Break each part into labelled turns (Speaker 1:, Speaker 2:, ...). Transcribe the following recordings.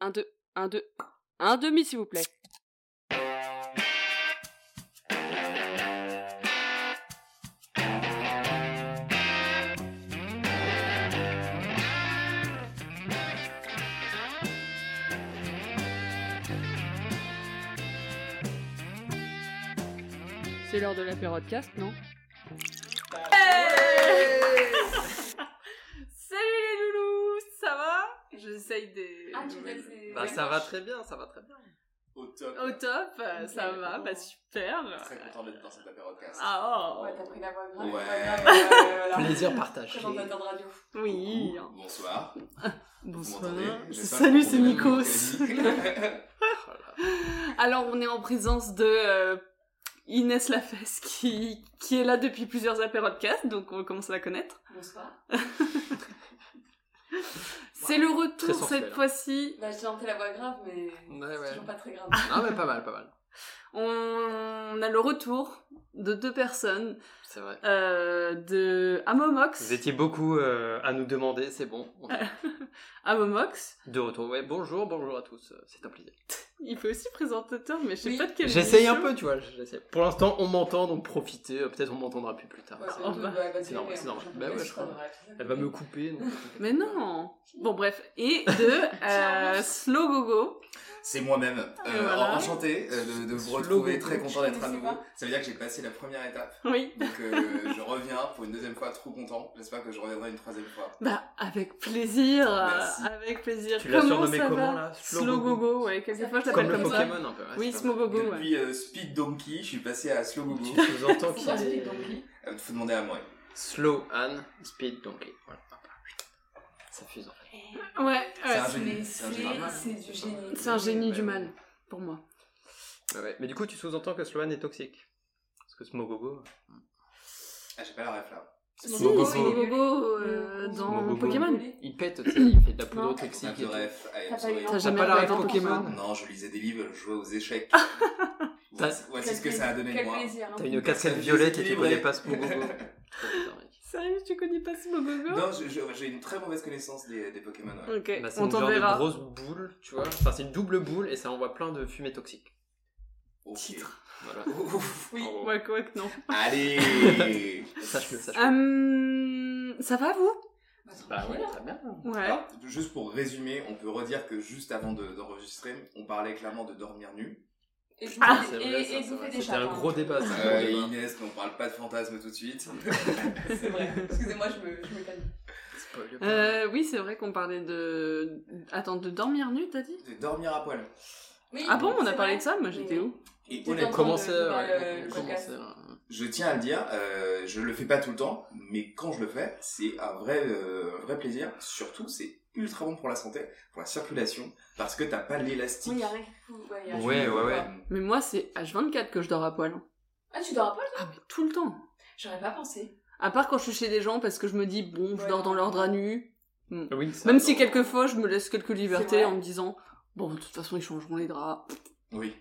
Speaker 1: Un, deux, un, deux, un demi, s'il vous plaît. C'est l'heure de la podcast, non
Speaker 2: Salut les loulous, ça va J'essaye des.
Speaker 3: Ah, tu passes des-
Speaker 4: Bah
Speaker 3: Ouais.
Speaker 4: ça va très bien, ça va très bien.
Speaker 5: au top.
Speaker 2: Au top, euh,
Speaker 3: Ok.
Speaker 2: ça va, bah super.
Speaker 5: Très content d'être dans cette apérocast.
Speaker 2: Ah
Speaker 3: Ouais, t'as
Speaker 2: oh
Speaker 3: pris la voix
Speaker 5: Ouais.
Speaker 3: grave. la voix grave, euh, alors,
Speaker 4: Plaisir partagé.
Speaker 3: Présentateur de radio.
Speaker 2: oui.
Speaker 5: Bonsoir. Vous
Speaker 2: Bonsoir.
Speaker 5: m'entendez J'espère
Speaker 2: Salut,
Speaker 5: que
Speaker 2: c'est
Speaker 5: vous
Speaker 2: Nikos.
Speaker 5: m'entendez.
Speaker 2: Alors on est en présence de euh, Inès Lafesse qui, qui est là depuis plusieurs apérodcasts, donc on commence à la connaître.
Speaker 3: Bonsoir.
Speaker 2: C'est le retour
Speaker 4: Très sensuel,
Speaker 2: cette
Speaker 4: hein.
Speaker 2: fois-ci.
Speaker 3: Bah, j'ai tenté la voix grave, mais
Speaker 4: Ouais,
Speaker 3: c'est
Speaker 4: ouais.
Speaker 3: toujours pas très grave.
Speaker 4: Non mais pas mal, pas mal.
Speaker 2: On a le retour de deux personnes,
Speaker 4: C'est vrai.
Speaker 2: euh, de Amomox.
Speaker 4: Vous étiez beaucoup euh, à nous demander, c'est bon. On est
Speaker 2: Amomox,
Speaker 4: De retour. Ouais, bonjour, bonjour à tous. euh, C'est un plaisir.
Speaker 2: il fait aussi présentateur, mais je sais
Speaker 3: Oui.
Speaker 2: pas de quel
Speaker 4: J'essaye un peu, tu vois. j'essaye. Pour l'instant, on m'entend, donc profitez. euh, Peut-être on m'entendra plus plus tard.
Speaker 3: Ouais,
Speaker 4: C'est-
Speaker 2: Oh,
Speaker 3: tout,
Speaker 2: bah,
Speaker 3: ouais, bah,
Speaker 4: c'est normal,
Speaker 3: vrai,
Speaker 4: c'est normal.
Speaker 3: j'en
Speaker 4: Bah,
Speaker 3: peux
Speaker 4: ouais,
Speaker 3: plus,
Speaker 4: je crois.
Speaker 3: ça devrait-
Speaker 4: Elle va me couper. donc-
Speaker 2: Mais non Bon bref, et de euh, Slow Gogo.
Speaker 5: C'est moi-même.
Speaker 3: Ah,
Speaker 5: Euh,
Speaker 2: voilà.
Speaker 5: Enchanté euh, de, de vous
Speaker 4: Slow
Speaker 5: retrouver.
Speaker 4: go.
Speaker 5: Très content d'être à
Speaker 3: Je
Speaker 5: nouveau.
Speaker 3: connaissais
Speaker 5: Ça veut dire que j'ai passé la première étape.
Speaker 2: Oui.
Speaker 5: Donc euh, je reviens pour une deuxième fois. Trop content. J'espère que je reviendrai une troisième fois.
Speaker 2: Bah avec plaisir, euh,
Speaker 5: Merci.
Speaker 2: avec plaisir.
Speaker 4: Tu l'as
Speaker 2: Comment
Speaker 4: surnommé
Speaker 2: ça
Speaker 4: comment
Speaker 2: va
Speaker 4: là
Speaker 2: Slow Gogo, ouais, quelquefois je
Speaker 4: Comme
Speaker 2: l'appelle
Speaker 4: le
Speaker 2: comme, ça.
Speaker 4: Pokémon un peu. ouais,
Speaker 2: Oui,
Speaker 4: c'est
Speaker 2: Slow Gogo, ouais.
Speaker 5: Depuis euh, Speed Donkey, je suis passé à Slow
Speaker 4: pas mal.
Speaker 5: Bobo.
Speaker 4: Tu sous-entends
Speaker 3: C'est
Speaker 4: qu'il
Speaker 3: pas
Speaker 4: est
Speaker 3: Speed Donkey.
Speaker 5: Euh, faut demander à moi.
Speaker 4: Slow and Speed Donkey. Voilà. Ça fuse.
Speaker 2: Ouais, ouais.
Speaker 5: C'est un génie.
Speaker 3: Mais
Speaker 5: C'est un génie.
Speaker 3: c'est c'est du génie.
Speaker 2: C'est un génie
Speaker 5: Ouais.
Speaker 2: du mal, pour moi.
Speaker 4: Ouais, ouais. Mais du coup, tu sous-entends que Sloan est toxique. Parce que Smogogo.
Speaker 5: Ah, j'ai pas la ref là.
Speaker 2: Si,
Speaker 4: Slow Gogo.
Speaker 2: Slow Gogo euh,
Speaker 3: Slow
Speaker 2: dans
Speaker 4: Gogo.
Speaker 2: Pokémon.
Speaker 4: Il pète, tu sais, il fait de la poudre
Speaker 3: Non.
Speaker 5: Pas
Speaker 4: toxique
Speaker 5: de
Speaker 4: et tout.
Speaker 5: ref. Allez,
Speaker 3: T'as pas
Speaker 5: sorry.
Speaker 3: eu
Speaker 2: T'as
Speaker 3: l'enfant.
Speaker 2: jamais
Speaker 4: pas la
Speaker 2: regardé
Speaker 4: ref Pokémon
Speaker 5: Euh, Non, je lisais des livres, je jouais aux échecs. voici
Speaker 4: T'as-
Speaker 5: voici
Speaker 3: Quel
Speaker 5: ce que ça a donné de
Speaker 3: Quel
Speaker 5: moi.
Speaker 3: plaisir. hein.
Speaker 4: T'as une
Speaker 5: Personne
Speaker 4: casquette
Speaker 5: n'est
Speaker 4: violette et tu
Speaker 5: équilibré.
Speaker 4: connais pas Smogogo. Trop bizarre, mec.
Speaker 2: Sérieux, tu connais pas Slow Gogo
Speaker 5: Non, je- je- j'ai une très mauvaise connaissance des, des Pokémon.
Speaker 3: Mm.
Speaker 5: ouais.
Speaker 2: Ok,
Speaker 4: Bah, c'est
Speaker 2: on
Speaker 4: une genre de
Speaker 2: t'enverra.
Speaker 4: grosse boule, tu vois. Enfin, c'est une double boule et ça envoie plein de fumée toxique.
Speaker 5: Ok.
Speaker 2: Titre.
Speaker 4: Voilà.
Speaker 5: Ouf.
Speaker 3: Oui.
Speaker 4: En gros.
Speaker 2: Ouais, Ah. correct, non.
Speaker 5: Allez
Speaker 4: Sache-le, sache-le.
Speaker 2: Hum, ça va, vous
Speaker 3: Bah,
Speaker 4: Bah ouais,
Speaker 3: tranquille.
Speaker 4: très bien.
Speaker 2: Ouais.
Speaker 5: Alors, juste pour résumer, on peut redire que juste avant de- d'enregistrer, on parlait clairement de dormir nu.
Speaker 3: Et je
Speaker 2: Ah,
Speaker 3: vous
Speaker 4: C'est vrai,
Speaker 3: fais- et-
Speaker 4: ça,
Speaker 3: et
Speaker 4: c'est
Speaker 3: je vous
Speaker 4: vrai.
Speaker 3: fais des
Speaker 4: C'était un
Speaker 3: chats, hein.
Speaker 4: gros débat, ça.
Speaker 5: Euh,
Speaker 4: Ouais.
Speaker 5: Inès, on parle pas de fantasme tout de suite.
Speaker 3: C'est vrai. Excusez-moi, je me je me calme.
Speaker 4: Spoil pas.
Speaker 2: Euh, oui, c'est vrai qu'on parlait de. Attends, de dormir nu, t'as dit
Speaker 5: De dormir à poil.
Speaker 3: Oui,
Speaker 2: Ah bon, on a
Speaker 3: c'est
Speaker 2: parlé
Speaker 3: vrai.
Speaker 2: de ça Moi j'étais
Speaker 3: Mais-
Speaker 2: où
Speaker 5: Et
Speaker 3: T'es
Speaker 5: honnêtement,
Speaker 3: dans-
Speaker 4: Commencer,
Speaker 3: de- bah,
Speaker 2: euh,
Speaker 4: ouais,
Speaker 3: le
Speaker 4: commencer,
Speaker 3: podcast.
Speaker 4: hein.
Speaker 5: je tiens à le dire, euh, je le fais pas tout le temps, mais quand je le fais, c'est un vrai, euh, un vrai plaisir. Surtout, c'est ultra bon pour la santé, pour la circulation, parce que t'as pas l'élastique.
Speaker 3: Oui, il y a rien qui fout. Ouais, y a rien.
Speaker 4: Ouais, ouais, ouais.
Speaker 2: Mais moi c'est H24 que je dors à poil. hein.
Speaker 3: Ah, tu dors pas
Speaker 2: Ah, mais tout le temps
Speaker 3: J'aurais pas pensé.
Speaker 2: À part quand je suis chez des gens parce que je me dis, bon, je
Speaker 3: Ouais.
Speaker 2: dors dans leur drap nu.
Speaker 4: Oui, ça,
Speaker 2: Même
Speaker 4: non.
Speaker 2: si quelquefois je me laisse quelques
Speaker 3: C'est
Speaker 2: libertés
Speaker 3: vrai.
Speaker 2: en me disant, bon, de toute façon ils changeront les draps.
Speaker 5: Oui.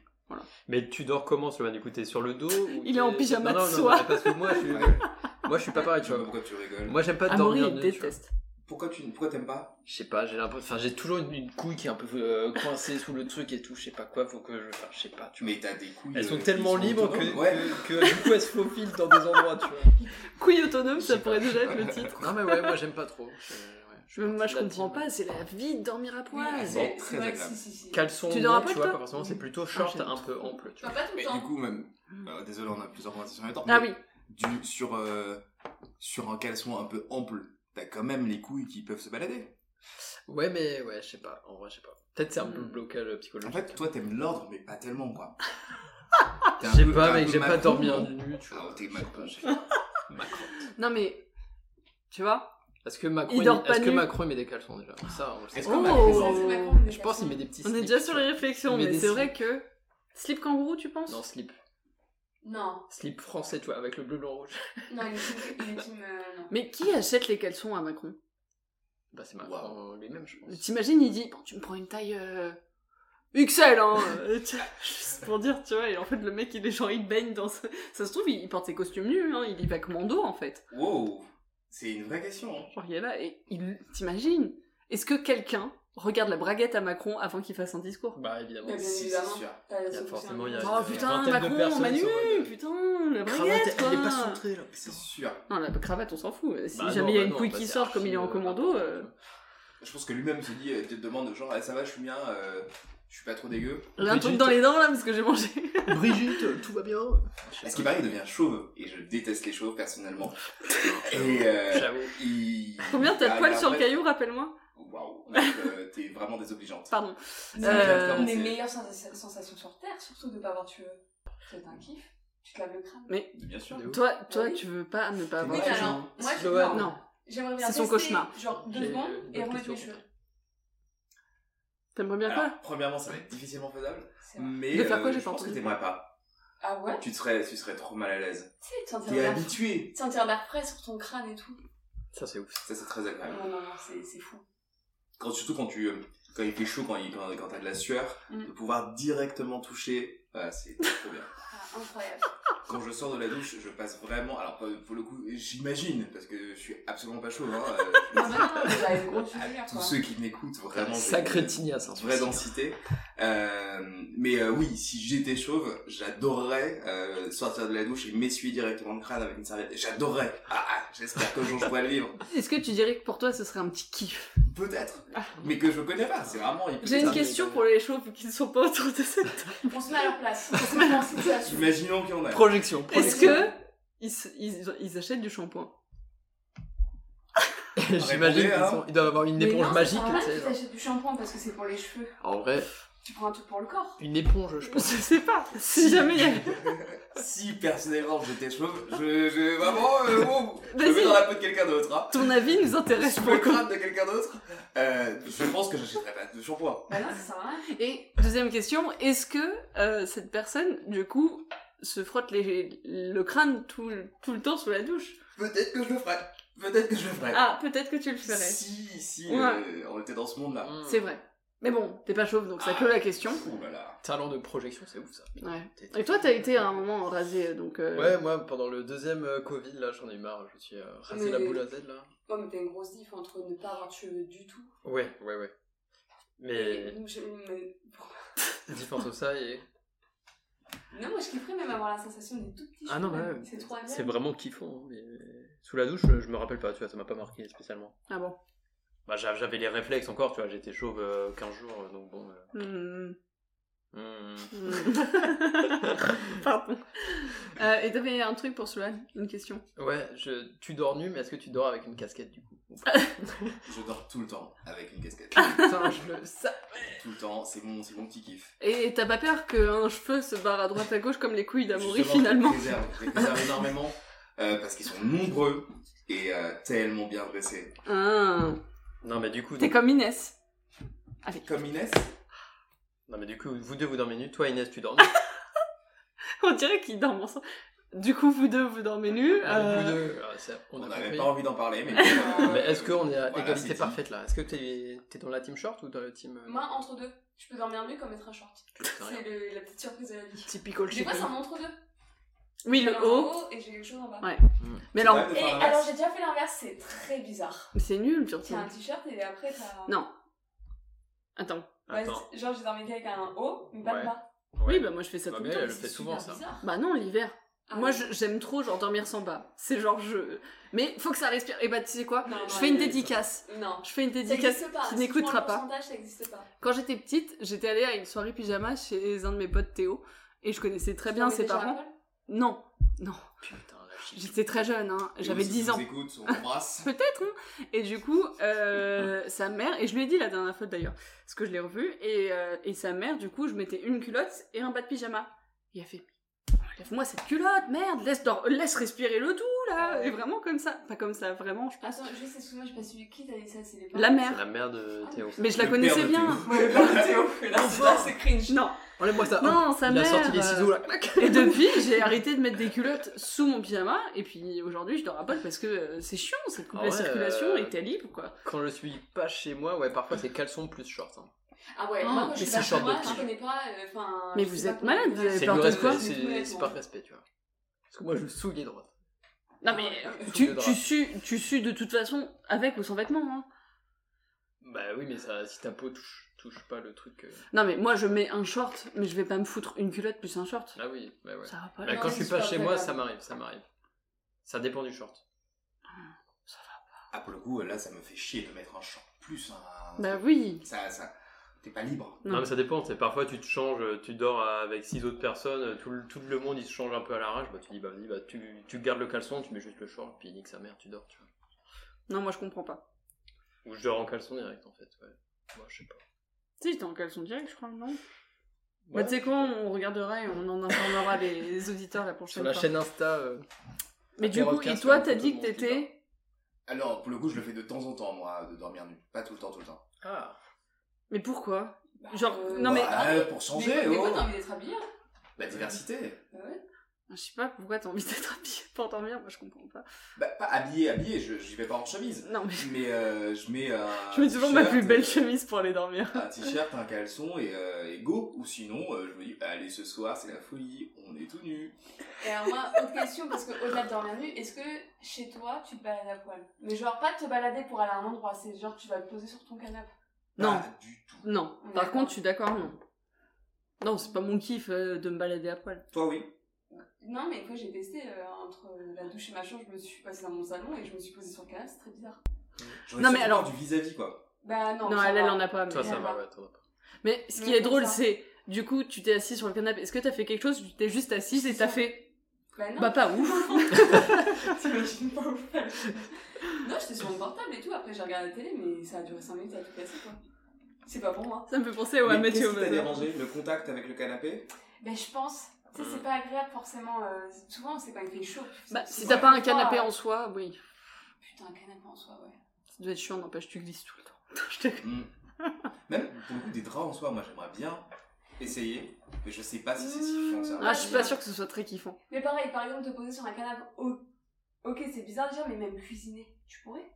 Speaker 4: Mais tu dors comment, Sloan Du coup, t'es sur le dos ou
Speaker 2: Il est
Speaker 4: t'es-
Speaker 2: en pyjama
Speaker 4: Non, non,
Speaker 2: de
Speaker 4: non,
Speaker 2: soie.
Speaker 4: mais Parce que moi, je suis, moi, je suis pas pareil,
Speaker 5: Je
Speaker 4: tu
Speaker 5: sais pas
Speaker 4: vois.
Speaker 5: pourquoi Ah, tu rigoles.
Speaker 4: Moi, j'aime pas
Speaker 2: Amaury
Speaker 4: dormir
Speaker 2: il
Speaker 4: nu. tu vois.
Speaker 2: Ah, déteste.
Speaker 5: Pourquoi tu pourquoi t'aimes pas
Speaker 4: Je sais pas, j'ai l'impression. Enfin, j'ai toujours une, une couille qui est un peu euh, coincée sous le truc et tout. Je sais pas quoi, faut que je. Enfin, je sais pas, tu vois.
Speaker 5: Mais t'as des couilles.
Speaker 4: Elles
Speaker 5: euh,
Speaker 4: sont
Speaker 5: qui
Speaker 4: tellement libres que,
Speaker 5: autonomes. Ouais.
Speaker 4: que, que du coup elles se faufilent dans des endroits, tu vois.
Speaker 2: Couille autonome,
Speaker 4: Je
Speaker 2: ça
Speaker 4: sais
Speaker 2: pourrait
Speaker 4: pas.
Speaker 2: déjà être le titre.
Speaker 4: Non mais ouais, moi j'aime pas trop. Je- ouais, suis
Speaker 2: Mais moi
Speaker 4: partie
Speaker 2: je
Speaker 4: de la
Speaker 2: comprends
Speaker 4: team.
Speaker 2: pas, c'est la vie de dormir à poil.
Speaker 3: Ouais,
Speaker 5: c'est
Speaker 3: c'est
Speaker 5: très
Speaker 3: vrai que
Speaker 5: agréable.
Speaker 3: si, si, si.
Speaker 4: Caleçon,
Speaker 2: Tu
Speaker 4: nu,
Speaker 2: dors à poil,
Speaker 4: tu vois,
Speaker 2: toi
Speaker 4: pas forcément, c'est plutôt
Speaker 2: Ah,
Speaker 4: short,
Speaker 2: j'aime
Speaker 4: un peu ample, tu
Speaker 3: Tu vas
Speaker 4: vois.
Speaker 3: pas tout le
Speaker 5: Mais
Speaker 3: temps.
Speaker 5: du coup même. euh, désolé, on a plusieurs conversations en même temps.
Speaker 2: Ah
Speaker 5: mais
Speaker 2: oui,
Speaker 5: du- sur euh, sur un caleçon un peu ample, t'as quand même les couilles qui peuvent se balader.
Speaker 4: Ouais, mais ouais, je sais pas, en vrai, je sais pas. Peut-être c'est un peu
Speaker 2: Hmm.
Speaker 4: blocage euh,
Speaker 5: En
Speaker 4: psychologique.
Speaker 5: fait, toi t'aimes l'ordre, mais pas tellement quoi. T'es
Speaker 4: je
Speaker 5: un
Speaker 4: sais
Speaker 5: peu- t'es
Speaker 4: pas,
Speaker 5: un
Speaker 4: mec,
Speaker 5: peu
Speaker 4: j'aime pas
Speaker 5: Macron.
Speaker 4: dormir nu, tu
Speaker 5: Ah,
Speaker 4: vois.
Speaker 5: t'es
Speaker 4: Je sais
Speaker 5: Macron.
Speaker 4: pas, je sais pas. Macron.
Speaker 2: non mais. Tu vois
Speaker 4: Est-ce que Macron,
Speaker 2: Il
Speaker 4: il
Speaker 2: dort pas
Speaker 4: est-ce que
Speaker 2: nu. Oh.
Speaker 4: Macron il met des caleçons déjà Ça, on le sait.
Speaker 5: Est-ce
Speaker 4: pas.
Speaker 5: que
Speaker 3: Mais
Speaker 5: Macron-
Speaker 3: ça, c'est Macron, mais
Speaker 4: Je pense
Speaker 3: ça,
Speaker 4: qu'il met des petits.
Speaker 2: On est
Speaker 4: slips,
Speaker 2: déjà sur
Speaker 4: tu vois.
Speaker 2: les réflexions,
Speaker 4: Mais
Speaker 2: mais
Speaker 4: des
Speaker 2: c'est vrai
Speaker 4: slips.
Speaker 2: que. Slip kangourou, tu penses
Speaker 4: Non, slip.
Speaker 3: Non,
Speaker 4: Slip français, tu vois, avec le bleu, blanc, rouge.
Speaker 3: non, il est team. Il est team euh, non.
Speaker 2: Mais qui achète les caleçons à Macron
Speaker 4: Bah, c'est Macron lui-même, je pense.
Speaker 2: T'imagines, il dit, bon, tu me prends une taille euh, XL, hein euh, tu- Juste pour dire, tu vois, et en fait, le mec, il est genre, il baigne dans... ce- Ça se trouve, il, il porte ses costumes nus, hein, il y va commando, en fait.
Speaker 5: Wow, c'est une vraie question. hein.
Speaker 2: Genre, il est là, et il... T'imagines Est-ce que quelqu'un regarde la braguette à Macron avant qu'il fasse un discours.
Speaker 4: Bah évidemment.
Speaker 3: Mais bien
Speaker 5: Si,
Speaker 3: évidemment.
Speaker 5: c'est sûr.
Speaker 3: T'as la
Speaker 4: Il y a
Speaker 3: solution.
Speaker 4: forcément, il y a-
Speaker 2: Oh
Speaker 4: une
Speaker 2: putain,
Speaker 4: vingtaine de
Speaker 2: Macron,
Speaker 4: personnes
Speaker 2: Manu,
Speaker 4: sont en mode-
Speaker 2: putain, la braguette,
Speaker 4: Cravate,
Speaker 2: quoi.
Speaker 4: elle est pas centrée là. putain.
Speaker 5: C'est sûr.
Speaker 2: Non, la cravate, on s'en fout. Si
Speaker 4: Bah
Speaker 2: jamais
Speaker 4: non,
Speaker 2: il y a
Speaker 4: bah
Speaker 2: une
Speaker 4: non,
Speaker 2: couille
Speaker 4: bah
Speaker 2: qui
Speaker 4: c'est
Speaker 2: sort comme il est en
Speaker 4: archi, euh,
Speaker 2: commando,
Speaker 4: n'importe
Speaker 2: euh,
Speaker 4: quoi.
Speaker 5: Je pense que lui-même se dit, euh, te demande genre, ah, ça va, je suis bien, euh, je suis pas trop dégueu.
Speaker 2: j'ai un truc
Speaker 4: Brigitte.
Speaker 2: dans les dents là parce que j'ai mangé.
Speaker 4: Brigitte, tout va bien.
Speaker 5: À ce qui paraît, il devient chauve, et je déteste les chauves personnellement. et euh,
Speaker 4: J'avoue.
Speaker 5: il...
Speaker 2: Combien t'as de
Speaker 5: Ah,
Speaker 2: poils
Speaker 5: mais
Speaker 2: sur le
Speaker 5: après-
Speaker 2: caillou, rappelle-moi
Speaker 5: Waouh, mec, euh, t'es vraiment désobligeante.
Speaker 2: Pardon.
Speaker 3: Mais
Speaker 2: Euh,
Speaker 3: une des
Speaker 5: c'est-
Speaker 3: meilleures sens- sensations sur Terre, surtout de pas avoir tué. C'est un kiff. Tu te laves le crâne.
Speaker 5: Bien sûr.
Speaker 4: De ouf.
Speaker 2: Toi, toi,
Speaker 3: Oui.
Speaker 2: tu veux pas ne pas avoir.
Speaker 3: Oui,
Speaker 5: Ouais,
Speaker 3: mais
Speaker 5: genre,
Speaker 3: alors, moi, je-
Speaker 4: Sloan.
Speaker 2: Non,
Speaker 3: J'aimerais bien
Speaker 2: C'est son
Speaker 3: rester,
Speaker 2: cauchemar.
Speaker 3: Genre deux
Speaker 4: J'ai
Speaker 3: secondes
Speaker 4: une
Speaker 3: et
Speaker 4: bonne
Speaker 3: remettre mes
Speaker 4: question.
Speaker 3: cheveux.
Speaker 2: t'aimerais bien
Speaker 5: Alors,
Speaker 2: quoi
Speaker 5: premièrement, ça va être difficilement faisable,
Speaker 3: C'est vrai.
Speaker 5: mais
Speaker 2: De faire quoi,
Speaker 5: euh,
Speaker 2: j'ai
Speaker 5: je
Speaker 2: pas
Speaker 5: pense que
Speaker 2: entendu.
Speaker 5: t'aimerais pas.
Speaker 3: Ah ouais
Speaker 5: Tu serais, tu serais trop mal à l'aise.
Speaker 3: Tu sais, de sentir
Speaker 5: T'es
Speaker 3: l'air-
Speaker 5: habitué.
Speaker 3: de sentir l'air frais sur ton crâne et tout.
Speaker 4: Ça c'est ouf.
Speaker 5: Ça, c'est très agréable.
Speaker 3: Non, non, non, c'est c'est fou.
Speaker 5: Quand, surtout quand tu, euh, quand il fait chaud, quand, il- quand, quand t'as de la sueur,
Speaker 3: Mm.
Speaker 5: de pouvoir directement toucher, ah, c'est trop bien.
Speaker 3: Ah, incroyable.
Speaker 5: Quand je sors de la douche, je passe vraiment. Alors pour pour le coup, j'imagine parce que je suis absolument pas chauve. Hein, euh, je
Speaker 3: non,
Speaker 5: le
Speaker 3: non,
Speaker 5: dis
Speaker 3: non, j'avais des gros
Speaker 5: à
Speaker 3: tubulaires,
Speaker 5: tous
Speaker 3: quoi.
Speaker 5: ceux qui m'écoutent, vraiment. j'ai-
Speaker 4: Sacré tignasse. hein,
Speaker 5: vraie
Speaker 4: ça.
Speaker 5: densité. Euh, mais euh, oui, si j'étais chauve, j'adorerais euh, sortir de la douche et m'essuyer directement le crâne avec une serviette. J'adorerais. Ah, ah, j'espère qu'un jour je pourrais le vivre.
Speaker 2: Est-ce que tu dirais que pour toi ce serait un petit kiff
Speaker 5: Peut-être, mais que je connais pas. C'est vraiment.
Speaker 2: J'ai
Speaker 5: hypothétique.
Speaker 2: une question pour les chauves qui ne sont pas autour de cette
Speaker 3: On se met à leur place. On se met en situation.
Speaker 5: Imaginons qu'il y en a.
Speaker 4: Projection. pro-
Speaker 2: Est-ce que ils, se- ils- ils achètent du shampoing
Speaker 4: J'imagine qu'ils
Speaker 5: hein.
Speaker 4: sont- ils doivent avoir une
Speaker 3: Mais
Speaker 4: éponge
Speaker 3: non,
Speaker 4: magique.
Speaker 3: C'est normal
Speaker 4: tu sais,
Speaker 3: que
Speaker 4: genre.
Speaker 3: t'achètes du shampoing parce que c'est pour les cheveux.
Speaker 4: En vrai,
Speaker 3: Tu prends un truc pour le corps.
Speaker 4: une éponge, je
Speaker 2: Je
Speaker 4: pense.
Speaker 2: sais pas. Si jamais il y a...
Speaker 5: Si personnellement j'étais chauve, je, je vraiment, euh, bon, je
Speaker 2: Vas-y.
Speaker 5: vais dans la peau de quelqu'un d'autre. Hein.
Speaker 2: Ton avis nous intéresse
Speaker 5: Sur le
Speaker 2: pour quoi
Speaker 5: crâne de quelqu'un d'autre, euh, je pense que j'achèterais pas de shampoing.
Speaker 3: Bah non, ça sert à rien.
Speaker 2: Et deuxième question, est-ce que euh, cette personne, du coup, se frotte les- le crâne tout, le- tout le temps sous la douche
Speaker 5: Peut-être que je le ferais. Peut-être que je le ferais.
Speaker 2: Ah, peut-être que tu le ferais.
Speaker 5: si, si,
Speaker 2: Ouais.
Speaker 5: euh, on était dans ce monde-là.
Speaker 4: Ah,
Speaker 2: C'est vrai. Mais bon, t'es pas chauve, donc ça clôt la question.
Speaker 5: Ouh là là.
Speaker 4: Talent de projection, c'est ouf ça.
Speaker 2: Ouais. Et toi, t'as été à un moment rasé, donc... euh,
Speaker 4: Ouais, moi pendant le deuxième euh, Covid, là j'en ai marre, je me suis euh, rasé
Speaker 3: Mais-
Speaker 4: la boule à Z là.
Speaker 3: Ouais, mais t'as une grosse diff entre ne pas avoir de cheveux du tout.
Speaker 4: Ouais, ouais, ouais.
Speaker 3: Et
Speaker 4: Mais
Speaker 3: donc, je- mais-
Speaker 4: différence de ça et.
Speaker 3: Non, moi je kifferais même avoir la sensation des tout petits cheveux.
Speaker 4: Ah
Speaker 2: bah
Speaker 4: non,
Speaker 3: même.
Speaker 4: ouais,
Speaker 3: C'est trop agréable.
Speaker 4: C'est vraiment kiffant, hein, mais sous la douche, je je me rappelle pas, tu vois, ça m'a pas marqué spécialement.
Speaker 2: Ah bon.
Speaker 4: Bah, j'a- j'avais les réflexes encore, tu vois, j'étais chauve euh, 15 jours, euh, donc bon.
Speaker 2: Hmm,
Speaker 4: euh, hmm.
Speaker 2: hmm. Pardon. Euh, et t'avais un truc pour Sloan Une question
Speaker 4: Ouais, je... tu dors nu, mais est-ce que tu dors avec une casquette du coup Ou pas
Speaker 5: Je dors tout le temps avec une casquette.
Speaker 2: Ah.
Speaker 4: Putain, je le savais.
Speaker 5: tout le temps, c'est mon, c'est mon petit kiff.
Speaker 2: Et t'as pas peur qu'un cheveu se barre à droite à gauche comme les couilles d'Amaury
Speaker 5: Justement, je les
Speaker 2: finalement
Speaker 5: préserve, je les préserve énormément euh, parce qu'ils sont nombreux et euh, tellement bien dressés.
Speaker 2: Ah,
Speaker 4: Non, mais du coup,
Speaker 2: T'es
Speaker 4: donc-
Speaker 2: comme Inès. Allez.
Speaker 5: Comme Inès,
Speaker 4: non, mais du coup, vous deux vous dormez nu, toi Inès, tu dors nu.
Speaker 2: On dirait qu'ils dorment ensemble. Du coup, vous deux, vous dormez nus. euh,
Speaker 4: Vous deux, euh, ça- on
Speaker 5: on
Speaker 4: a
Speaker 5: n'avait
Speaker 4: compris.
Speaker 5: pas envie d'en parler, mais. euh,
Speaker 4: Mais est-ce qu'on est à
Speaker 5: Voilà, c'est
Speaker 4: égalité
Speaker 5: dit.
Speaker 4: parfaite là Est-ce que t'es t'es dans la team short ou dans le team. euh,
Speaker 3: Moi, entre deux, je peux dormir mieux comme être un short.
Speaker 4: je sais rien.
Speaker 3: C'est le- la petite surprise de la vie.
Speaker 2: Typical
Speaker 3: J'ai
Speaker 2: chez
Speaker 3: quoi, c'est
Speaker 2: lui.
Speaker 3: un entre deux
Speaker 2: Oui,
Speaker 3: J'ai
Speaker 2: le
Speaker 3: un
Speaker 2: haut.
Speaker 3: en haut et j'ai quelque chose en bas.
Speaker 2: Ouais. Mais
Speaker 5: C'est
Speaker 2: alors,
Speaker 5: vrai, de
Speaker 3: Et
Speaker 5: faire l'inverse.
Speaker 3: alors, j'ai déjà fait l'inverse, c'est très bizarre.
Speaker 2: c'est nul, surtout.
Speaker 3: T'as un t-shirt et après t'as.
Speaker 2: Non. Attends.
Speaker 3: Ouais,
Speaker 4: Attends,
Speaker 3: c'est- genre, j'ai dormi avec un haut, mais pas
Speaker 4: Ouais.
Speaker 3: de bas.
Speaker 2: Oui,
Speaker 4: ouais.
Speaker 2: bah moi je fais ça
Speaker 4: Bah,
Speaker 2: tout le
Speaker 4: mais
Speaker 2: temps.
Speaker 4: elle le
Speaker 3: C'est
Speaker 4: fait souvent
Speaker 3: super
Speaker 4: ça.
Speaker 3: bizarre.
Speaker 2: Bah non, l'hiver.
Speaker 3: Ah
Speaker 2: Moi
Speaker 3: ouais.
Speaker 2: je- j'aime trop genre dormir sans bas. C'est genre je. Mais faut que ça respire. Et bah tu sais quoi
Speaker 3: Non, non,
Speaker 2: Je fais une
Speaker 3: non,
Speaker 2: dédicace.
Speaker 3: Non.
Speaker 2: Je fais une
Speaker 3: Ça
Speaker 2: dédicace.
Speaker 3: n'existe pas.
Speaker 2: qui n'écoutera
Speaker 3: Franchement,
Speaker 2: pas.
Speaker 3: le pourcentage, ça n'existe pas.
Speaker 2: Quand j'étais petite, j'étais allée à une soirée pyjama chez un de mes potes Théo. Et je connaissais très bien
Speaker 3: Dormais
Speaker 2: ses
Speaker 3: déjà
Speaker 2: parents.
Speaker 3: à
Speaker 2: Non, non.
Speaker 4: Putain, la chic.
Speaker 2: J'étais très jeune, hein.
Speaker 5: Et
Speaker 2: J'avais
Speaker 5: aussi, si
Speaker 2: 10 ans.
Speaker 5: vous écoute, on embrasse.
Speaker 2: Peut-être, hein. Et du coup, euh, sa mère, et je lui ai dit la dernière fois d'ailleurs, parce que je l'ai revu, et, euh, et sa mère, du coup, je mettais une culotte et un bas de pyjama. Et elle fait Enlève-moi cette culotte, merde, laisse, dor- laisse respirer le tout là Et vraiment comme ça. Pas comme ça, vraiment, je
Speaker 3: l'école. Attends, juste, excuse-moi, j'ai pas suivi qui t'avais dit ça, c'est les parents.
Speaker 2: La
Speaker 4: C'est
Speaker 2: mère.
Speaker 4: la mère de Théo.
Speaker 2: Mais je la
Speaker 5: Le
Speaker 2: connaissais
Speaker 5: père de
Speaker 2: bien.
Speaker 5: Théo.
Speaker 3: Ouais, bah, Théo, mais là, c'est- là, c'est cringe.
Speaker 2: Non,
Speaker 4: Enlève-moi ça.
Speaker 2: non, sa
Speaker 4: Ah, Il
Speaker 2: mère.
Speaker 4: a sorti les
Speaker 2: euh,
Speaker 4: ciseaux là.
Speaker 2: Et depuis, j'ai arrêté de mettre des culottes sous mon pyjama, et puis aujourd'hui, je dors à poil parce que euh, c'est chiant, ça te coupe
Speaker 4: Ah
Speaker 2: la
Speaker 4: ouais,
Speaker 2: circulation
Speaker 4: euh,
Speaker 2: et t'es libre quoi.
Speaker 4: Quand je suis pas chez moi, ouais, parfois c'est caleçon plus short. hein.
Speaker 3: Ah ouais,
Speaker 2: Ah,
Speaker 3: moi, quand
Speaker 4: mais
Speaker 3: je suis
Speaker 4: c'est
Speaker 3: pas
Speaker 4: short
Speaker 3: chez
Speaker 4: de
Speaker 3: moi,
Speaker 4: petit.
Speaker 3: je connais pas, euh, enfin...
Speaker 2: Mais
Speaker 3: je
Speaker 2: vous
Speaker 3: sais
Speaker 2: êtes
Speaker 3: pas comment-
Speaker 2: malade, vous avez
Speaker 4: C'est
Speaker 2: peur
Speaker 4: du
Speaker 2: de quoi
Speaker 4: respect,
Speaker 3: Ouais,
Speaker 4: c'est c'est
Speaker 3: bon.
Speaker 4: par respect, tu vois. Parce que moi je souille les droites.
Speaker 6: Ah,
Speaker 2: Non mais tu, tu, sues, tu sues de toute façon avec ou sans vêtements. Hein.
Speaker 6: Bah oui, mais ça, si ta peau touche, touche pas le truc. euh,
Speaker 2: Non, mais moi, je mets un short, mais je vais pas me foutre une culotte plus un short.
Speaker 6: Ah oui, bah ouais.
Speaker 2: Ça va pas.
Speaker 6: Bah,
Speaker 3: Non,
Speaker 6: quand
Speaker 3: mais
Speaker 6: je suis
Speaker 3: c'est
Speaker 6: pas
Speaker 3: pas
Speaker 6: chez moi,
Speaker 3: agréable.
Speaker 6: ça m'arrive, ça m'arrive. Ça dépend du short.
Speaker 5: Ah, pour le coup, là, ça me fait chier de mettre un short plus un.
Speaker 2: Bah oui.
Speaker 5: Ça, ça. T'es pas libre.
Speaker 2: Non.
Speaker 4: Non, mais ça dépend. c'est Parfois, tu te changes, tu dors avec six autres personnes, tout le, tout le monde il se change un peu à l'arrache. Bah, tu dis, bah vas-y, bah, tu, tu gardes le caleçon, tu mets juste le short, puis nique sa mère, tu dors. Tu vois.
Speaker 2: Non, moi, je comprends pas.
Speaker 4: Ou je dors en caleçon direct en fait. Ouais. Moi, je sais pas.
Speaker 2: Si, t'es en caleçon direct, je crois, non Bah, tu sais quoi, on regardera et on en informera les, les auditeurs la
Speaker 6: Sur
Speaker 2: prochaine
Speaker 6: la
Speaker 2: fois.
Speaker 6: chaîne Insta. euh,
Speaker 2: Mais du coup, et
Speaker 6: Podcast,
Speaker 2: toi,
Speaker 6: hein,
Speaker 2: t'as
Speaker 6: tout
Speaker 2: dit
Speaker 6: le monde
Speaker 2: que
Speaker 6: qui
Speaker 2: t'étais.
Speaker 5: Alors, pour le coup, je le fais de temps en temps, moi, de dormir nu. Pas tout le temps, tout le temps.
Speaker 6: Ah,
Speaker 2: Mais pourquoi
Speaker 3: Bah,
Speaker 2: Genre,
Speaker 3: euh,
Speaker 2: non, mais-
Speaker 5: Bah, euh, pour changer,
Speaker 3: mais, mais
Speaker 5: oh.
Speaker 3: quoi, t'as envie d'être habillé hein
Speaker 5: La diversité.
Speaker 3: Bah ouais.
Speaker 2: Ah, Je sais pas pourquoi t'as envie d'être habillé pour dormir, moi, je comprends pas.
Speaker 5: Bah, pas habillé, habillé, je, j'y vais pas en chemise.
Speaker 2: Non, mais.
Speaker 5: Mais euh, je mets un.
Speaker 6: Ah,
Speaker 2: Je mets toujours ma
Speaker 5: t-shirt,
Speaker 2: plus belle
Speaker 5: euh,
Speaker 2: chemise pour aller dormir.
Speaker 5: Un t-shirt, un caleçon et, euh, et go. Ou sinon, euh, je me dis, allez, ce soir, c'est la folie, on est tout nu.
Speaker 3: Et alors, moi, autre question, parce qu'au-delà de dormir nu, est-ce que chez toi, tu te balades à poil Mais genre, pas te balader pour aller à un endroit, c'est genre, tu vas te poser sur ton canapé.
Speaker 2: Non,
Speaker 5: Pas du tout.
Speaker 2: non.
Speaker 3: On est
Speaker 2: Par
Speaker 3: d'accord.
Speaker 2: contre, je suis d'accord, non. Non, c'est pas mon kiff euh, de me balader à poil.
Speaker 5: Toi, oui.
Speaker 3: Non, mais quoi, j'ai testé euh, entre la douche et ma chambre, je me suis passée dans mon salon et je me suis posée sur le canapé, c'est très bizarre.
Speaker 5: J'aurais
Speaker 2: Non, mais
Speaker 5: surtout
Speaker 2: alors-
Speaker 5: peur Du vis-à-vis, quoi.
Speaker 3: Bah non,
Speaker 2: Non,
Speaker 3: ça
Speaker 2: elle,
Speaker 3: va.
Speaker 2: elle en a pas. Mais,
Speaker 4: Toi, ça
Speaker 3: Ouais.
Speaker 4: va, ouais, t'en as pas.
Speaker 2: mais ce qui
Speaker 3: Ouais,
Speaker 2: est drôle,
Speaker 3: comme ça.
Speaker 2: c'est du coup, tu t'es assis sur le canapé. Est-ce que t'as fait quelque chose Tu t'es juste assise et t'as fait.
Speaker 3: Bah non,
Speaker 2: Bah, pas ouf.
Speaker 3: T'imagines pas où faire. Non, j'étais sur mon portable et tout, après j'ai regardé la télé, mais ça a duré 5 minutes à tout casser quoi. C'est pas pour moi.
Speaker 2: Ça me fait penser ouais, à
Speaker 5: mais qu'est-ce
Speaker 2: Mathieu
Speaker 5: qui t'a
Speaker 2: Bazin.
Speaker 5: dérangé Le contact avec le canapé
Speaker 3: Ben je pense, tu sais, c'est pas agréable forcément. euh, souvent, c'est quand il fait chaud.
Speaker 2: Mm. Bah, si
Speaker 3: c'est
Speaker 2: t'as
Speaker 3: quand
Speaker 2: pas
Speaker 3: il
Speaker 2: un
Speaker 3: fait
Speaker 2: canapé
Speaker 3: froid,
Speaker 2: en soi, oui.
Speaker 3: euh, Putain, un canapé en soi, ouais.
Speaker 2: Ça doit être chiant, n'empêche, tu glisses tout le temps. Je te-
Speaker 5: Hmm. Même pour le coup, des draps en soi, moi, j'aimerais bien essayer. Mais je sais pas si c'est suffisant que ça.
Speaker 2: Ah, je suis pas sûre que ce soit très kiffant.
Speaker 3: Mais pareil, par exemple, te poser sur un canapé, oh, ok, c'est bizarre déjà, mais même cuisiner, tu pourrais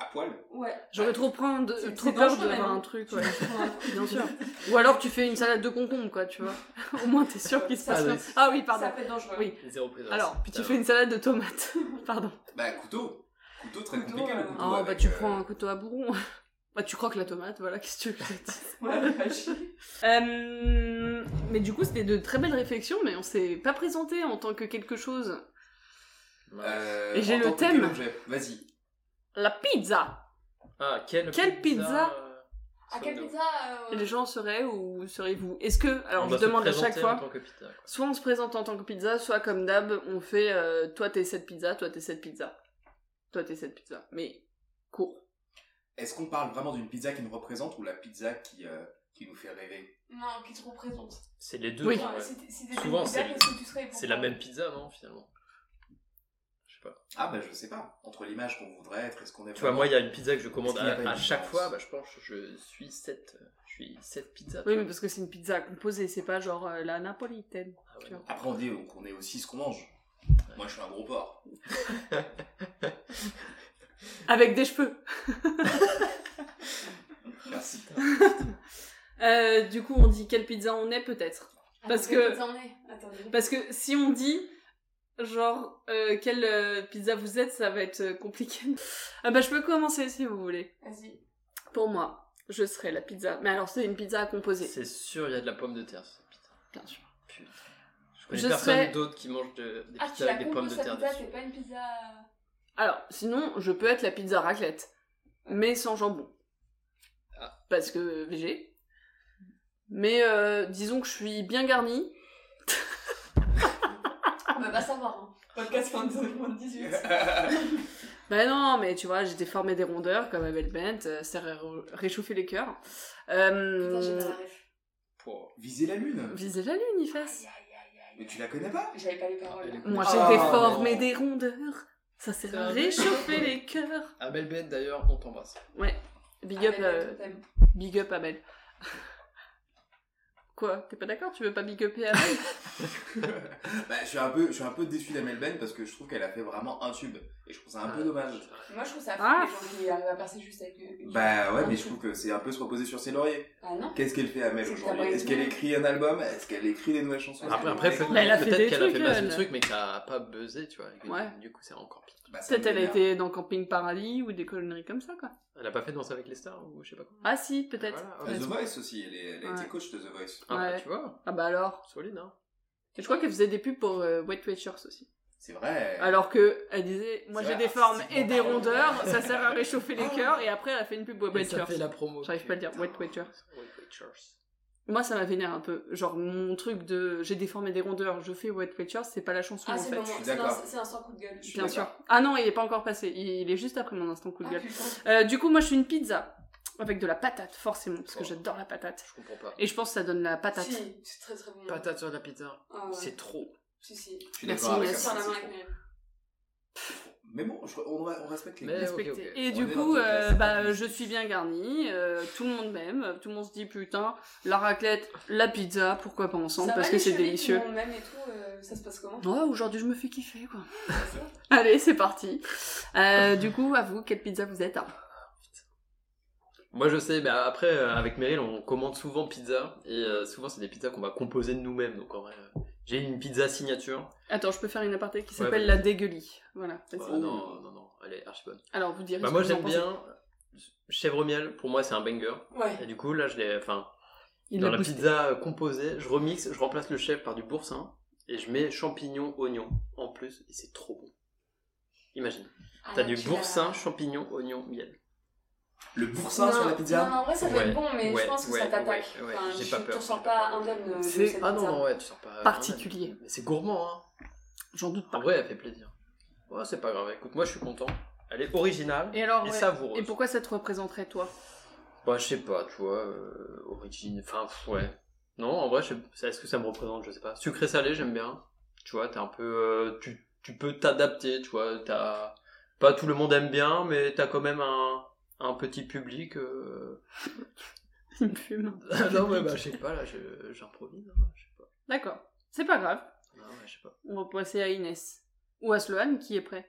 Speaker 5: À poil
Speaker 3: Ouais.
Speaker 2: J'aurais trop, peur de-
Speaker 3: C'est-
Speaker 2: trop
Speaker 3: c'est
Speaker 2: peur
Speaker 3: dangereux,
Speaker 2: de voir
Speaker 3: même.
Speaker 2: un truc, ouais.
Speaker 3: Ouais.
Speaker 2: Bien sûr. Ou alors tu fais une salade de concombre, quoi, tu vois. Au moins t'es sûr qu'il se passe
Speaker 6: Ah,
Speaker 2: rien.
Speaker 6: oui.
Speaker 2: Ah oui,
Speaker 3: ça
Speaker 2: pardon.
Speaker 3: peut être dangereux.
Speaker 2: Oui.
Speaker 6: zéro présence.
Speaker 2: Alors, puis tu
Speaker 6: Putain.
Speaker 2: fais une salade de tomates. Pardon.
Speaker 5: Bah, couteau. Couteau très
Speaker 3: Couteau,
Speaker 5: compliqué, le
Speaker 3: euh,
Speaker 5: couteau.
Speaker 2: Ah, bah
Speaker 5: avec,
Speaker 2: tu
Speaker 5: euh,
Speaker 2: prends un couteau à bourron. Bah tu croques la tomate, voilà, qu'est-ce que tu veux que je te dise
Speaker 3: Ouais, bah, je-
Speaker 2: Euh, Mais du coup, c'était de très belles réflexions, mais on s'est pas présenté en tant que quelque chose.
Speaker 5: euh,
Speaker 2: Et j'ai
Speaker 5: en
Speaker 2: le
Speaker 5: tant que
Speaker 2: thème.
Speaker 5: tel objet. Vas-y.
Speaker 2: La pizza
Speaker 6: Ah, quelle,
Speaker 2: Quelle pizza Ah,
Speaker 6: euh,
Speaker 3: À quelle
Speaker 6: sommes-nous
Speaker 3: pizza euh,
Speaker 2: Et Les gens seraient ou seriez-vous Est-ce que, alors
Speaker 6: On
Speaker 2: je
Speaker 6: va se
Speaker 2: demande à chaque
Speaker 6: présenter
Speaker 2: fois,
Speaker 6: en tant que pizza, quoi.
Speaker 2: soit on se présente en tant que pizza, soit comme d'hab, on fait euh, toi t'es cette pizza, toi t'es cette pizza, toi t'es cette pizza. Mais court.
Speaker 5: Est-ce qu'on parle vraiment d'une pizza qui nous représente ou la pizza qui, euh, qui nous fait rêver
Speaker 3: Non, qui te représentent.
Speaker 6: C'est les deux.
Speaker 2: Oui.
Speaker 6: hein, ouais.
Speaker 3: Si t- si t'étais
Speaker 6: Souvent,
Speaker 3: une pizza,
Speaker 6: c'est-
Speaker 3: qu'est-ce que tu serais pour
Speaker 6: C'est la
Speaker 3: toi
Speaker 6: même pizza, non, finalement Je sais pas.
Speaker 5: Ah bah je sais pas. Entre l'image qu'on voudrait être, est-ce qu'on est
Speaker 6: Tu vois,
Speaker 5: vraiment-
Speaker 6: moi, il y a une pizza que je commande
Speaker 5: Est-ce qu'il y a pas une
Speaker 6: à, à chaque
Speaker 5: différence
Speaker 6: fois. Bah, je pense que je suis 7 je suis sept pizzas. tu
Speaker 2: Oui,
Speaker 6: vois.
Speaker 2: mais parce que c'est une pizza composée, c'est pas genre euh, la napolitaine.
Speaker 6: Ah ouais,
Speaker 2: tu vois.
Speaker 6: non.
Speaker 5: Après on dit qu'on est aussi ce qu'on mange. Moi je suis un gros porc.
Speaker 2: Avec des cheveux.
Speaker 5: Merci.
Speaker 2: Euh, du coup, on dit quelle pizza on est peut-être.
Speaker 3: Attends,
Speaker 2: parce
Speaker 3: quelle
Speaker 2: que-
Speaker 3: pizza on est Attendez.
Speaker 2: Parce que si on dit genre euh, quelle euh, pizza vous êtes, ça va être euh, compliqué. Ah bah je peux commencer si vous voulez.
Speaker 3: Vas-y.
Speaker 2: Pour moi, je serais la pizza. Mais alors c'est une pizza à composer.
Speaker 6: C'est sûr, il y a de la pomme de terre sur cette pizza.
Speaker 2: Bien sûr.
Speaker 6: Putain. Je connais
Speaker 2: Je
Speaker 6: personne
Speaker 2: serais-
Speaker 6: d'autre qui mange de- des
Speaker 3: Ah,
Speaker 6: pizzas
Speaker 3: tu la
Speaker 6: avec des pommes
Speaker 3: composes
Speaker 6: de
Speaker 3: ta
Speaker 6: terre
Speaker 3: pizza,
Speaker 6: dessus.
Speaker 3: c'est pas une pizza.
Speaker 2: Alors, sinon, je peux être la pizza raclette, mais sans jambon.
Speaker 6: Ah.
Speaker 2: Parce que végé. Mais euh, disons que je suis bien garnie.
Speaker 3: On va pas savoir, hein. Podcast 22-18.
Speaker 2: Bah non, mais tu vois, j'ai déformé des rondeurs comme Abel Bent, euh, ça ré- réchauffé les cœurs.
Speaker 3: Putain, j'ai
Speaker 2: Euh,
Speaker 3: pas la ref.
Speaker 6: Pour...
Speaker 5: Viser la lune.
Speaker 2: visez la lune, Ifas.
Speaker 3: Aïe, aïe, aïe, aïe.
Speaker 5: Mais tu la connais pas
Speaker 3: J'avais pas les paroles.
Speaker 6: Elle est-
Speaker 2: Moi,
Speaker 5: Ah,
Speaker 2: j'ai déformé
Speaker 5: non.
Speaker 2: des rondeurs. Ça s'est
Speaker 6: Ça-
Speaker 2: réchauffé les cœurs.
Speaker 6: Abel Ben, d'ailleurs, on t'embrasse.
Speaker 2: Ouais. Big up,
Speaker 3: Ah, mais
Speaker 2: euh,
Speaker 3: toi, t'aimes.
Speaker 2: big up Abel. Quoi T'es pas d'accord Tu veux pas big upper Abel
Speaker 5: Bah je suis un peu, je suis un peu déçu d'Amel Ben parce que je trouve qu'elle a fait vraiment un tube et je trouve ça un peu
Speaker 6: Euh,
Speaker 5: dommage.
Speaker 3: Moi, je trouve ça fou,
Speaker 2: Ah.
Speaker 3: les gens qui arrivent à percer juste avec une- une-
Speaker 5: Bah ouais,
Speaker 3: un
Speaker 5: mais je
Speaker 3: truc.
Speaker 5: trouve que c'est un peu se reposer sur ses lauriers.
Speaker 3: Ah non
Speaker 5: Qu'est-ce qu'elle fait Amel
Speaker 3: C'est
Speaker 5: aujourd'hui
Speaker 3: vraiment
Speaker 5: Est-ce qu'elle
Speaker 3: énorme.
Speaker 5: écrit un album Est-ce qu'elle écrit des nouvelles chansons
Speaker 3: Ouais,
Speaker 6: Après,
Speaker 3: c'est
Speaker 6: après
Speaker 3: vrai.
Speaker 6: peut-
Speaker 2: Mais elle a
Speaker 6: peut-être
Speaker 2: fait des
Speaker 6: qu'elle a fait
Speaker 2: trucs,
Speaker 6: masse de
Speaker 2: elle.
Speaker 6: trucs, mais que ça a pas buzzé, tu vois. et que
Speaker 2: Ouais.
Speaker 6: Du coup, c'est encore pire.
Speaker 5: Bah, ça
Speaker 2: Peut-être elle a
Speaker 5: m'énerve.
Speaker 2: été dans Camping Paradis ou des conneries comme ça, quoi.
Speaker 4: Elle a pas fait danser avec les stars ou je sais pas quoi.
Speaker 2: Ah si, peut-être.
Speaker 4: Voilà,
Speaker 5: Euh,
Speaker 4: ouais.
Speaker 5: The Voice aussi, elle, est- elle a été
Speaker 2: Ouais.
Speaker 5: coach de The Voice.
Speaker 4: Ah, bah,
Speaker 2: Ouais.
Speaker 4: tu vois,
Speaker 2: Ah bah alors.
Speaker 4: solide, hein.
Speaker 2: Et je crois qu'elle faisait des pubs pour euh, Wet Watchers aussi.
Speaker 5: C'est vrai.
Speaker 2: Alors que elle disait, moi
Speaker 5: C'est
Speaker 2: j'ai
Speaker 5: vrai,
Speaker 2: des formes et
Speaker 5: artistiquement
Speaker 2: des
Speaker 5: parlant.
Speaker 2: rondeurs, ça sert à réchauffer les cœurs, et après elle a fait une pub Wet
Speaker 6: Et ça fait
Speaker 2: Watchers.
Speaker 6: la promo.
Speaker 2: J'arrive pas à le dire,
Speaker 6: Putain.
Speaker 2: Wet Watchers.
Speaker 4: Wait, Watchers.
Speaker 2: Moi ça m'a vénère un peu. Genre mon truc de j'ai des formes et des rondeurs, je fais Wet Watchers, c'est pas la chanson
Speaker 3: Ah,
Speaker 2: en
Speaker 3: c'est
Speaker 2: fait.
Speaker 3: le moment,
Speaker 5: suis
Speaker 3: c'est
Speaker 5: d'accord.
Speaker 3: un- c'est un sans coup de gueule.
Speaker 5: Je suis
Speaker 2: Bien sûr.
Speaker 5: d'accord.
Speaker 2: Ah non, il est pas encore passé, il est juste après mon instant coup de
Speaker 3: Ah,
Speaker 2: gueule.
Speaker 3: putain.
Speaker 2: Euh, du coup, moi je suis une pizza. Avec de la patate, forcément, parce que
Speaker 4: Oh.
Speaker 2: j'adore la patate.
Speaker 4: Je comprends pas.
Speaker 2: Et je pense que ça donne la patate.
Speaker 3: Ah, Si, c'est très très bon.
Speaker 4: Patate sur la pizza,
Speaker 3: Ah, ouais.
Speaker 4: c'est trop.
Speaker 3: Si, si.
Speaker 5: Je suis
Speaker 2: Merci,
Speaker 5: d'accord avec
Speaker 2: merci.
Speaker 5: ça,
Speaker 3: Sur la
Speaker 5: c'est
Speaker 3: main
Speaker 5: trop.
Speaker 3: avec mes-
Speaker 5: Mais bon, je- on, on respecte les
Speaker 4: Mais-
Speaker 5: goûts.
Speaker 2: respecté.
Speaker 4: ok, ok.
Speaker 2: Euh, Et
Speaker 5: On
Speaker 2: du
Speaker 5: est
Speaker 2: coup,
Speaker 5: dans une
Speaker 2: euh,
Speaker 5: classe.
Speaker 2: bah, je suis bien garnie, euh, tout le monde m'aime, tout le monde se dit putain, la raclette, la pizza, pourquoi pas ensemble,
Speaker 3: Ça
Speaker 2: parce
Speaker 3: va,
Speaker 2: que
Speaker 3: les
Speaker 2: c'est
Speaker 3: chéris qui
Speaker 2: délicieux.
Speaker 3: vont Même et tout, euh, ça se passe comment
Speaker 2: Ouais, aujourd'hui je me fais kiffer quoi. Allez, c'est parti. Euh, du coup, à vous, quelle pizza vous êtes hein
Speaker 4: Moi je sais, mais après euh, avec Meryl on commande souvent pizza et euh, souvent c'est des pizzas qu'on va composer de nous-mêmes. Donc en vrai, euh, j'ai une pizza signature.
Speaker 2: Attends, je peux faire une aparté qui
Speaker 4: Ouais,
Speaker 2: s'appelle la
Speaker 4: vas-y.
Speaker 2: dégueulie. Voilà. vas-y.
Speaker 4: Ouais, non, non, non, elle est archi bonne.
Speaker 2: Alors, vous direz.
Speaker 4: Bah
Speaker 2: ce
Speaker 4: moi
Speaker 2: que vous en
Speaker 4: j'aime
Speaker 2: pensez.
Speaker 4: bien chèvre miel, pour moi c'est un banger.
Speaker 3: Ouais.
Speaker 4: Et du coup là je l'ai, enfin
Speaker 2: Il
Speaker 4: dans
Speaker 2: l'a
Speaker 4: la
Speaker 2: boosté.
Speaker 4: pizza euh, composée, je remixe, je remplace le chèvre par du boursin et je mets champignons, oignons en plus et c'est trop bon. Imagine,
Speaker 3: Ah,
Speaker 4: t'as
Speaker 3: là,
Speaker 4: du
Speaker 3: tu
Speaker 4: boursin,
Speaker 3: l'as-
Speaker 4: champignons, oignons, miel.
Speaker 5: Le boursin sur la
Speaker 3: Non,
Speaker 5: pizza
Speaker 3: non, en vrai, ça doit
Speaker 4: Ouais,
Speaker 3: être bon, mais
Speaker 4: ouais,
Speaker 3: je pense que
Speaker 4: ouais,
Speaker 3: ça t'attaque.
Speaker 4: ouais, ouais,
Speaker 3: Enfin,
Speaker 4: j'ai
Speaker 3: tu-
Speaker 4: pas peur,
Speaker 3: Tu ressors
Speaker 4: j'ai pas
Speaker 3: pas
Speaker 4: peur.
Speaker 3: indemne euh, de
Speaker 4: C'est
Speaker 3: cette
Speaker 4: ah non
Speaker 3: pizza.
Speaker 4: non ouais, tu sors pas.
Speaker 2: Particulier.
Speaker 4: Mais c'est gourmand hein.
Speaker 2: J'en doute pas.
Speaker 4: En vrai, elle fait plaisir. Ouais, c'est pas grave. Écoute, moi, je suis content. Elle est originale et,
Speaker 2: Et alors, ouais.
Speaker 4: savoureuse.
Speaker 2: Et pourquoi ça te représenterait toi
Speaker 4: Bah, je sais pas, tu vois, euh, origine. Enfin, pff, ouais. Non, en vrai, je sais- est-ce que ça me représente Je sais pas. Sucré-salé, j'aime bien. Tu vois, t'es un peu. euh, tu, tu peux t'adapter, tu vois. T'as. Pas tout le monde aime bien, mais t'as quand même un, un petit public. euh,
Speaker 2: Il me fume.
Speaker 4: non, mais bah, je sais pas, là, je- j'improvise. hein, je sais pas.
Speaker 2: D'accord. C'est pas grave.
Speaker 4: Non, ouais, je sais pas.
Speaker 2: On va passer à Inès. Ou à Sloane qui est prêt.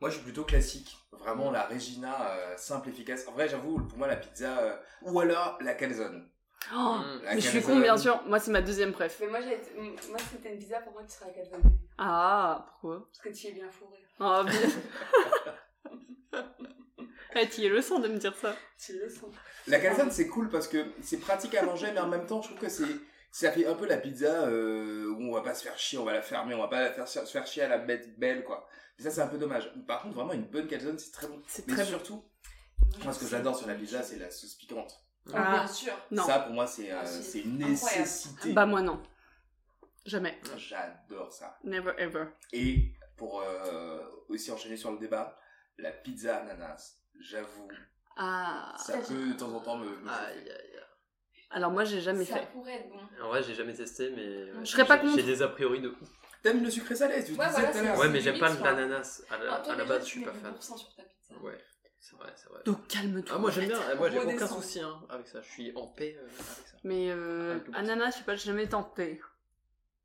Speaker 5: Moi, je suis plutôt classique. Vraiment, la Regina, euh, simple, efficace. En vrai, j'avoue, pour moi, la pizza... euh, Ou alors, la calzone.
Speaker 2: Oh,
Speaker 4: Mm.
Speaker 5: La
Speaker 2: mais je suis
Speaker 5: calzone.
Speaker 2: con, bien sûr. Moi, c'est ma deuxième préf.
Speaker 3: Mais moi, j'ai été- moi c'était une pizza pour moi qui serait à 4
Speaker 2: Ah, pourquoi
Speaker 3: Parce que tu y es bien fourré.
Speaker 2: Ah, bien. Eh, tu y es le sang de me dire ça.
Speaker 3: Tu le sens.
Speaker 5: La calzone, c'est cool parce que c'est pratique à manger, mais en même temps, je trouve que c'est ça fait un peu la pizza euh, où on va pas se faire chier, on va la fermer, on va pas la faire, se faire chier à la mettre belle, quoi. Et ça, c'est un peu dommage. Par contre, vraiment, une bonne calzone, c'est très bon.
Speaker 2: C'est
Speaker 5: Mais
Speaker 2: très bon.
Speaker 5: surtout, moi, ce que j'adore sur la pizza, c'est la sauce piquante.
Speaker 3: Ah,
Speaker 2: Ah.
Speaker 3: bien sûr.
Speaker 2: Non.
Speaker 5: Ça, pour moi, c'est euh,
Speaker 3: Ah, c'est
Speaker 5: c'est une
Speaker 3: incroyable.
Speaker 5: nécessité.
Speaker 2: Bah, moi, non. Jamais.
Speaker 5: J'adore ça.
Speaker 2: Never ever.
Speaker 5: Et pour euh, aussi enchaîner sur le débat, la pizza ananas. J'avoue,
Speaker 2: Ah.
Speaker 5: ça peut de temps en temps me. me
Speaker 4: Aïe,
Speaker 5: chauffer.
Speaker 4: aïe, aïe.
Speaker 2: Alors, moi, j'ai jamais
Speaker 3: Ça
Speaker 2: fait.
Speaker 3: pourrait être bon.
Speaker 4: En vrai, j'ai jamais testé, mais. ouais,
Speaker 2: Je serais pas
Speaker 4: j'ai-
Speaker 2: contre.
Speaker 4: J'ai des a priori de ouf.
Speaker 5: T'aimes le sucré salé, tu
Speaker 3: Ouais,
Speaker 5: disais
Speaker 3: voilà,
Speaker 5: tout à l'heure.
Speaker 3: Ah, c'est-
Speaker 4: Ouais, mais j'aime pas
Speaker 3: limite, ça.
Speaker 4: l'ananas. À la,
Speaker 3: Ah, toi,
Speaker 4: Euh, à la
Speaker 3: déjà,
Speaker 4: base, je
Speaker 3: tu
Speaker 4: suis
Speaker 3: mets
Speaker 4: pas
Speaker 3: du
Speaker 4: fan.
Speaker 3: boursin sur ta pizza.
Speaker 4: Ouais, c'est vrai, c'est vrai.
Speaker 2: Donc, calme-toi.
Speaker 4: Ah, moi j'aime bien,
Speaker 2: arrête.
Speaker 4: Eh, moi j'ai
Speaker 3: Redescends.
Speaker 4: aucun souci hein, avec ça, je suis en paix euh, avec ça.
Speaker 2: Mais euh,
Speaker 4: Arrête de
Speaker 2: ananas, je sais pas, j'ai jamais tenté.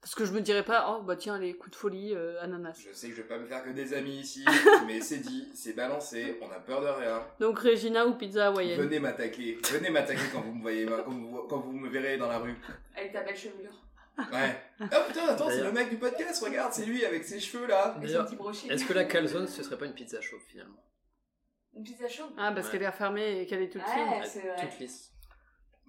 Speaker 2: Parce que je me dirais pas, oh bah tiens, les coups de folie, euh, ananas.
Speaker 5: Je sais que je vais pas me faire que des amis ici, mais c'est dit, c'est balancé, on a peur de rien.
Speaker 2: Donc, Regina ou pizza hawaïenne.
Speaker 5: Venez m'attaquer, venez m'attaquer quand vous me voyez, quand vous, quand vous me verrez dans la rue.
Speaker 3: Avec ta belle chevelure.
Speaker 5: Ouais. Ah putain, attends, c'est
Speaker 4: D'ailleurs-
Speaker 5: le mec du podcast, regarde, c'est lui avec ses cheveux là.
Speaker 3: Et son
Speaker 4: D'ailleurs,
Speaker 3: petit brochet.
Speaker 4: Est-ce que la calzone ce serait pas une pizza chaude finalement
Speaker 3: Une pizza chaude
Speaker 2: Ah, parce
Speaker 4: Ouais.
Speaker 2: qu'elle est refermée et qu'elle est toute fine.
Speaker 3: Ouais,
Speaker 4: Elle est
Speaker 3: c'est vrai.
Speaker 4: Toute lisse.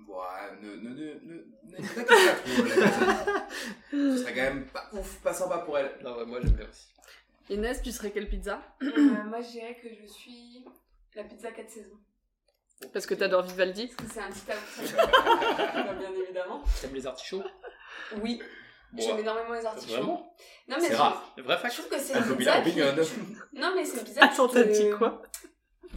Speaker 5: Ouah, ne, ne, ne, ne, ne t'inquiète pas trop, la personne. Ce serait quand même pas ouf, pas sympa pour elle.
Speaker 4: Non, ouais, moi j'aime bien aussi.
Speaker 2: Inès, tu serais quelle pizza
Speaker 3: Euh, Moi, je dirais que je suis la pizza 4 saisons.
Speaker 2: Parce que t'adores Vivaldi.
Speaker 3: Parce que c'est un petit out. bien évidemment.
Speaker 4: T'aimes les artichauts
Speaker 3: Oui,
Speaker 5: Ouah,
Speaker 3: j'aime énormément les Ah, artichauts.
Speaker 4: Vraiment
Speaker 3: Non, mais
Speaker 5: C'est
Speaker 3: je-
Speaker 5: rare.
Speaker 4: Vrai
Speaker 3: Je
Speaker 4: fact
Speaker 3: trouve que c'est
Speaker 5: Un
Speaker 3: une
Speaker 5: populaire
Speaker 3: pizza qui...
Speaker 5: opinion.
Speaker 3: Non, mais c'est une pizza qui
Speaker 2: Attends, t'as
Speaker 3: te-
Speaker 2: dit quoi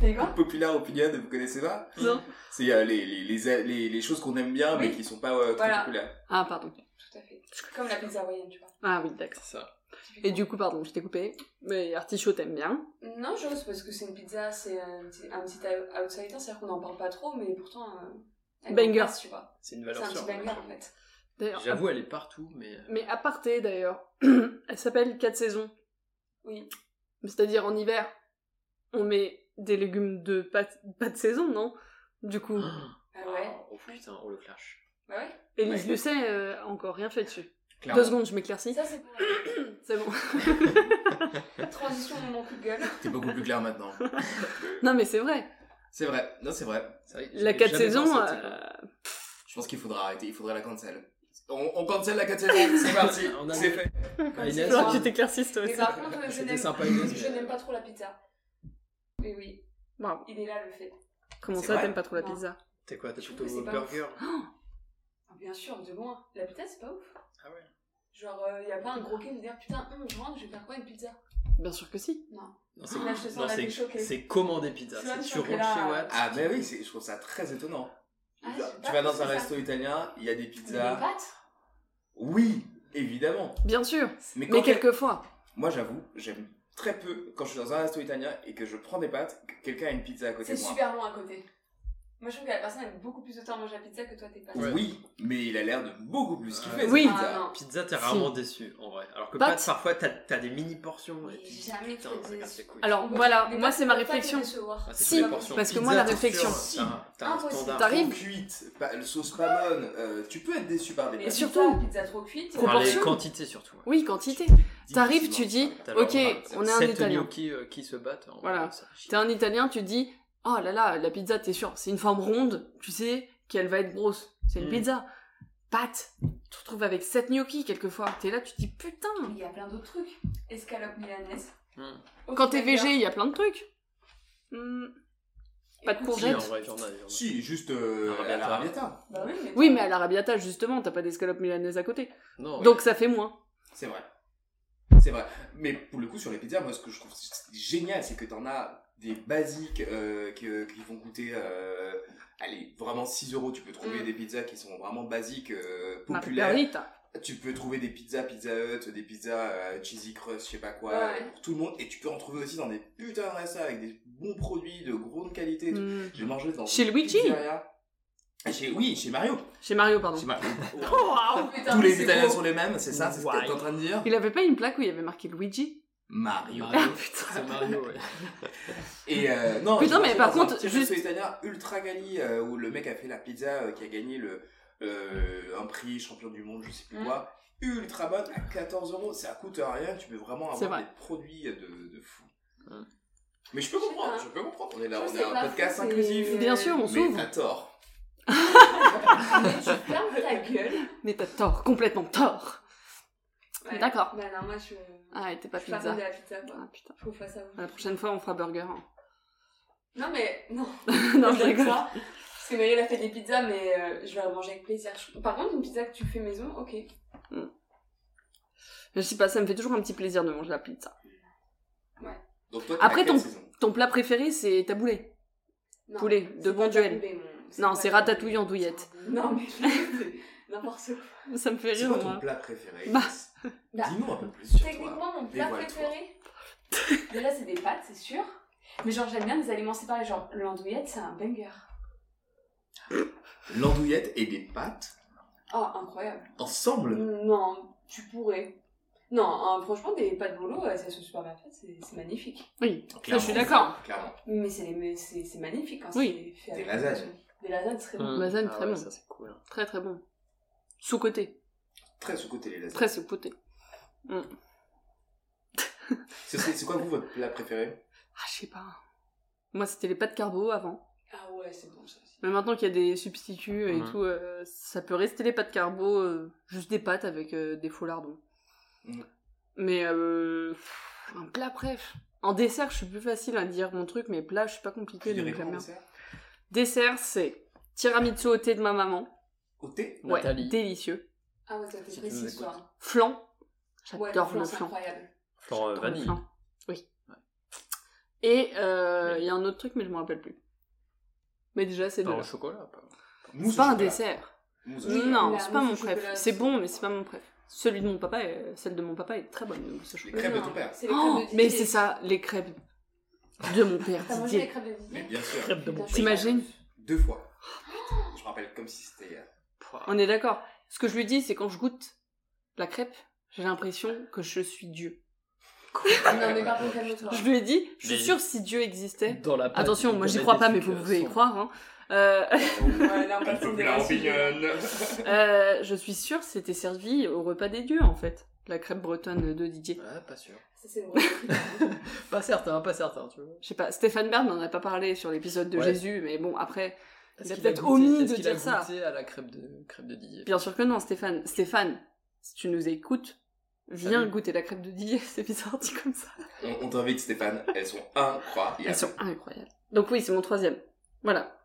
Speaker 3: T'as dit quoi
Speaker 5: Popular opinion, vous connaissez ça
Speaker 2: Non.
Speaker 5: C'est euh, les, les, les, les, les choses qu'on aime bien, mais
Speaker 3: Oui.
Speaker 5: qui sont pas euh, très
Speaker 3: Voilà.
Speaker 5: populaires.
Speaker 2: Ah, pardon.
Speaker 3: Tout à fait. Comme la pizza hawaïenne, tu vois.
Speaker 2: Ah oui, d'accord.
Speaker 4: C'est ça.
Speaker 2: Et du coup, pardon, je t'ai coupé. Mais artichaut, t'aimes bien.
Speaker 3: Non, j'ose parce que c'est une pizza, c'est un petit, un petit out- outsider, c'est-à-dire qu'on n'en parle pas trop, mais pourtant. euh, elle
Speaker 2: Banger.
Speaker 3: passe, tu vois.
Speaker 4: C'est une
Speaker 3: C'est
Speaker 4: valeur
Speaker 3: un petit
Speaker 4: sûre.
Speaker 3: banger en fait.
Speaker 2: D'ailleurs.
Speaker 4: J'avoue, elle est partout, mais. euh,
Speaker 2: à- Mais aparté d'ailleurs. Elle s'appelle 4 saisons.
Speaker 3: Oui.
Speaker 2: C'est-à-dire en hiver, on met des légumes de pas, pas de saison, non Du coup.
Speaker 4: Ah,
Speaker 3: Ah ouais.
Speaker 4: Oh putain, oh le clash.
Speaker 3: Bah ouais.
Speaker 2: Élise le sait, euh, a encore rien fait dessus.
Speaker 5: clairement.
Speaker 2: Deux secondes, je m'éclaircis.
Speaker 3: Ça, c'est pour
Speaker 2: C'est bon.
Speaker 3: la transition au moment coup de gueule.
Speaker 5: T'es beaucoup plus clair maintenant.
Speaker 2: Non, mais c'est vrai.
Speaker 5: C'est vrai, non, c'est vrai. C'est vrai,
Speaker 2: La
Speaker 5: j'ai
Speaker 2: 4
Speaker 5: jamais
Speaker 2: saisons.
Speaker 5: pensé à ça,
Speaker 2: euh,
Speaker 5: Je pense qu'il faudra arrêter, il faudrait la cancel. On, on cancel la 4 saisons, c'est parti,
Speaker 4: On a-
Speaker 5: c'est fait.
Speaker 4: Ah, Inès,
Speaker 2: il
Speaker 3: ça.
Speaker 2: faudra que euh, tu t'éclaircisses toi
Speaker 3: Mais
Speaker 2: aussi.
Speaker 3: par contre, je
Speaker 4: C'était
Speaker 3: n'aime-
Speaker 4: sympa, Inès, mais-
Speaker 3: je n'aime pas trop la pizza. Mais oui,
Speaker 2: Bravo.
Speaker 3: il est là le fait.
Speaker 2: Comment
Speaker 5: C'est
Speaker 2: ça,
Speaker 5: vrai
Speaker 2: t'aimes pas trop la
Speaker 3: Non.
Speaker 2: pizza
Speaker 4: T'es quoi T'es
Speaker 3: Je
Speaker 4: plutôt
Speaker 3: trouve que c'est pas
Speaker 4: burger
Speaker 3: Ah, Bien sûr, de loin. La pizza, c'est pas ouf.
Speaker 4: Ah ouais.
Speaker 3: Genre, il y a pas un gros qui me dit putain, hum, je rentre, je vais faire quoi une pizza
Speaker 2: Bien sûr que si.
Speaker 4: Non, c'est-
Speaker 3: Là, je te sens
Speaker 4: non,
Speaker 3: la
Speaker 4: c'est-
Speaker 3: vie choquée.
Speaker 4: C'est commander pizza.
Speaker 3: Tu vois,
Speaker 4: C'est
Speaker 3: je
Speaker 4: tu
Speaker 3: crois que
Speaker 4: rentres
Speaker 3: là-
Speaker 4: chez Watt.
Speaker 5: Ah, mais oui, c'est- je trouve ça très étonnant.
Speaker 3: Ah, j'ai pas
Speaker 5: tu vas dans
Speaker 3: pensé
Speaker 5: un
Speaker 3: à ça.
Speaker 5: resto italien, il y a des
Speaker 3: Des
Speaker 5: pizzas.
Speaker 3: pâtes
Speaker 5: Oui, évidemment.
Speaker 2: Bien sûr.
Speaker 5: Mais, quand
Speaker 2: Mais quelquefois.
Speaker 5: Moi, j'avoue, j'aime très peu quand je suis dans un resto italien et que je prends des pâtes, que quelqu'un a une pizza à côté
Speaker 3: C'est
Speaker 5: de moi.
Speaker 3: super long à côté. Moi, je trouve que la personne aime beaucoup plus de temps à manger la pizza que toi, tes pâtes.
Speaker 4: Ouais.
Speaker 5: Oui, mais il a l'air de beaucoup plus kiffer
Speaker 4: Ouais.
Speaker 5: cette
Speaker 2: Oui.
Speaker 5: pizza.
Speaker 3: Ah non,
Speaker 4: Pizza, t'es
Speaker 2: Si.
Speaker 4: rarement déçu en vrai. Alors que
Speaker 2: Pâtes.
Speaker 4: pâtes, parfois, t'as t'as des mini portions. Et
Speaker 3: Mais
Speaker 4: tu dis,
Speaker 3: jamais
Speaker 4: putain,
Speaker 3: trop
Speaker 4: ça
Speaker 3: déçu.
Speaker 4: casse les couilles.
Speaker 2: Alors
Speaker 3: Mais
Speaker 2: voilà,
Speaker 3: les
Speaker 2: moi
Speaker 3: pâtes
Speaker 2: c'est ma
Speaker 3: peuvent pas te
Speaker 2: réflexion.
Speaker 3: décevoir.
Speaker 4: Ah, c'est
Speaker 2: Si,
Speaker 4: sur les portions.
Speaker 2: parce que moi, la
Speaker 4: t'as un-
Speaker 2: réflexion-
Speaker 4: t'as un- t'as un
Speaker 3: Impossible.
Speaker 4: standard.
Speaker 2: T'arrives-
Speaker 5: Trop cuite, pas, sauce pas bonne, euh, tu peux être déçu par des
Speaker 3: Mais
Speaker 5: pâtes.
Speaker 2: surtout-
Speaker 3: surtout, pizza trop cuite.
Speaker 4: Par les
Speaker 2: Proportion.
Speaker 4: quantités surtout. ouais.
Speaker 2: Oui, quantité. T'arrives, tu dis,
Speaker 4: T'as
Speaker 2: Ok,
Speaker 4: leur-
Speaker 2: on est un
Speaker 4: sept
Speaker 2: Italien.
Speaker 4: gnocchis, euh, qui se battent. en
Speaker 2: Voilà.
Speaker 4: vrai, ça chie.
Speaker 2: T'es un italien, tu te dis Oh là là, la pizza, t'es sûr, c'est une forme ronde, tu sais qu'elle va être grosse. C'est une
Speaker 4: Mm.
Speaker 2: pizza. Pâte. Tu te retrouves avec 7 gnocchi quelquefois. T'es là, tu te dis
Speaker 3: Mais
Speaker 2: Putain.
Speaker 3: il y a plein d'autres trucs. Escalope milanaise.
Speaker 4: Hmm.
Speaker 3: Au
Speaker 2: Quand t'es
Speaker 3: final,
Speaker 2: VG, il y a plein de trucs. Hmm. pas de
Speaker 3: écoute,
Speaker 2: courgettes.
Speaker 4: Si, en vrai, j'en ai, j'en ai.
Speaker 5: Si, juste euh,
Speaker 4: Arabiata.
Speaker 5: à la rabiata,
Speaker 3: Bah oui, mais.
Speaker 2: Oui, mais à l'arabiata, justement, t'as pas d'escalope milanaise à côté.
Speaker 4: Non,
Speaker 2: Donc ça fait moins.
Speaker 5: c'est vrai. C'est vrai. Mais pour le coup, sur les pizzas, moi, ce que je trouve génial, c'est que t'en as des basiques euh, que- qui vont coûter, euh, allez, vraiment 6 euros. Tu peux trouver
Speaker 2: Mm.
Speaker 5: des pizzas qui sont vraiment basiques, euh, populaires.
Speaker 2: Margarita.
Speaker 5: Tu peux trouver des pizzas Pizza Hut, des pizzas euh, Cheesy Crust, je sais pas quoi,
Speaker 3: Ouais.
Speaker 5: euh, pour tout le monde. Et tu peux en trouver aussi dans des putains de restos avec des bons produits de grande qualité. et tout.
Speaker 2: Hmm.
Speaker 5: J'ai mangé dans
Speaker 2: Chez
Speaker 5: une
Speaker 2: Luigi Oh.
Speaker 5: pizzeria. Chez, oui, chez Mario.
Speaker 2: Chez Mario, pardon.
Speaker 5: Chez Mario.
Speaker 3: Putain,
Speaker 5: Tous
Speaker 3: mais
Speaker 5: les
Speaker 3: c'est
Speaker 5: Italiens
Speaker 3: beau.
Speaker 5: sont les mêmes, c'est ça, c'est ce que t'es en train de dire
Speaker 2: Il avait pas une plaque où il y avait marqué Luigi
Speaker 5: Mario.
Speaker 4: Mario, c'est Mario, ouais.
Speaker 5: Et euh, non,
Speaker 2: Putain,
Speaker 5: j'ai
Speaker 2: mais
Speaker 5: mangé
Speaker 2: par
Speaker 5: dans un
Speaker 2: contre,
Speaker 5: petit
Speaker 2: juste-
Speaker 5: resto italien ultra gali euh, où le mec a fait la pizza euh, qui a gagné le euh, un prix champion du monde, je sais plus
Speaker 2: Mm.
Speaker 3: Mhm.
Speaker 5: quoi. Ultra bonne à 14 euros, ça coûte rien, tu peux vraiment
Speaker 2: C'est
Speaker 5: avoir
Speaker 2: vrai. Mm.
Speaker 5: des produits de, de fou.
Speaker 4: Mhm.
Speaker 5: Mais je peux
Speaker 3: Je sais
Speaker 5: comprendre,
Speaker 3: pas.
Speaker 5: je peux comprendre. On est là,
Speaker 3: Je
Speaker 5: on
Speaker 3: sais
Speaker 5: est un
Speaker 3: pas,
Speaker 5: podcast
Speaker 3: c'est-
Speaker 5: inclusif.
Speaker 3: Euh,
Speaker 2: Bien sûr, on
Speaker 5: Mais à
Speaker 2: s'ouvre.
Speaker 5: tort.
Speaker 3: Mais tu fermes ta gueule.
Speaker 2: Mais t'as tort, complètement tort.
Speaker 3: Ouais.
Speaker 2: D'accord.
Speaker 3: Bah non, moi, je.
Speaker 2: Ah, et t'es pas
Speaker 3: Je suis pas
Speaker 2: pizza.
Speaker 3: fan de la pizza, quoi.
Speaker 2: Ah putain.
Speaker 3: Faut pas savoir.
Speaker 2: À la prochaine fois, on fera burger. hein.
Speaker 3: Non, mais. Non.
Speaker 2: non, je
Speaker 3: J'aime
Speaker 2: rigole.
Speaker 3: ça. Parce que Maëlle a fait des pizzas, mais euh, je vais la manger avec plaisir. Je- Par contre, une pizza que tu fais maison, ok.
Speaker 2: Je sais pas, ça me fait toujours un petit plaisir de manger la pizza.
Speaker 5: Donc toi,
Speaker 2: Après,
Speaker 5: Après
Speaker 2: ton-
Speaker 5: ton.
Speaker 2: Ton plat préféré, c'est taboulet.
Speaker 3: Non,
Speaker 2: Poulet, de
Speaker 3: c'est
Speaker 2: bon
Speaker 3: pas
Speaker 2: duel.
Speaker 3: taboulet, mon-
Speaker 2: Non,
Speaker 3: pas
Speaker 2: c'est
Speaker 3: taboulet.
Speaker 2: ratatouille en douillette.
Speaker 3: Non, mais c'est n'importe quoi.
Speaker 2: Ça me fait
Speaker 5: C'est
Speaker 2: rire,
Speaker 5: quoi
Speaker 2: moi.
Speaker 5: ton plat préféré
Speaker 2: Bah.
Speaker 3: Bah.
Speaker 5: Dis-nous un peu plus sur toi.
Speaker 3: Techniquement, mon plat
Speaker 5: Dévoile-toi.
Speaker 3: préféré, déjà, c'est des pâtes, c'est sûr. Mais genre, j'aime bien des aliments séparés. Genre, l'andouillette, c'est un banger.
Speaker 5: L'andouillette et des pâtes
Speaker 3: Oh, incroyable.
Speaker 5: ensemble.
Speaker 3: Non, tu pourrais. Non, hein, franchement, des pâtes bolo, euh, ça se super bien fait, c'est c'est magnifique.
Speaker 2: Oui, ça,
Speaker 5: Clairement.
Speaker 2: je suis d'accord.
Speaker 5: Clairement.
Speaker 3: Mais c'est mais c'est- c'est magnifique quand
Speaker 2: Oui.
Speaker 3: c'est fait
Speaker 5: Des
Speaker 3: avec-
Speaker 5: lasagnes.
Speaker 3: Des lasagnes, c'est bon.
Speaker 2: Lasagne,
Speaker 4: Ah
Speaker 2: très
Speaker 4: ouais,
Speaker 2: bon.
Speaker 4: Ça, c'est cool. hein.
Speaker 2: Très très bon. Sous-côté.
Speaker 5: Très sous-côté les lasagnes.
Speaker 2: Très sous-côté.
Speaker 5: Ce serait- C'est quoi vous votre plat préféré
Speaker 2: Ah, je sais pas. Moi, c'était les pâtes carbo avant.
Speaker 3: Ah ouais, c'est bon ça aussi.
Speaker 2: Mais maintenant qu'il y a des substituts et
Speaker 4: Mhm.
Speaker 2: tout, euh, ça peut rester les pâtes carbo, euh, juste des pâtes avec euh, des faux lardons.
Speaker 5: Mhm.
Speaker 2: Mais euh, pff, un plat, bref. En dessert, je suis plus facile à dire mon truc, mais plat, je suis pas compliqué.
Speaker 5: Tu dirais
Speaker 2: Donc
Speaker 5: quoi,
Speaker 2: j'aime bien.
Speaker 5: dessert
Speaker 2: Dessert, c'est tiramisu au thé de ma maman.
Speaker 5: Au thé
Speaker 2: Ouais,
Speaker 4: Nathalie.
Speaker 2: délicieux.
Speaker 3: Ah ouais, toi, t'es
Speaker 4: Si tu
Speaker 3: précis
Speaker 4: nous
Speaker 3: ce soir.
Speaker 2: Flan.
Speaker 3: Ouais,
Speaker 2: J'adore le
Speaker 3: c'est
Speaker 2: flan.
Speaker 3: incroyable.
Speaker 4: Genre,
Speaker 2: J'adore
Speaker 4: euh,
Speaker 2: le
Speaker 4: vanille.
Speaker 2: flan. Oui. Et euh, il y a un autre truc, mais je me rappelle plus. Mais déjà, c'est de
Speaker 4: Pain
Speaker 2: là.
Speaker 4: au chocolat. pas-
Speaker 5: Mousse au
Speaker 2: pas un
Speaker 5: chocolat.
Speaker 2: dessert.
Speaker 5: Mousse au
Speaker 3: Oui,
Speaker 5: chocolat.
Speaker 2: Non,
Speaker 3: la
Speaker 2: c'est pas
Speaker 3: mousse
Speaker 2: mon
Speaker 3: au
Speaker 2: préf.
Speaker 3: chocolat,
Speaker 2: C'est
Speaker 3: c'est-
Speaker 2: bon, mais c'est pas mon préf. Celui de mon papa, est- celle de mon papa est très bonne. ce
Speaker 5: Les
Speaker 2: chocolat.
Speaker 5: crêpes de
Speaker 3: Non,
Speaker 5: ton père.
Speaker 3: c'est les crêpes
Speaker 2: Oh,
Speaker 3: de Didier.
Speaker 2: mais c'est ça, les crêpes de mon père
Speaker 3: T'as mangé les
Speaker 2: Didier.
Speaker 3: crêpes de
Speaker 5: Mais
Speaker 3: Didier
Speaker 5: bien sûr,
Speaker 4: Crêpes de mon
Speaker 3: Putain,
Speaker 4: père.
Speaker 2: T'imagines
Speaker 5: deux fois.
Speaker 2: Oh,
Speaker 5: Je me rappelle comme si c'était euh, hier.
Speaker 4: Pouah.
Speaker 2: On est d'accord. Ce que je lui dis, c'est quand je goûte la crêpe, j'ai l'impression que je suis Dieu.
Speaker 3: Non, mais par contre, calme-toi.
Speaker 2: Je lui ai dit, je suis
Speaker 4: Mais-
Speaker 2: sûre que si Dieu existait.
Speaker 4: Dans la pâte,
Speaker 2: Attention,
Speaker 4: ils
Speaker 2: moi j'y
Speaker 4: mettent
Speaker 2: crois
Speaker 4: des
Speaker 2: pas, mais
Speaker 4: trucs,
Speaker 2: vous
Speaker 4: euh,
Speaker 2: pouvez y
Speaker 4: sombres.
Speaker 2: croire. hein. Euh,
Speaker 3: Ouais, là, on
Speaker 5: Un
Speaker 3: passe
Speaker 5: peu
Speaker 3: sur
Speaker 5: plus
Speaker 3: des
Speaker 5: la
Speaker 3: racines.
Speaker 5: champignonne.
Speaker 2: euh, je suis sûre que c'était servi au repas des dieux, en fait. La crêpe bretonne de Didier.
Speaker 4: Ah, pas sûr.
Speaker 3: Ça, c'est vrai.
Speaker 4: Pas certain, pas certain, tu vois.
Speaker 2: Je sais pas, Stéphane Bern n'en a pas parlé sur l'épisode de
Speaker 4: Ouais.
Speaker 2: Jésus, mais bon, après,
Speaker 4: Est-ce
Speaker 2: Il a
Speaker 4: qu'il
Speaker 2: peut-être
Speaker 4: goûté-
Speaker 2: omis
Speaker 4: est-ce
Speaker 2: de
Speaker 4: qu'il a
Speaker 2: dire ça.
Speaker 4: goûté à la crêpe de, crêpe de Didier.
Speaker 2: bien sûr que non, Stéphane. Stéphane, si tu nous écoutes, viens
Speaker 4: Salut.
Speaker 2: goûter la crêpe de Didier, c'est bizarre dit comme ça.
Speaker 5: On, on t'invite, Stéphane. Elles sont incroyables.
Speaker 2: Elles sont incroyables. Donc oui, c'est mon troisième. Voilà.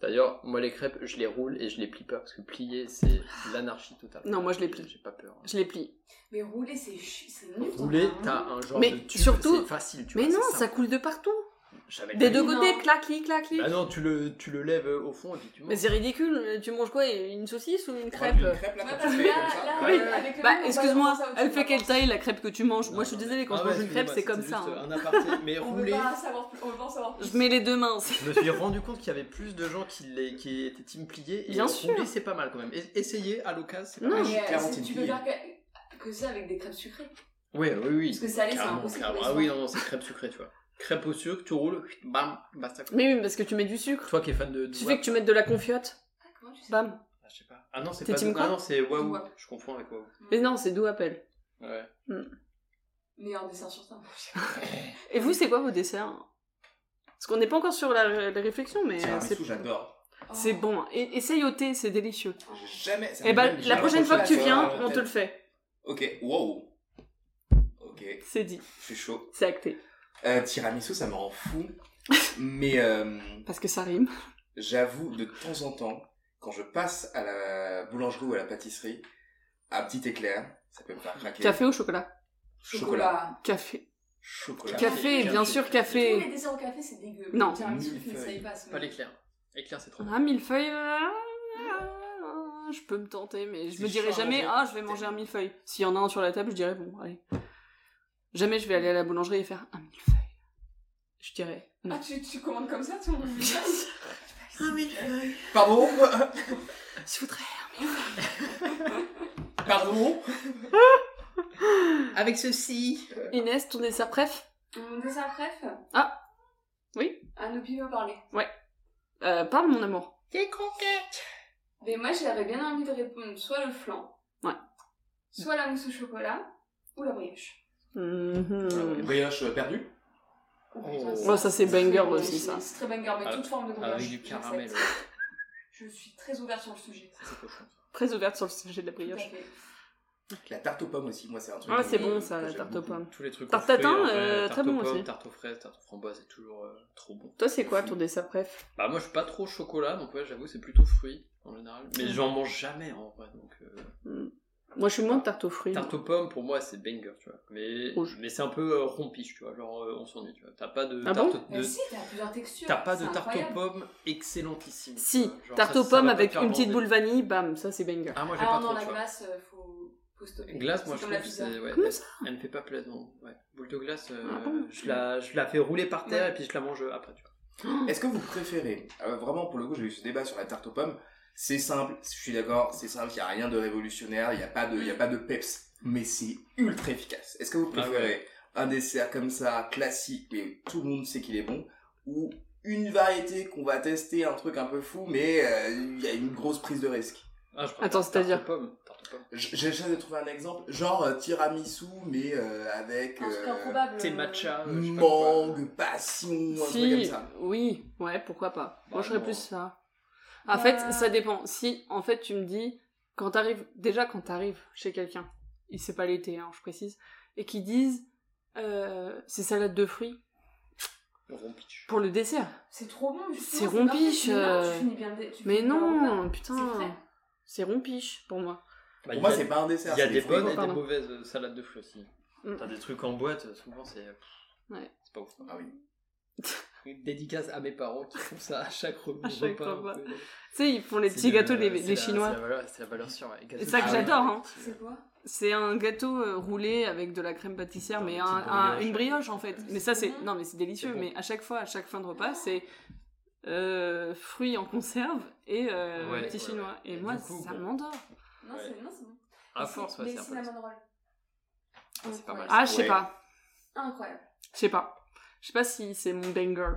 Speaker 4: D'ailleurs, moi, les crêpes, je les roule et je les plie pas, parce que plier, c'est l'anarchie totale.
Speaker 2: Non, moi, je les plie.
Speaker 4: J'ai pas peur. hein.
Speaker 2: Je les plie.
Speaker 3: Mais rouler, c'est ch- c'est nul. Hein t'en
Speaker 4: Rouler,
Speaker 3: as un.
Speaker 4: t'as un genre
Speaker 2: Mais
Speaker 4: de tube,
Speaker 2: surtout-
Speaker 4: c'est facile, tu
Speaker 2: Mais
Speaker 4: vois,
Speaker 2: non,
Speaker 4: c'est
Speaker 2: ça
Speaker 4: simple.
Speaker 2: coule de partout.
Speaker 4: Jamais
Speaker 2: Des
Speaker 4: de
Speaker 2: deux
Speaker 4: la vie.
Speaker 2: côtés,
Speaker 3: Non.
Speaker 2: clac, clic, clac, clic.
Speaker 4: Bah non, tu le, tu le lèves euh, au fond et puis tu manges.
Speaker 2: Mais c'est ridicule, tu manges quoi Une saucisse ou
Speaker 4: Oh,
Speaker 2: une
Speaker 5: On rajoute une
Speaker 2: crêpe euh,
Speaker 5: crêpe là
Speaker 3: Ouais,
Speaker 5: quand
Speaker 3: parce
Speaker 5: tu
Speaker 3: que
Speaker 5: fais
Speaker 3: là,
Speaker 5: comme ça.
Speaker 3: là,
Speaker 4: Oui.
Speaker 3: euh, avec le
Speaker 2: Bah,
Speaker 3: nom, on
Speaker 2: excuse-moi,
Speaker 3: va
Speaker 2: elle fait quelle
Speaker 3: savoir ça
Speaker 2: taille la crêpe que tu manges
Speaker 4: Non,
Speaker 2: Moi je suis
Speaker 4: non,
Speaker 2: désolée, quand
Speaker 4: Ah
Speaker 2: je
Speaker 4: ouais,
Speaker 2: mange une crêpe,
Speaker 4: excusez-moi,
Speaker 2: c'est comme ça.
Speaker 4: c'était juste euh,
Speaker 2: hein.
Speaker 4: Un aparté, mais
Speaker 3: au final.
Speaker 4: rouler.
Speaker 3: On veut pas savoir plus- on veut pas en savoir plus.
Speaker 2: Je mets les deux mains aussi.
Speaker 4: Je me suis rendu compte qu'il y avait plus de gens qui, les- qui étaient team pliés. Et
Speaker 2: Bien
Speaker 4: rouler,
Speaker 2: sûr.
Speaker 4: c'est pas mal quand même. Et- Essayez à l'occasion, c'est pas
Speaker 2: Non,
Speaker 5: Ah,
Speaker 4: mal.
Speaker 5: je suis
Speaker 3: Mais, euh,
Speaker 5: clairement
Speaker 3: c'est-
Speaker 5: une
Speaker 3: tu peux
Speaker 5: fille.
Speaker 3: faire que, que ça avec des crêpes sucrées.
Speaker 4: Oui, oui, oui.
Speaker 3: Parce que salé, c'est
Speaker 4: Carrément,
Speaker 3: impossible.
Speaker 4: carrément. Ah oui, non, non, c'est crêpe sucrée, tu vois. Crêpe au sucre, tu roules, bam, basta. quoi.
Speaker 2: Mais oui, parce que tu mets du sucre.
Speaker 4: Toi qui es fan de. de
Speaker 2: Il suffit
Speaker 4: Wap.
Speaker 2: que Mm. tu mettes de la confiote.
Speaker 3: Comment tu sais
Speaker 2: Bam.
Speaker 4: Ah, je sais pas. Ah non, c'est
Speaker 2: T'es
Speaker 4: pas.
Speaker 2: team
Speaker 4: de-
Speaker 2: quoi
Speaker 4: Ah non, c'est waouh.
Speaker 3: Wap.
Speaker 4: Je confonds avec waouh.
Speaker 2: Mais non, c'est doux appel.
Speaker 4: Ouais.
Speaker 3: Mais en dessin sur ça. moi, je sais pas.
Speaker 2: Et vous, c'est quoi vos desserts Parce qu'on n'est pas encore sur la, la réflexion, mais euh, c'est
Speaker 5: Tiramisu, j'adore.
Speaker 2: c'est
Speaker 3: Oh.
Speaker 2: bon. Et, essaye au thé, c'est délicieux.
Speaker 5: J'ai Jamais. ça
Speaker 2: Et
Speaker 5: m'est
Speaker 2: bah,
Speaker 5: jamais
Speaker 2: la
Speaker 5: jamais
Speaker 2: prochaine fois que tu
Speaker 5: approché.
Speaker 2: viens,
Speaker 5: Ouais,
Speaker 2: on te le fait.
Speaker 5: Ok, wow. Ok,
Speaker 2: C'est dit,
Speaker 5: je suis chaud.
Speaker 2: c'est acté.
Speaker 5: Euh, tiramisu, ça me rend fou. Mais euh,
Speaker 2: Parce que ça rime.
Speaker 5: j'avoue, de temps en temps, quand je passe à la boulangerie ou à la pâtisserie, un petit éclair, ça peut me faire craquer.
Speaker 2: Café au chocolat
Speaker 3: Chocolat.
Speaker 2: Café.
Speaker 5: Chocolat.
Speaker 2: Café, bien sûr,
Speaker 3: Tous
Speaker 2: café.
Speaker 3: les desserts au café, c'est dégueu.
Speaker 2: Non.
Speaker 3: Tiramisu,
Speaker 5: Mille
Speaker 3: ça y
Speaker 5: feuilles.
Speaker 3: passe. mais-
Speaker 4: Pas l'éclair. Éclair, c'est trop.
Speaker 2: Un Ah, millefeuille. euh, Je peux me tenter, mais je
Speaker 4: C'est
Speaker 2: me dirai
Speaker 4: chiant à
Speaker 2: jamais,
Speaker 4: manger.
Speaker 2: ah, je vais manger un millefeuille. S'il y en a un sur la table, je dirais, bon, allez. Jamais je vais aller à la boulangerie et faire un millefeuille. Je dirais, non.
Speaker 3: Ah, tu, tu commandes comme ça, tu en veux plus
Speaker 2: Ah,
Speaker 5: Pardon
Speaker 4: Ah,
Speaker 2: Je voudrais.
Speaker 5: Pardon
Speaker 4: Avec ceci.
Speaker 2: Inès, ton dessert, bref.
Speaker 3: Mon dessert bref
Speaker 2: Ah. Oui.
Speaker 3: À nous pivots parler.
Speaker 2: Euh, parle, mon amour.
Speaker 3: Mais moi, j'avais bien envie de répondre soit le flan,
Speaker 2: Ouais.
Speaker 3: soit la mousse au chocolat, ou la brioche.
Speaker 4: Ah
Speaker 2: Mhm.
Speaker 5: Brioche euh, perdue
Speaker 3: Oh,
Speaker 4: Oh.
Speaker 2: Oh, ça, c'est
Speaker 3: très-
Speaker 2: banger aussi, ça.
Speaker 3: C'est très banger, mais
Speaker 4: Ah,
Speaker 3: toute forme de brioche.
Speaker 4: Avec du caramel.
Speaker 3: j'accepte.
Speaker 4: ouais.
Speaker 3: Je suis très ouverte sur le sujet.
Speaker 4: C'est cochon.
Speaker 2: Très ouverte sur le sujet de la
Speaker 3: Tout à
Speaker 2: brioche.
Speaker 3: fait.
Speaker 5: La tarte aux pommes aussi, moi c'est un truc.
Speaker 2: Ah,
Speaker 5: que-
Speaker 2: c'est bon ça,
Speaker 5: que
Speaker 2: la
Speaker 5: j'aime
Speaker 2: tarte aux
Speaker 5: beaucoup.
Speaker 2: pommes.
Speaker 4: Tous les trucs.
Speaker 2: Tarte
Speaker 4: aux fruits,
Speaker 2: tatin,
Speaker 4: en vrai,
Speaker 2: euh,
Speaker 4: tarte
Speaker 2: très bon
Speaker 4: aux pommes,
Speaker 2: aussi.
Speaker 4: Tarte aux fraises, tarte aux framboises, c'est toujours euh, trop bon.
Speaker 2: Toi, c'est quoi ton dessert, bref
Speaker 4: Bah moi je suis pas trop chocolat donc ouais j'avoue c'est plutôt fruits en général mais j'en mange jamais en vrai donc euh,
Speaker 2: Mm. Moi, je suis moins de tarte aux fruits.
Speaker 4: tarte aux pommes pour moi c'est banger tu vois mais
Speaker 2: Rouge.
Speaker 4: mais c'est un peu euh, rompiche tu vois genre euh, on s'ennuie tu vois t'as pas de
Speaker 2: Ah
Speaker 4: tarte,
Speaker 2: bon
Speaker 4: de-
Speaker 3: Mais si, t'as plusieurs textures.
Speaker 4: t'as pas de
Speaker 3: c'est
Speaker 4: tarte aux
Speaker 3: incroyable.
Speaker 4: pommes excellentissime tu
Speaker 2: Si,
Speaker 4: vois. Genre,
Speaker 2: tarte
Speaker 4: ça-
Speaker 2: aux
Speaker 4: ça va
Speaker 2: pommes
Speaker 4: pas
Speaker 2: avec
Speaker 4: te faire
Speaker 2: une petite boule
Speaker 4: bander.
Speaker 2: vanille, bam, ça c'est banger.
Speaker 4: ah moi j'ai pas
Speaker 3: Alors,
Speaker 4: trop
Speaker 3: non,
Speaker 4: tu
Speaker 3: la
Speaker 4: vois.
Speaker 3: glace, euh, faut, faut stopper.
Speaker 4: Glace, moi
Speaker 3: C'est
Speaker 4: je
Speaker 3: comme la
Speaker 4: trouve que
Speaker 3: pizza.
Speaker 4: c'est. Ouais,
Speaker 2: Comment
Speaker 4: elle, elle ne fait pas plaisant. Ouais. Boule de glace, euh,
Speaker 2: Ah bon
Speaker 4: je, la, je la fais rouler par terre et puis je la mange après. Tu vois.
Speaker 5: Est-ce que vous préférez, euh, vraiment pour le coup j'ai eu ce débat sur la tarte aux pommes, c'est simple, je suis d'accord, c'est simple, il n'y a rien de révolutionnaire, il n'y a, pas de- il y a pas de peps, mais c'est ultra efficace. Est-ce que vous
Speaker 4: Ah ouais.
Speaker 5: préférez un dessert comme ça, classique, mais tout le monde sait qu'il est bon, ou une variété qu'on va tester, un truc un peu fou, mais euh, il y a une grosse prise de risque
Speaker 4: Ah, je préfère
Speaker 2: Attends,
Speaker 4: tarte
Speaker 2: c'est-à-dire Euh,
Speaker 4: aux pommes, tarte aux pommes.
Speaker 5: J- J'essaie de trouver un exemple, genre euh, tiramisu, mais euh, avec
Speaker 3: Un truc
Speaker 5: euh,
Speaker 3: improbable.
Speaker 4: Thé
Speaker 3: euh,
Speaker 4: matcha, euh, je sais pas Bah, quoi.
Speaker 5: mangue, passion, un truc comme
Speaker 2: Si,
Speaker 5: ça.
Speaker 2: oui, ouais, pourquoi pas. Moi,
Speaker 4: Bah,
Speaker 2: je serais
Speaker 4: non.
Speaker 2: plus ça. En
Speaker 3: Bah-
Speaker 2: fait, ça dépend. Si, en fait, tu me dis, quand t'arrives, déjà quand t'arrives chez quelqu'un, il sait pas l'été, hein, je précise, et qu'ils disent, euh, c'est salade de fruits
Speaker 4: Rompiche.
Speaker 2: pour le dessert.
Speaker 3: C'est trop bon. justement,
Speaker 2: C'est
Speaker 3: parfait,
Speaker 2: rompiche,
Speaker 3: tu finis bien,
Speaker 2: euh,
Speaker 3: tu finis bien dé- tu
Speaker 2: Mais
Speaker 3: finis bien le repas.
Speaker 2: non,
Speaker 3: C'est frais.
Speaker 2: putain, c'est rompiche pour moi.
Speaker 4: Bah,
Speaker 5: Pour moi
Speaker 4: il y a-
Speaker 5: c'est pas un dessert.
Speaker 4: Il y a
Speaker 5: c'est
Speaker 4: des
Speaker 5: fruits,
Speaker 4: bonnes et
Speaker 2: Pardon.
Speaker 4: des mauvaises euh, salades de fruits aussi.
Speaker 2: Mm.
Speaker 4: T'as des trucs en boîte, euh, souvent c'est.
Speaker 2: Ouais.
Speaker 4: C'est pas ouf. hein.
Speaker 5: quoi. Ah oui.
Speaker 4: Une dédicace à mes parents qui font ça à chaque repas.
Speaker 2: À chaque
Speaker 4: repas,
Speaker 2: repas.
Speaker 4: un peu.
Speaker 2: Tu sais, ils font les
Speaker 4: Euh, C'est
Speaker 2: petits
Speaker 4: le-
Speaker 2: gâteaux, les,
Speaker 4: c'est
Speaker 2: les
Speaker 4: la-
Speaker 2: Chinois.
Speaker 4: C'est la valeur, c'est la valeur sûre. ouais.
Speaker 2: C'est ça
Speaker 5: que
Speaker 4: Ah ouais.
Speaker 2: j'adore, hein.
Speaker 3: C'est quoi
Speaker 2: C'est un gâteau euh, roulé avec de la crème pâtissière,
Speaker 4: Dans
Speaker 2: mais
Speaker 4: une
Speaker 2: un-
Speaker 4: petite
Speaker 2: un-
Speaker 4: brioche.
Speaker 2: une brioche en fait. Mais ça, c'est
Speaker 3: bon.
Speaker 2: non, mais c'est délicieux.
Speaker 4: C'est bon.
Speaker 2: Mais à chaque fois, à chaque fin de repas, c'est euh, fruits en conserve et euh,
Speaker 4: Ouais,
Speaker 2: petit
Speaker 4: ouais,
Speaker 2: chinois.
Speaker 4: ouais.
Speaker 2: Et,
Speaker 4: Et
Speaker 2: moi,
Speaker 4: du coup,
Speaker 2: ça
Speaker 4: bon.
Speaker 2: m'endort.
Speaker 3: Non,
Speaker 4: Ouais.
Speaker 3: c'est non, c'est bon.
Speaker 4: À
Speaker 3: Mais
Speaker 4: force, ouais,
Speaker 3: Mais
Speaker 4: c'est un peu ça.
Speaker 3: cinnamon roll.
Speaker 4: Ah, C'est pas mal.
Speaker 2: Ah, je sais
Speaker 5: Ouais.
Speaker 2: pas,
Speaker 3: Incroyable.
Speaker 2: je sais pas, je sais pas si c'est mon banger.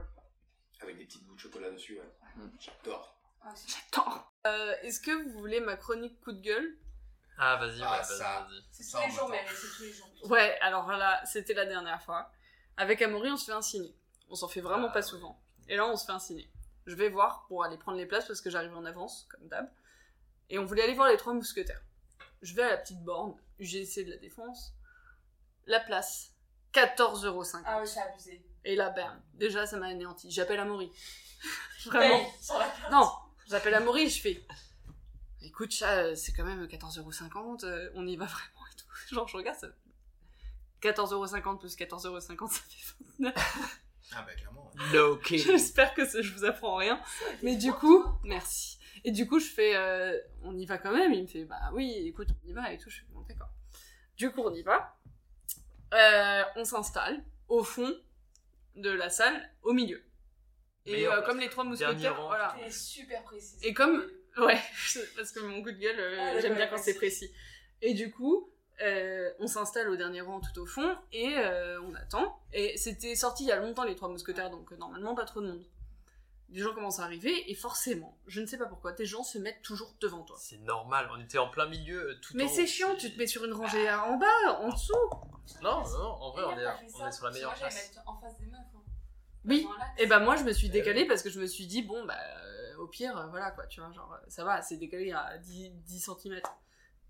Speaker 5: Avec des petites bouts de chocolat dessus. ouais.
Speaker 2: Mm.
Speaker 5: J'adore.
Speaker 3: Ah, si.
Speaker 2: J'adore. Euh, Est-ce que vous voulez ma chronique coup de gueule
Speaker 4: Ah, vas-y,
Speaker 5: Ah,
Speaker 4: ouais, vas-y,
Speaker 5: ça.
Speaker 4: vas-y.
Speaker 3: C'est
Speaker 5: Ça,
Speaker 3: tous les
Speaker 5: on
Speaker 3: jours,
Speaker 5: m'attend.
Speaker 3: mais c'est tous les jours.
Speaker 2: Ouais, alors là, c'était la dernière fois. Avec Amaury, on se fait insigner. On s'en fait vraiment
Speaker 4: Ah,
Speaker 2: pas
Speaker 4: ouais.
Speaker 2: souvent. Et là, on se fait insigner. Je vais voir pour aller prendre les places parce que j'arrive en avance, comme d'hab. Et on voulait aller voir les trois mousquetaires. Je vais à la petite borne, UGC de la défense. La place, 14,50€.
Speaker 3: Ah oui, c'est abusé.
Speaker 2: Et là, bam, déjà, ça m'a anéanti. J'appelle Amaury. Vraiment.
Speaker 3: Paye, sans la carte.
Speaker 2: Non, j'appelle Amaury, je fais. Écoute, chat, euh, c'est quand même 14,50€, euh, on y va vraiment et tout. Genre, je regarde, ça. 14,50€ plus 14,50€, ça fait 29.
Speaker 5: Ah bah clairement.
Speaker 4: No kidding.
Speaker 2: J'espère que ça- je vous apprends rien. Mais du coup, merci. Et du coup, je fais, euh, on y va quand même. Il me fait, bah oui, écoute, on y va et tout. Je fais, bon, d'accord. Du coup, on y va. Euh, on s'installe au fond de la salle, au milieu. Et
Speaker 4: Meilleur
Speaker 2: euh,
Speaker 4: parce
Speaker 2: comme
Speaker 4: que
Speaker 2: les trois
Speaker 4: dernier
Speaker 2: mousquetaires,
Speaker 4: rang,
Speaker 2: voilà.
Speaker 3: T'es super précise.
Speaker 2: Et comme- Ouais, parce que mon coup de gueule, euh,
Speaker 3: Ah, d'accord,
Speaker 2: j'aime bien quand
Speaker 3: merci.
Speaker 2: c'est précis. Et du coup, euh, on s'installe au dernier rang tout au fond et euh, on attend. Et c'était sorti il y a longtemps, les trois mousquetaires, donc euh, normalement pas trop de monde. Des gens commencent à arriver et forcément, je ne sais pas pourquoi, tes gens se mettent toujours devant toi.
Speaker 4: C'est normal, on était en plein milieu euh, tout
Speaker 2: Mais
Speaker 4: en haut,
Speaker 2: c'est chiant, tu te mets sur une rangée à- en bas, en dessous.
Speaker 4: Non, non, non, en vrai,
Speaker 3: D'ailleurs,
Speaker 4: on est,
Speaker 3: t'as fait
Speaker 4: on
Speaker 3: ça,
Speaker 4: est sur la
Speaker 3: hein, parce que
Speaker 4: meilleure
Speaker 3: moi, j'allais
Speaker 4: place.
Speaker 3: mettre en face des meufs. hein.
Speaker 2: Oui.
Speaker 3: Dans l'axe.
Speaker 2: Et ben moi, je me suis
Speaker 4: Eh
Speaker 2: décalée parce que je me suis dit, bon, bah, euh, au pire, euh, voilà quoi, tu vois, genre, euh, ça va, c'est décalé à 10, 10 cm.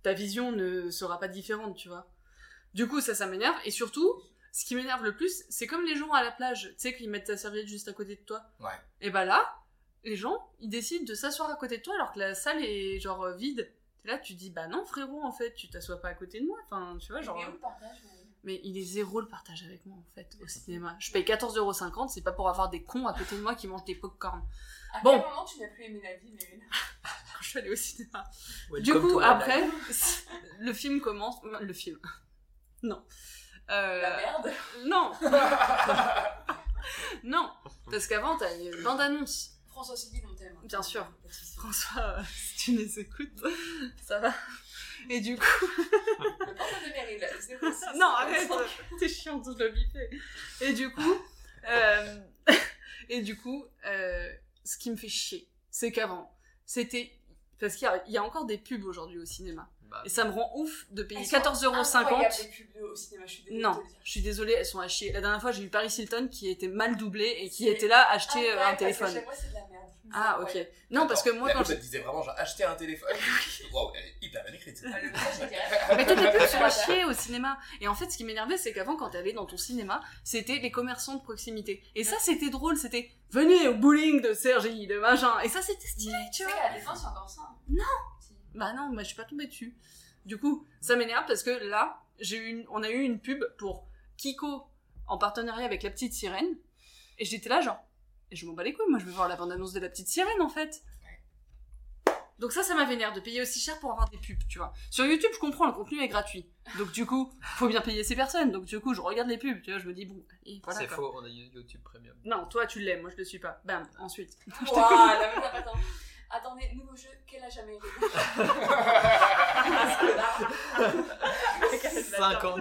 Speaker 2: Ta vision ne sera pas différente, tu vois. Du coup, ça, ça m'énerve. Et surtout, ce qui m'énerve le plus, c'est comme les gens à la plage, tu sais, qu'ils mettent ta serviette juste à côté de toi.
Speaker 5: Ouais.
Speaker 2: Et bah là, les gens, ils décident de s'asseoir à côté de toi alors que la salle est genre euh, vide. Et là, tu dis, bah non, frérot, en fait, tu t'assois pas à côté de moi. Enfin, tu vois, genre.
Speaker 3: Mais où
Speaker 2: euh,
Speaker 3: le partage, mais-
Speaker 2: mais il est zéro le partage avec moi en fait au cinéma. Je paye 14,50€, c'est pas pour avoir des cons à côté de moi qui mangent des popcorns
Speaker 3: À
Speaker 2: Bon.
Speaker 3: quel moment tu n'as plus aimé la vie, mais
Speaker 2: quand je suis allée au cinéma. du coup, après, le film commence. Le film. Non. Euh,
Speaker 3: la merde
Speaker 2: non Non Parce qu'avant, t'as une bande-annonce.
Speaker 3: François Civil, on
Speaker 4: hein.
Speaker 3: t'aime.
Speaker 2: Bien sûr. François, euh, si tu les écoutes, ça va. Et du coup.
Speaker 3: Le portable de Meryl, 06.
Speaker 2: Non, arrête euh, T'es chiante, je dois biper. Et du coup, euh, et du coup, euh, ce qui me fait chier, c'est qu'avant, c'était parce qu'il y a- il y, a encore des pubs aujourd'hui au cinéma,
Speaker 4: Bah,
Speaker 2: et ça me rend ouf de
Speaker 3: Elles
Speaker 2: payer
Speaker 3: sont incroyables,
Speaker 2: 14,50€.
Speaker 3: les pubs au cinéma, je suis désolée
Speaker 2: Non,
Speaker 3: de te le dire.
Speaker 2: je suis désolée, elles sont à chier. La dernière fois, j'ai eu Paris Hilton qui était mal doublée et qui était là acheter euh,
Speaker 3: Ah,
Speaker 2: un
Speaker 3: ouais, parce qu'à
Speaker 2: téléphone.
Speaker 3: chaque fois, c'est de la merde.
Speaker 2: Ah ok. Non parce que moi
Speaker 5: La
Speaker 2: quand
Speaker 5: pub,
Speaker 2: je...
Speaker 5: elle disait vraiment genre acheter un téléphone. Waouh, elle est hyper bien écrite.
Speaker 3: Ah, le message, je dirais.
Speaker 2: Mais toutes les pubs sont à chier au cinéma. Et en fait, ce qui m'énervait, c'est qu'avant, quand t'allais dans ton cinéma, c'était les commerçants de proximité. Et ça, c'était drôle, c'était venez au bowling de Sergi, de machin. Et ça, c'était stylé, tu
Speaker 3: Tu sais
Speaker 2: vois.
Speaker 3: qu'à la défense, c'est encore ça. hein.
Speaker 2: Non.
Speaker 3: Si.
Speaker 2: Bah non, bah, je suis pas tombée dessus. Du coup, ça m'énerve parce que là, j'ai eu une- on a eu une pub pour Kiko en partenariat avec La Petite Sirène. Et j'étais là, genre, et je m'en bats les couilles, moi je veux voir la bande-annonce de La Petite Sirène en fait. Donc ça, ça m'a vénère de payer aussi cher pour avoir des pubs, tu vois. Sur YouTube, je comprends, le contenu est gratuit. Donc du coup, faut bien payer ces personnes. Donc du coup, je regarde les pubs, tu vois, je me dis, bon, allez, voilà.
Speaker 4: Ah, c'est
Speaker 2: quoi.
Speaker 4: faux, on a YouTube Premium.
Speaker 2: Non, toi, tu l'aimes, moi je le suis pas. Bam, ensuite.
Speaker 3: Ouah, la meuf n'a pas de temps. Attendez, nouveau jeu qu'elle a jamais aimé. Parce que là,
Speaker 4: 5 ans.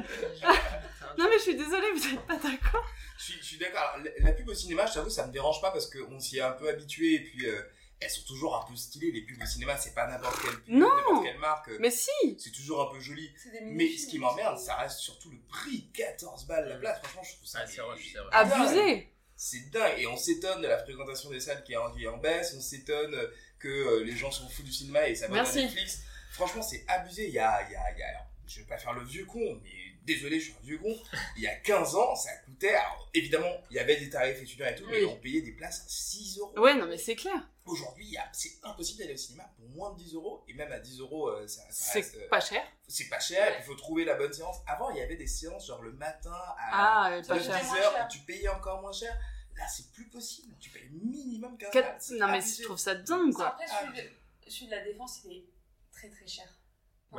Speaker 2: Non mais je suis désolée, vous êtes pas d'accord.
Speaker 5: Je suis, je suis d'accord. Alors, La, la pub au cinéma, je t'avoue, ça me dérange pas parce qu'on s'y est un peu habitué et puis euh, elles sont toujours un peu stylées. Les pubs au cinéma, c'est pas n'importe quelle pub,
Speaker 2: Non.
Speaker 5: n'importe quelle marque.
Speaker 2: Mais si
Speaker 5: C'est toujours un peu joli.
Speaker 3: c'est des
Speaker 5: Mais
Speaker 3: mini-films,
Speaker 5: ce qui m'emmerde,
Speaker 3: c'est-
Speaker 5: ça reste surtout le prix 14 balles la place. Franchement, je trouve ça.
Speaker 4: Ah, c'est vrai, c'est vrai.
Speaker 2: Abusé
Speaker 5: C'est dingue. Et on s'étonne de la fréquentation des salles qui est en, qui est en baisse. On s'étonne que euh, les gens sont fous du cinéma et ça va
Speaker 2: Merci.
Speaker 5: Netflix. Franchement, c'est abusé. Il y a, il y a, il y a- alors, je vais pas faire le vieux con, mais désolé, je suis un vieux con. Il y a 15 ans, ça coûtait. Alors, évidemment, il y avait des tarifs étudiants et tout,
Speaker 2: Oui.
Speaker 5: mais on payait des places à 6 euros.
Speaker 2: Ouais, non mais c'est clair.
Speaker 5: Aujourd'hui, il y a- c'est impossible d'aller au cinéma pour moins de 10 euros. Et même à 10 euros, euh, ça, ça reste,
Speaker 2: C'est
Speaker 5: euh,
Speaker 2: pas cher.
Speaker 5: c'est pas cher. Il faut trouver la bonne séance. Avant, il y avait des séances genre le matin à
Speaker 2: Ah, euh, pas
Speaker 5: de
Speaker 3: C'était
Speaker 2: cher.
Speaker 5: 10
Speaker 3: moins
Speaker 5: heures
Speaker 3: cher.
Speaker 5: où tu payais encore moins cher. Là, c'est plus possible. Tu payes minimum 15
Speaker 2: Quatre-
Speaker 5: balles. C'est
Speaker 2: Non mais
Speaker 5: abusé.
Speaker 2: ah,
Speaker 5: Ah,
Speaker 2: je trouve ça dingue quoi.
Speaker 3: Après, celui de, celui de la défense, il est très très cher.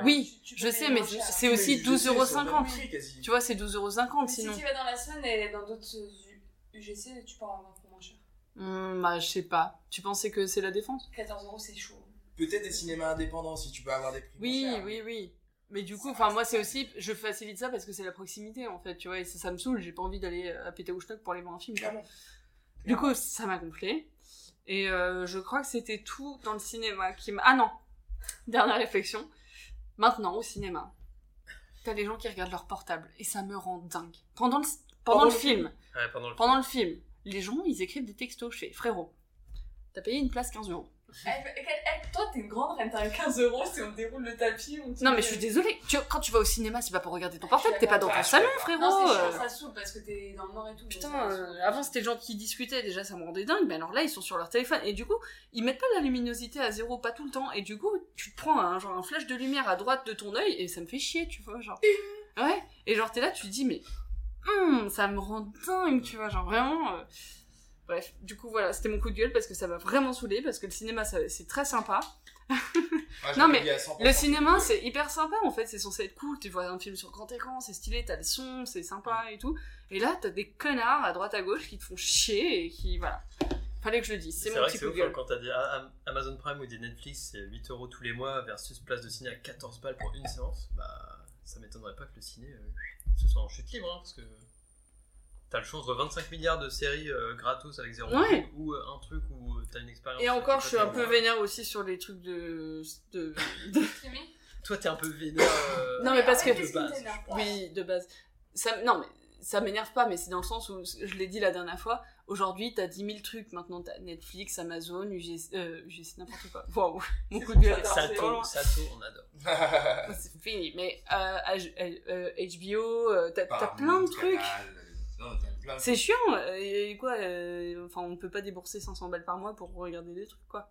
Speaker 2: Oui,
Speaker 3: Tu- tu peux
Speaker 2: je
Speaker 3: payer
Speaker 2: sais, mais
Speaker 3: moins cher.
Speaker 2: c'est
Speaker 5: Mais
Speaker 2: aussi
Speaker 5: je sais, c'est le même
Speaker 2: 12,50€.
Speaker 5: prix, quasi.
Speaker 2: Tu vois, c'est 12,50€
Speaker 3: Mais
Speaker 2: sinon.
Speaker 3: Si tu vas dans la Saône et dans d'autres U- UGC, tu peux en avoir pour moins cher.
Speaker 2: Hmm, bah, je sais pas. Tu pensais que c'est la défense
Speaker 3: 14 euros, c'est chaud.
Speaker 5: Peut-être des cinémas indépendants si tu peux avoir des prix.
Speaker 2: Oui,
Speaker 5: moins chers.
Speaker 2: oui, oui. Mais du coup, enfin, moi, c'est aussi. Je facilite ça parce que c'est la proximité en fait, tu vois, et ça, ça euh, me saoule. J'ai pas envie d'aller à Pétaouchnock pour aller voir un film. quoi.
Speaker 5: Clairement.
Speaker 2: Du coup, ça m'a gonflé. Et euh, je crois que c'était tout dans le cinéma qui m'a... Ah non Dernière réflexion. Maintenant, au cinéma, t'as les gens qui regardent leur portable. Et ça me rend dingue. Pendant le, pendant
Speaker 1: Pendant
Speaker 2: le
Speaker 1: le
Speaker 2: film,
Speaker 4: Ouais, pendant le
Speaker 2: pendant le film, les gens, ils écrivent des textos. Je fais, frérot, t'as payé une place 15 euros.
Speaker 3: Elle- elle- elle- toi, t'es une grande reine, t'as 15 euros si on déroule le tapis. ou tu-
Speaker 2: Non mais je suis désolée, tu, quand tu vas au cinéma, c'est pas pour regarder ton portable,
Speaker 3: Je suis
Speaker 2: t'es pas dans
Speaker 3: d'accord.
Speaker 2: ton
Speaker 3: Ah, je
Speaker 2: salon,
Speaker 3: Non,
Speaker 2: frérot.
Speaker 3: c'est chiant,
Speaker 2: euh.
Speaker 3: ça saoule parce que t'es dans le nord et tout. donc
Speaker 2: Putain,
Speaker 3: ça
Speaker 2: euh,
Speaker 3: saoule.
Speaker 2: avant c'était les gens qui discutaient, déjà ça me rendait dingue, mais alors là ils sont sur leur téléphone et du coup ils mettent pas la luminosité à zéro, pas tout le temps, et du coup tu te prends un, genre, un flash de lumière à droite de ton œil et ça me fait chier, tu vois, genre. Ouais, et genre t'es là, tu te dis, mais hum, ça me rend dingue, tu vois, genre vraiment. euh. Bref, du coup voilà, c'était mon coup de gueule parce que ça m'a vraiment saoulé, parce que le cinéma ça- c'est très sympa.
Speaker 5: Ah,
Speaker 2: Non, mais Le cinéma, c'est hyper sympa en fait, c'est censé être cool. Tu vois un film sur grand écran, c'est stylé, t'as le son, c'est sympa et tout. Et là, t'as des connards à droite à gauche qui te font chier et qui. Voilà. Fallait que je le dise, c'est
Speaker 4: C'est
Speaker 2: mon
Speaker 4: vrai que
Speaker 2: petit
Speaker 4: c'est
Speaker 2: coup de
Speaker 4: ouf hein,
Speaker 2: gueule.
Speaker 4: quand t'as dit ah, Am- Amazon Prime ou des Netflix, c'est 8 euros tous les mois versus place de ciné à 14 balles pour une séance. Bah, ça m'étonnerait pas que le ciné euh, se soit en chute libre, hein, parce que t'as le choix entre 25 milliards de séries euh, gratos avec zéro
Speaker 2: Ouais.
Speaker 4: truc, ou euh, un truc où t'as une expérience.
Speaker 2: Et encore, je suis un peu
Speaker 4: complètement-
Speaker 2: vénère aussi sur les trucs de. de...
Speaker 3: Streaming
Speaker 4: Toi, t'es un peu vénère. euh,
Speaker 2: Non, mais parce que-
Speaker 3: Arrête, qu'est-ce
Speaker 4: de
Speaker 3: qui
Speaker 4: base,
Speaker 3: t'énerve
Speaker 4: je pense.
Speaker 2: Oui, de base. Ça, non, mais ça m'énerve pas, mais c'est dans le sens où, je l'ai dit la dernière fois, aujourd'hui t'as 10 000 trucs, maintenant t'as Netflix, Amazon, UGC, euh, UGC n'importe quoi. Waouh, mon coup de gueule. c'est vraiment-
Speaker 4: Sato, Sato, on adore.
Speaker 2: Ah, C'est fini, mais euh, H- euh, HBO, euh, t'as t'as plein de trucs. C'est chiant, euh, et quoi, euh, enfin on peut pas débourser 500 balles par mois pour regarder des trucs, quoi.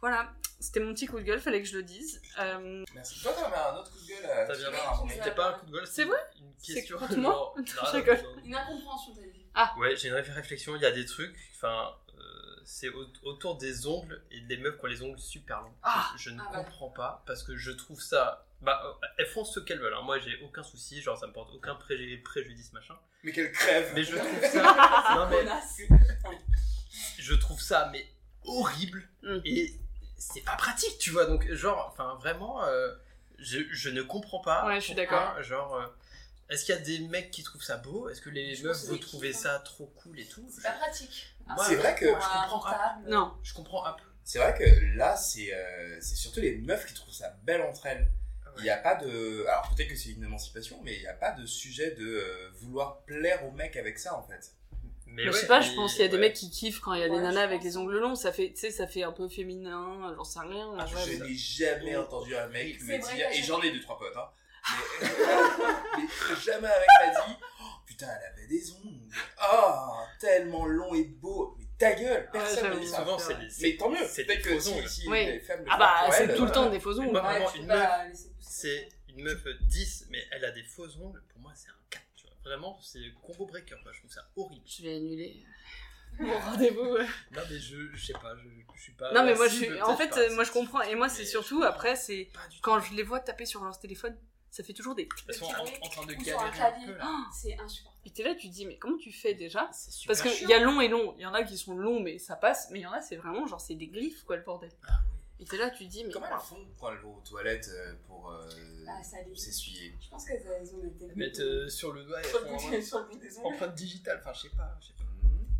Speaker 2: Voilà, c'était mon petit coup de gueule, fallait que je le dise. Euh,
Speaker 5: Merci. Toi, t'avais un autre coup de gueule. euh,
Speaker 4: T'as bien
Speaker 5: tu
Speaker 4: marre.
Speaker 5: l'as ramené.
Speaker 4: C'était pas un coup de gueule,
Speaker 2: C'est vrai
Speaker 4: une
Speaker 2: C'est
Speaker 4: question.
Speaker 2: contre moi
Speaker 4: genre,
Speaker 2: Je rigole.
Speaker 3: Une incompréhension, t'as dit.
Speaker 4: Ouais, j'ai une réf- réflexion, il y a des trucs, enfin, euh, c'est au- autour des ongles et des meufs qui ont les ongles super longs.
Speaker 2: Ah
Speaker 4: je, je ne
Speaker 3: Ah ouais.
Speaker 4: comprends pas, parce que je trouve ça... Bah, euh, elles font ce qu'elles veulent, hein. moi j'ai aucun souci, genre ça me porte aucun pré- préjudice, machin.
Speaker 5: Mais quelle crève
Speaker 4: Mais je trouve ça... non, mais
Speaker 3: Connasse.
Speaker 4: je trouve ça, mais horrible,
Speaker 2: Mm.
Speaker 4: et c'est pas pratique, tu vois, donc genre, enfin vraiment, euh, je, je ne comprends pas.
Speaker 2: Ouais, je suis
Speaker 4: pourquoi,
Speaker 2: d'accord.
Speaker 4: Genre... euh, est-ce qu'il y a des mecs qui trouvent ça beau Est-ce que les
Speaker 3: Je pense
Speaker 4: meufs
Speaker 3: que
Speaker 4: vous
Speaker 3: c'est
Speaker 4: trouvez
Speaker 3: kiff,
Speaker 4: ça trop cool et tout
Speaker 3: C'est pas pratique.
Speaker 4: Moi,
Speaker 5: C'est vrai que-
Speaker 3: Pour
Speaker 4: je
Speaker 3: un
Speaker 4: comprends pas.
Speaker 3: portable. euh,
Speaker 2: non,
Speaker 4: Je comprends un peu.
Speaker 5: C'est vrai que là, c'est euh, c'est surtout les meufs qui trouvent ça belle entre elles.
Speaker 4: Ah
Speaker 5: Il n'y a pas de. Alors peut-être que c'est une émancipation, mais il n'y a pas de sujet de euh, vouloir plaire aux mecs avec ça en fait.
Speaker 2: mais je sais pas, je pense qu'il y a des mecs qui kiffent quand il y a des
Speaker 3: Ouais, je
Speaker 2: nanas avec
Speaker 3: pense.
Speaker 2: les ongles longs, ça fait, tu sais, ça fait un peu féminin, j'en sais rien. Ah,
Speaker 4: Ah,
Speaker 2: ouais,
Speaker 5: je
Speaker 2: ouais.
Speaker 5: n'ai jamais entendu un mec
Speaker 3: C'est
Speaker 5: me
Speaker 3: vrai
Speaker 5: dire.
Speaker 3: qu'à
Speaker 5: Et
Speaker 3: chaque-
Speaker 5: j'en ai deux, trois potes, hein. Mais, mais jamais un mec m'a dit Oh, Putain, elle avait des ongles. Ah, tellement long et beau. Mais ta gueule, personne
Speaker 2: Ouais, Ah,
Speaker 5: ne
Speaker 2: j'avoue.
Speaker 5: dit ça.
Speaker 4: Souvent,
Speaker 2: c'est
Speaker 4: c'est
Speaker 2: vrai.
Speaker 4: des.
Speaker 5: Mais tant mieux,
Speaker 4: c'est
Speaker 5: peut-être
Speaker 4: des
Speaker 5: que
Speaker 4: faux
Speaker 5: si,
Speaker 4: ongles.
Speaker 5: si
Speaker 2: Oui.
Speaker 5: les femmes le
Speaker 2: Ah
Speaker 5: font
Speaker 2: bah,
Speaker 5: pour
Speaker 2: c'est
Speaker 5: elles,
Speaker 2: tout le
Speaker 5: euh,
Speaker 2: temps des faux
Speaker 4: Mais
Speaker 2: ongles.
Speaker 4: moi,
Speaker 2: ouais.
Speaker 4: vraiment,
Speaker 3: tu peux
Speaker 4: une meuf,
Speaker 3: pas laisser
Speaker 4: c'est
Speaker 3: pousser.
Speaker 4: une meuf 10, mais elle a des faux ongles. Pour moi, c'est un 4, tu vois. Vraiment, c'est combo breaker. quoi. Je trouve ça horrible.
Speaker 2: Je vais annuler mon rendez-vous. ouais.
Speaker 4: Non, mais je, je sais pas, je, je suis pas.
Speaker 2: non mais moi je
Speaker 4: cible,
Speaker 2: suis,
Speaker 4: Ah, peut-être,
Speaker 2: en fait,
Speaker 4: pas
Speaker 2: euh, moi je
Speaker 4: sensible,
Speaker 2: comprends, et moi c'est
Speaker 4: mais
Speaker 2: surtout
Speaker 4: je
Speaker 2: après, c'est
Speaker 4: comprends Pas du tout.
Speaker 2: quand je les vois taper sur leur téléphone, ça fait toujours des.
Speaker 4: Elles sont en, en train de
Speaker 3: Ou sur
Speaker 4: galérer un
Speaker 3: un clavier. Oh,
Speaker 4: peu là.
Speaker 3: C'est insupportable.
Speaker 2: Et t'es là, tu te dis, mais comment tu fais déjà
Speaker 4: C'est super
Speaker 2: Parce qu'il
Speaker 4: chiant.
Speaker 2: y a long et long. Il y en a qui sont longs, mais ça passe. Mais il y en a, c'est vraiment genre, c'est des glyphes, quoi, le bordel. Et t'es là, tu te dis, mais.
Speaker 5: Comment elles font quand elles vont aux toilettes euh, pour euh,
Speaker 2: Bah,
Speaker 3: Ah, ça les-
Speaker 5: s'essuyer
Speaker 3: Je pense qu'elles elles ont été.
Speaker 4: Elles mettent euh, sur le doigt et
Speaker 3: Sur
Speaker 4: font
Speaker 3: le bout
Speaker 4: vraiment
Speaker 3: des- sur le bout des
Speaker 4: une
Speaker 3: ongles.
Speaker 4: empreinte digitale. Enfin, je sais pas. je sais pas.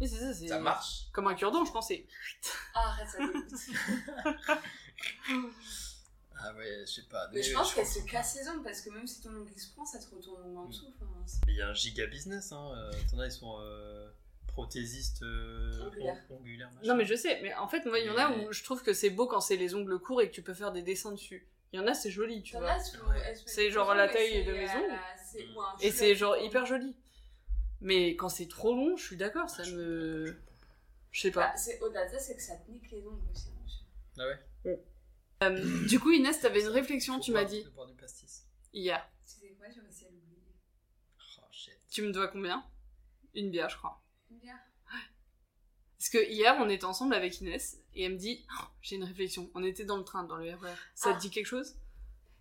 Speaker 2: Oui, c'est ça, c'est.
Speaker 5: Ça marche
Speaker 2: Comme un cure-dent, je pensais.
Speaker 3: Ah, arrête, ça dégoûte.
Speaker 4: Ah ouais, je sais pas.
Speaker 3: Mais je
Speaker 4: Mais
Speaker 3: pense
Speaker 4: je
Speaker 3: qu'elle
Speaker 4: comprends.
Speaker 3: se casse les ongles parce que même si ton ongle se prend, ça te retourne en dessous. enfin, c'est-
Speaker 4: Mais il y a un giga business, hein. Euh, T'en as, ils sont euh, prothésistes euh,
Speaker 3: Ongulaires.
Speaker 4: on- ongulaires, machin.
Speaker 2: Non, mais je sais. Mais en fait, moi, il y en a où je trouve que c'est beau quand c'est les ongles courts et que tu peux faire des dessins dessus. Il y en a, c'est joli, tu
Speaker 3: T'en
Speaker 2: vois.
Speaker 3: as sous- elles se mettent
Speaker 2: C'est genre
Speaker 3: des
Speaker 2: la
Speaker 3: ongles,
Speaker 2: taille
Speaker 3: mais
Speaker 2: de
Speaker 3: c'est
Speaker 2: mes
Speaker 3: à
Speaker 2: ongles.
Speaker 3: la- c'est- ou un
Speaker 2: Et
Speaker 3: cheveu.
Speaker 2: c'est genre hyper joli. Mais quand c'est trop long, Ah, je suis d'accord, ça me. Je sais pas.
Speaker 3: Bah, c'est au-delà de ça, c'est que ça te nique les ongles aussi. hein, je-
Speaker 4: Ah ouais
Speaker 2: Du coup, Inès, t'avais une réflexion,
Speaker 4: Faut
Speaker 2: tu
Speaker 4: boire-
Speaker 2: m'as dit,
Speaker 4: de boire du pastis.
Speaker 2: hier.
Speaker 3: Tu sais quoi, j'ai réussi à l'oublier.
Speaker 4: Oh, shit.
Speaker 2: Tu me dois combien Une bière, je crois.
Speaker 3: Une bière.
Speaker 2: Parce que hier, on était ensemble avec Inès et elle me dit Oh, J'ai une réflexion. On était dans le train, dans le RER. Ça
Speaker 3: Ah.
Speaker 2: te dit quelque chose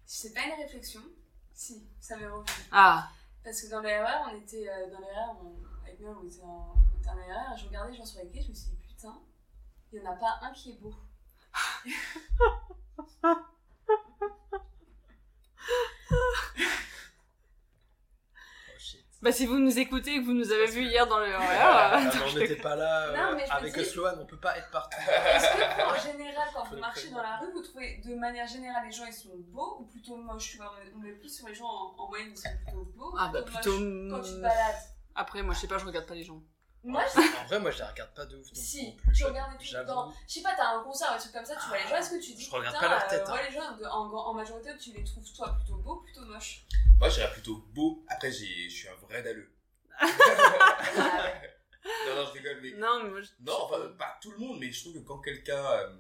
Speaker 3: C'est pas une réflexion. Si, ça m'est revenu.
Speaker 2: Ah
Speaker 3: Parce que dans le RR, on était euh, dans le RR, on- avec Noël, on était en, on était en RR, et je regardais les gens sur les quais, je me suis dit, putain, il n'y en a pas un qui est beau.
Speaker 4: Oh, shit.
Speaker 2: Bah, si vous nous écoutez et que vous nous avez vu hier dans le RER, euh,
Speaker 7: Ah, mais on n'était pas là euh,
Speaker 3: Non, mais je me
Speaker 7: avec
Speaker 3: dis-
Speaker 7: Sloan, on peut pas être partout.
Speaker 3: Est-ce que en général, quand
Speaker 7: Faut
Speaker 3: vous
Speaker 7: le
Speaker 3: marchez
Speaker 7: prévoir.
Speaker 3: dans la rue, vous trouvez de manière générale les gens ils sont beaux ou plutôt moches Tu vois, On est plus sur les gens en, en moyenne ils sont plutôt beaux.
Speaker 2: Ah, bah, plutôt.
Speaker 3: moches. Quand tu te
Speaker 2: mm,
Speaker 3: balades.
Speaker 2: Après, moi, je sais pas, je regarde pas les gens.
Speaker 3: Moi, je-
Speaker 7: En vrai, moi je la regarde pas de ouf. donc non
Speaker 3: si,
Speaker 7: plus,
Speaker 3: tu
Speaker 7: j'avoue,
Speaker 3: regardes tout
Speaker 7: j'avoue.
Speaker 3: dans. Je sais pas, t'as un concert, un truc comme ça, tu vois les gens, est-ce que tu dis.
Speaker 7: Je regarde
Speaker 3: putain,
Speaker 7: pas leur tête, hein.
Speaker 3: euh, ouais, les gens, de- en, en majorité, tu les trouves toi plutôt beaux, plutôt moches.
Speaker 5: Moi, je serais plutôt beau. Après, j'ai- je suis un vrai dalleux.
Speaker 3: Ah ouais.
Speaker 5: Non, non, je rigole, mais.
Speaker 2: Non, mais moi, je.
Speaker 5: Non, enfin, pas tout le monde, mais je trouve que quand quelqu'un euh,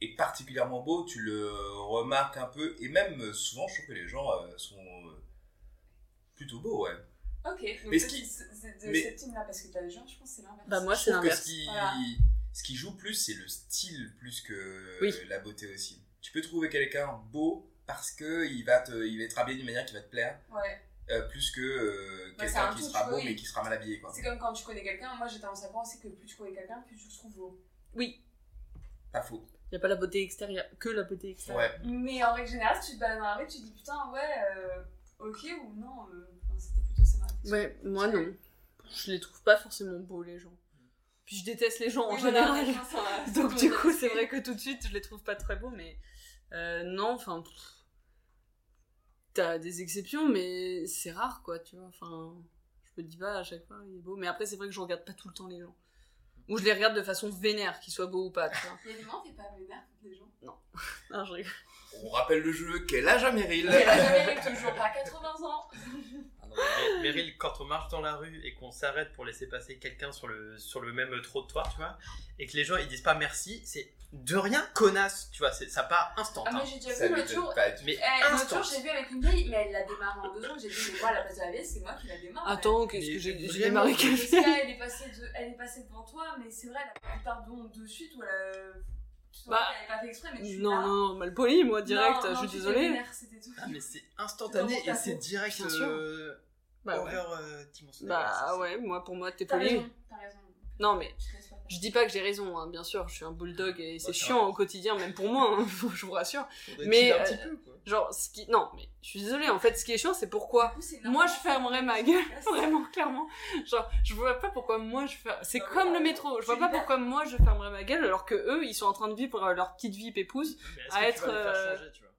Speaker 5: est particulièrement beau, tu le remarques un peu. Et même euh, souvent, je trouve que les gens euh, sont euh, plutôt beaux, ouais.
Speaker 3: Ok, donc
Speaker 5: Mais
Speaker 3: toi,
Speaker 5: ce qui-
Speaker 3: c'est c'est de
Speaker 5: mais-
Speaker 3: cette team là parce que t'as des gens, je pense que c'est l'inverse.
Speaker 2: Bah, moi,
Speaker 5: Je
Speaker 2: c'est
Speaker 5: trouve que
Speaker 2: l'inverse.
Speaker 5: ce qui,
Speaker 3: Voilà.
Speaker 5: ce qui joue plus, c'est le style plus que
Speaker 2: Oui.
Speaker 5: la beauté aussi. Tu peux trouver quelqu'un beau parce que il va te, il va être habillé d'une manière qui va te plaire,
Speaker 3: Ouais,
Speaker 5: euh, plus que euh,
Speaker 3: Bah,
Speaker 5: quelqu'un
Speaker 3: c'est un
Speaker 5: qui
Speaker 3: tout,
Speaker 5: sera
Speaker 3: tu
Speaker 5: beau
Speaker 3: vois,
Speaker 5: mais
Speaker 3: il-
Speaker 5: qui sera mal habillé, quoi.
Speaker 3: c'est comme quand tu connais quelqu'un, moi j'ai tendance à penser que plus tu connais quelqu'un, plus tu le trouves beau.
Speaker 2: Oui,
Speaker 5: Pas faux.
Speaker 2: y a pas la beauté extérieure, que la beauté extérieure.
Speaker 5: Ouais.
Speaker 3: Mais en règle générale, si tu te balades dans la rue, tu te dis putain, ouais, euh, ok ou non, euh, enfin, c'était plutôt ça ma réflexion.
Speaker 2: Ouais, moi non. Je les trouve pas forcément beaux, les gens. Puis je déteste les gens en
Speaker 3: Oui, voilà,
Speaker 2: général.
Speaker 3: je pense, hein,
Speaker 2: Donc
Speaker 3: c'est
Speaker 2: du coup,
Speaker 3: ce
Speaker 2: c'est
Speaker 3: que-
Speaker 2: vrai que tout de suite, je les trouve pas très beaux, mais euh, non, enfin, pff, t'as des exceptions, mais c'est rare, quoi, tu vois. Enfin, je me dis pas à chaque fois, il est beau. Mais après, c'est vrai que je regarde pas tout le temps les gens. Ou je les regarde de façon vénère, qu'ils soient beaux ou pas, tu vois.
Speaker 3: Il y a des moments où t'es pas vénère contre les gens.
Speaker 2: Non, je rigole.
Speaker 5: On rappelle le jeu. Quel âge a Meryl
Speaker 3: Elle a jamais eu toujours pas 80 ans.
Speaker 4: Ah non, mais Mer- Meryl, quand on marche dans la rue et qu'on s'arrête pour laisser passer quelqu'un sur le, sur le même trottoir, tu vois, et que les gens ils disent pas merci, c'est de rien connasse, tu vois, c'est- ça part instant.
Speaker 3: Ah,
Speaker 4: hein.
Speaker 3: moi j'ai déjà
Speaker 5: Ça
Speaker 3: vu l'autre
Speaker 5: m'étonne
Speaker 3: jour.
Speaker 5: pas du
Speaker 4: Mais
Speaker 3: Eh, l'autre
Speaker 4: instant.
Speaker 3: jour, j'ai vu avec une vieille, mais elle l'a démarré en deux ans. J'ai dit, mais moi, à la place de la vieille, c'est moi qui la démarre.
Speaker 2: Attends, qu'est-ce
Speaker 4: Mais
Speaker 2: que j'ai j'ai
Speaker 4: vraiment,
Speaker 2: démarré quelque
Speaker 3: Jessica, elle est passée, de- elle est passée devant toi, mais c'est vrai, elle a pas eu pardon de suite ou elle a. Tu te
Speaker 2: Bah,
Speaker 3: souviens, elle avait pas fait exprès, mais tu
Speaker 2: Non, non, non, mal poli, moi, direct, je suis désolée.
Speaker 4: Ah, mais c'est instantané
Speaker 3: C'est
Speaker 4: et
Speaker 3: dans mon
Speaker 4: c'est
Speaker 3: tableau.
Speaker 4: direct
Speaker 2: Bien sûr.
Speaker 4: euh,
Speaker 2: Bah ouais.
Speaker 4: over euh, dimensionnel.
Speaker 2: Bah
Speaker 4: Ouais,
Speaker 2: ouais, moi, pour moi, t'es
Speaker 3: T'as
Speaker 2: poli.
Speaker 3: raison, t'as raison.
Speaker 2: Non, mais
Speaker 3: Je te laisse pas faire.
Speaker 2: Je dis pas que j'ai raison, hein, bien sûr, je suis un bulldog et c'est
Speaker 4: Ouais, c'est
Speaker 2: chiant au quotidien, même pour moi, hein, je vous rassure.
Speaker 4: c'est ça. Faudrait
Speaker 2: mais,
Speaker 4: chill un
Speaker 2: euh,
Speaker 4: petit peu, quoi.
Speaker 2: Genre, ce qui. Non, mais je suis désolée, en fait, ce qui est chiant, c'est pourquoi.
Speaker 3: Du coup, c'est énorme.
Speaker 2: Moi, je fermerais ma gueule,
Speaker 3: C'est
Speaker 2: vraiment, clairement. Genre, je vois pas pourquoi moi je fer- C'est comme
Speaker 4: Ah
Speaker 3: Non, mais t'as
Speaker 2: le
Speaker 3: raison.
Speaker 2: métro, je vois
Speaker 3: Tu
Speaker 2: pas
Speaker 3: libères.
Speaker 2: pourquoi moi je fermerais ma gueule alors que eux, ils sont en train de vivre euh, leur petite vie pépouze.
Speaker 4: Mais est-ce
Speaker 2: à
Speaker 4: que
Speaker 2: être,
Speaker 4: tu vas les faire
Speaker 2: euh,
Speaker 4: changer, tu vois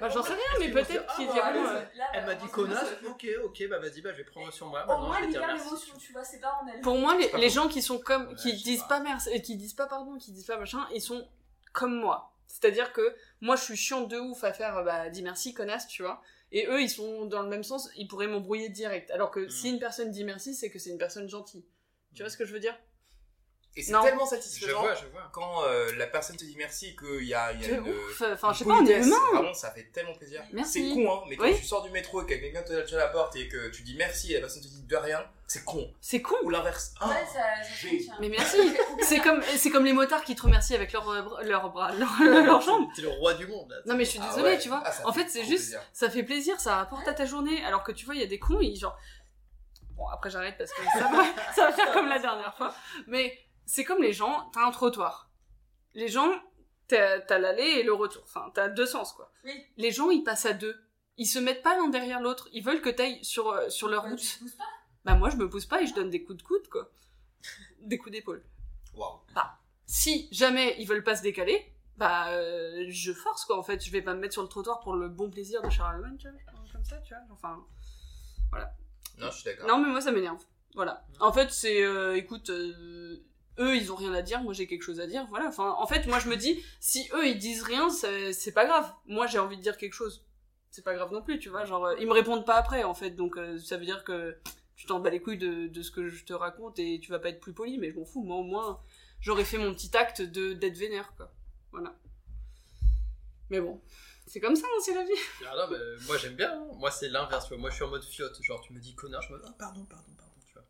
Speaker 2: Bah, j'en sais rien, mais
Speaker 4: qu'ils vont se
Speaker 2: peut-être
Speaker 4: dire,
Speaker 2: qu'ils
Speaker 4: ah,
Speaker 3: Là,
Speaker 2: diront. euh,
Speaker 3: là, là,
Speaker 4: Elle m'a
Speaker 3: vraiment,
Speaker 4: dit
Speaker 3: c'est
Speaker 4: connasse,
Speaker 3: ça.
Speaker 4: ok, ok, bah vas-y, bah je vais prendre sur moi.
Speaker 3: Au
Speaker 4: Maintenant,
Speaker 3: moins,
Speaker 4: je vais
Speaker 3: il
Speaker 4: dire
Speaker 3: y a
Speaker 4: merci.
Speaker 3: l'émotion, tu vois, c'est pas on a le-
Speaker 2: euh, Pour moi, les,
Speaker 4: pas
Speaker 2: les
Speaker 4: faux.
Speaker 2: gens qui sont comme,
Speaker 4: Ouais,
Speaker 2: qui
Speaker 4: je sais
Speaker 2: disent pas.
Speaker 4: pas.
Speaker 2: merci, euh, qui disent pas pardon, qui disent pas machin, ils sont comme moi. C'est-à-dire que moi, je suis chiant de ouf à faire, euh, bah, dis merci, connasse, tu vois. Et eux, ils sont dans le même sens, ils pourraient m'embrouiller direct. Alors que
Speaker 4: Mm.
Speaker 2: si une personne dit merci, c'est que c'est une personne gentille. Tu vois ce que je veux dire
Speaker 5: Et c'est
Speaker 2: Non.
Speaker 5: tellement
Speaker 4: Je
Speaker 5: satisfaisant
Speaker 4: vois, je vois.
Speaker 5: quand euh, la personne te dit merci et qu'il y a, il y a
Speaker 2: De
Speaker 5: une.
Speaker 2: ouf. Enfin, je sais
Speaker 5: une
Speaker 2: pas, on est
Speaker 5: politesse.
Speaker 2: humain.
Speaker 5: Vraiment, ça fait tellement plaisir.
Speaker 2: Merci.
Speaker 5: C'est con, hein, mais quand
Speaker 2: Oui.
Speaker 5: tu sors du métro et que quelqu'un te tape sur la porte et que tu dis merci et la personne te dit de rien, c'est con.
Speaker 2: C'est con.
Speaker 5: Ou l'inverse. Ah,
Speaker 3: Ouais, ça, ça
Speaker 5: j'ai-
Speaker 3: fonctionne.
Speaker 2: Mais merci. c'est comme, c'est comme les motards qui te remercient avec leur, euh, bra- leur bras, leur, leur jambe.
Speaker 4: Oh. T'es le roi du monde, là.
Speaker 2: Non mais je suis
Speaker 5: Ah
Speaker 2: désolée,
Speaker 5: ouais.
Speaker 2: tu vois.
Speaker 5: Ah, ça
Speaker 2: en
Speaker 5: fait
Speaker 2: fait, c'est
Speaker 5: trop
Speaker 2: juste,
Speaker 5: plaisir.
Speaker 2: ça fait plaisir, ça apporte à ta journée. Alors que tu vois, il y a des cons, ils genre. Bon, après j'arrête parce que ça va, ça va faire comme la dernière fois. Mais c'est comme les gens, t'as un trottoir. Les gens, t'as t'as l'aller et le retour. Enfin, t'as deux sens quoi.
Speaker 3: Oui.
Speaker 2: Les gens, ils passent à deux. Ils se mettent pas l'un derrière l'autre. Ils veulent que t'ailles sur euh, sur leur
Speaker 3: Bah,
Speaker 2: route.
Speaker 3: tu te pousses pas.
Speaker 2: Bah moi, je me pousse pas et je donne des coups de coude quoi, des coups d'épaule.
Speaker 5: Waouh.
Speaker 2: Si jamais ils veulent pas se décaler. Bah, euh, je force quoi en fait, je vais pas me mettre sur le trottoir pour le bon plaisir de Charlemagne, tu vois, comme ça, tu vois. Enfin,
Speaker 5: Non, je suis d'accord.
Speaker 2: Non, mais moi, ça m'énerve. Voilà. En fait, c'est. euh, écoute, euh, eux, ils ont rien à dire, moi, j'ai quelque chose à dire. Voilà. Enfin, en fait, moi, je me dis, si eux, ils disent rien, c'est c'est pas grave. Moi, j'ai envie de dire quelque chose. C'est pas grave non plus, tu vois. Genre, euh, ils me répondent pas après, en fait. Donc, euh, ça veut dire que tu t'en bats les couilles de, de ce que je te raconte et tu vas pas être plus poli, mais je m'en fous. Moi, au moins, j'aurais fait mon petit acte de- d'être vénère, quoi. Voilà. Mais bon. C'est comme ça, hein, c'est la vie.
Speaker 4: Ah non, mais moi j'aime bien, hein. moi c'est l'inverse, tu vois. Moi je suis en mode fiotte, genre tu me dis connard, je me dis ah, pardon, pardon, pardon, tu vois.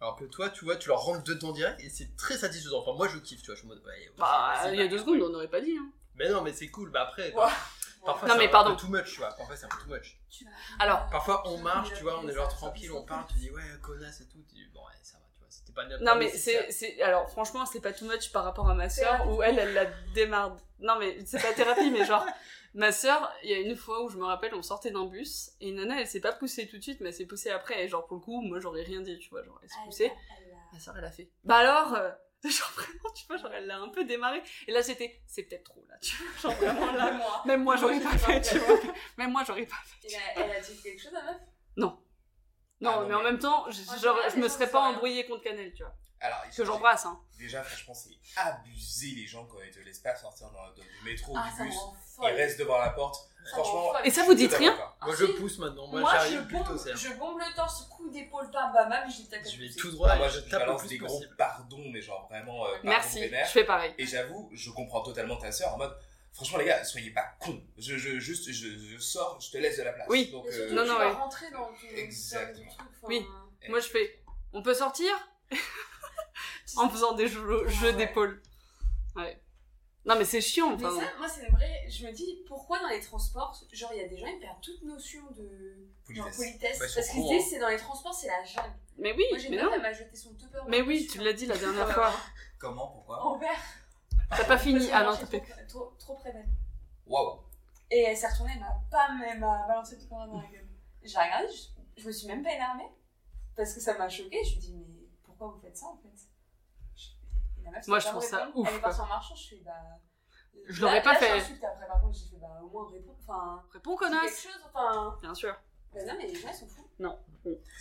Speaker 4: Alors que toi, tu vois, tu leur rentres dedans direct et c'est très satisfaisant. Enfin, moi je kiffe, tu vois, je suis en mode ouais, ouais,
Speaker 2: Bah,
Speaker 4: c'est
Speaker 2: il y a
Speaker 4: pas-
Speaker 2: deux secondes, on n'aurait pas dit, hein.
Speaker 4: Mais non, mais c'est cool, bah après,
Speaker 3: Ouah.
Speaker 4: parfois
Speaker 2: Non,
Speaker 4: c'est
Speaker 2: mais
Speaker 4: un peu
Speaker 2: pardon.
Speaker 4: too much, tu vois. Parfois c'est un peu too much.
Speaker 3: Tu vas-
Speaker 2: Alors,
Speaker 4: Parfois on
Speaker 3: Euh,
Speaker 4: marche, tu vois, on est genre
Speaker 3: ça, ça,
Speaker 4: tranquille,
Speaker 3: ça,
Speaker 4: on
Speaker 3: ça,
Speaker 4: parle,
Speaker 3: ça,
Speaker 4: tu dis ouais, connasse et tout, tu dis bon, ouais, ça va, tu vois.
Speaker 7: c'était pas
Speaker 2: Non mais Ah c'est c'est- alors franchement c'est pas too much par rapport à ma sœur où elle elle la démarre. Non mais c'est pas thérapie mais genre ma sœur il y a une fois où je me rappelle on sortait d'un bus et Nana elle s'est pas poussée tout de suite mais elle s'est poussée après et genre pour le coup moi j'aurais rien dit tu vois genre elle s'est poussée ma sœur elle a fait bah alors euh, genre vraiment tu vois genre elle l'a un peu démarré et là c'était c'est peut-être trop là tu vois genre vraiment là
Speaker 3: moi.
Speaker 2: même moi j'aurais pas fait tu vois Ah même moi j'aurais pas fait
Speaker 3: Elle a, elle a dit quelque chose à meuf
Speaker 2: non,
Speaker 5: Ah, non,
Speaker 2: mais en
Speaker 5: mais-
Speaker 2: même temps je,
Speaker 3: En
Speaker 2: genre,
Speaker 3: général,
Speaker 2: je
Speaker 3: les
Speaker 2: me
Speaker 3: gens
Speaker 2: serais
Speaker 3: ne
Speaker 2: pas
Speaker 3: savent rien.
Speaker 2: embrouillée contre Cannelle tu vois
Speaker 5: Alors,
Speaker 2: parce que j'embrasse hein
Speaker 5: Déjà, franchement, c'est abusé les gens quand ils te laissent pas sortir dans, dans du métro
Speaker 3: Ah,
Speaker 5: ou
Speaker 3: ça
Speaker 5: du
Speaker 3: me
Speaker 5: bus.
Speaker 3: rend
Speaker 5: Ils
Speaker 3: folle.
Speaker 5: restent devant la porte.
Speaker 3: Ça me rend
Speaker 5: Franchement.
Speaker 3: folle.
Speaker 2: Et ça, vous dites
Speaker 5: je suis
Speaker 2: rien
Speaker 5: d'accord.
Speaker 7: Moi,
Speaker 3: Ah,
Speaker 7: je
Speaker 3: si.
Speaker 7: pousse maintenant. Moi,
Speaker 3: Moi, je
Speaker 7: j'arrive plutôt
Speaker 3: bombe,
Speaker 7: serre.
Speaker 3: je bombe le torse, coup d'épaule, pam, bam, bam, j'ai
Speaker 7: Je vais
Speaker 3: poussée.
Speaker 7: tout
Speaker 5: Ah,
Speaker 7: droit
Speaker 5: moi,
Speaker 7: et je
Speaker 5: je,
Speaker 7: tape le
Speaker 5: balance des
Speaker 7: plus
Speaker 5: gros
Speaker 7: possible.
Speaker 5: pardons, mais genre vraiment. euh, pardon
Speaker 2: merci
Speaker 5: vénère.
Speaker 2: je fais pareil
Speaker 5: Et j'avoue, je comprends totalement ta sœur en mode. Franchement, les gars, soyez pas cons. Je, je, juste, je, je sors, je te laisse de la place.
Speaker 2: Oui.
Speaker 5: Donc,
Speaker 3: Mais surtout,
Speaker 5: euh,
Speaker 2: Non,
Speaker 3: tu
Speaker 2: non,
Speaker 3: vas
Speaker 2: ouais.
Speaker 3: rentrer dans du,
Speaker 5: Exactement.
Speaker 3: dans du truc. enfin,
Speaker 2: Oui. Moi, je fais on peut sortir
Speaker 3: tu sais.
Speaker 2: en faisant des jeux,
Speaker 3: Ah,
Speaker 2: jeux
Speaker 3: ouais.
Speaker 2: d'épaule. Ouais. Non, mais c'est chiant.
Speaker 3: Mais
Speaker 2: enfin.
Speaker 3: ça, moi, c'est une vraie. Je me dis, pourquoi dans les transports, genre, il y a des gens, ils perdent toute notion de genre,
Speaker 5: politesse.
Speaker 3: politesse.
Speaker 7: Bah, ils sont
Speaker 3: parce qu'ils
Speaker 7: cons,
Speaker 3: se
Speaker 5: hein.
Speaker 3: disent, c'est dans les transports, c'est la jungle.
Speaker 2: Mais oui,
Speaker 3: Moi, j'ai une
Speaker 2: mais
Speaker 3: meuf,
Speaker 2: non.
Speaker 3: elle m'a jeté son tupper. dans
Speaker 2: Mais
Speaker 3: la
Speaker 2: oui,
Speaker 3: voiture.
Speaker 2: tu l'as dit la dernière fois.
Speaker 5: Comment, pourquoi
Speaker 3: En verre.
Speaker 2: T'as pas fini.
Speaker 3: Parce
Speaker 2: Ah
Speaker 3: que
Speaker 2: non,
Speaker 3: j'ai
Speaker 2: t'as fait.
Speaker 3: trop, trop, trop près d'elle.
Speaker 5: Waouh.
Speaker 3: Et elle s'est retournée, elle m'a bam, elle m'a balancé tout corps dans la gueule. J'ai regardé, je, je me suis même pas énervée. Parce que ça m'a choquée. Je me dis, mais pourquoi vous faites ça en fait Je- et la meuf,
Speaker 2: Moi, je
Speaker 3: c'est pas
Speaker 2: trouve
Speaker 3: vrai,
Speaker 2: ça
Speaker 3: bon.
Speaker 2: ouf,
Speaker 3: Elle est partie en marchant, je suis bah.
Speaker 2: Je
Speaker 3: là-
Speaker 2: l'aurais pas
Speaker 3: là,
Speaker 2: fait.
Speaker 3: J'ai insulté après, par contre, j'ai fait bah au moins réponds. Enfin,
Speaker 2: Réponds,
Speaker 3: dis
Speaker 2: connasse.
Speaker 3: quelque chose, enfin.
Speaker 2: Bien sûr.
Speaker 3: Bah non, mais les gens ils sont fous.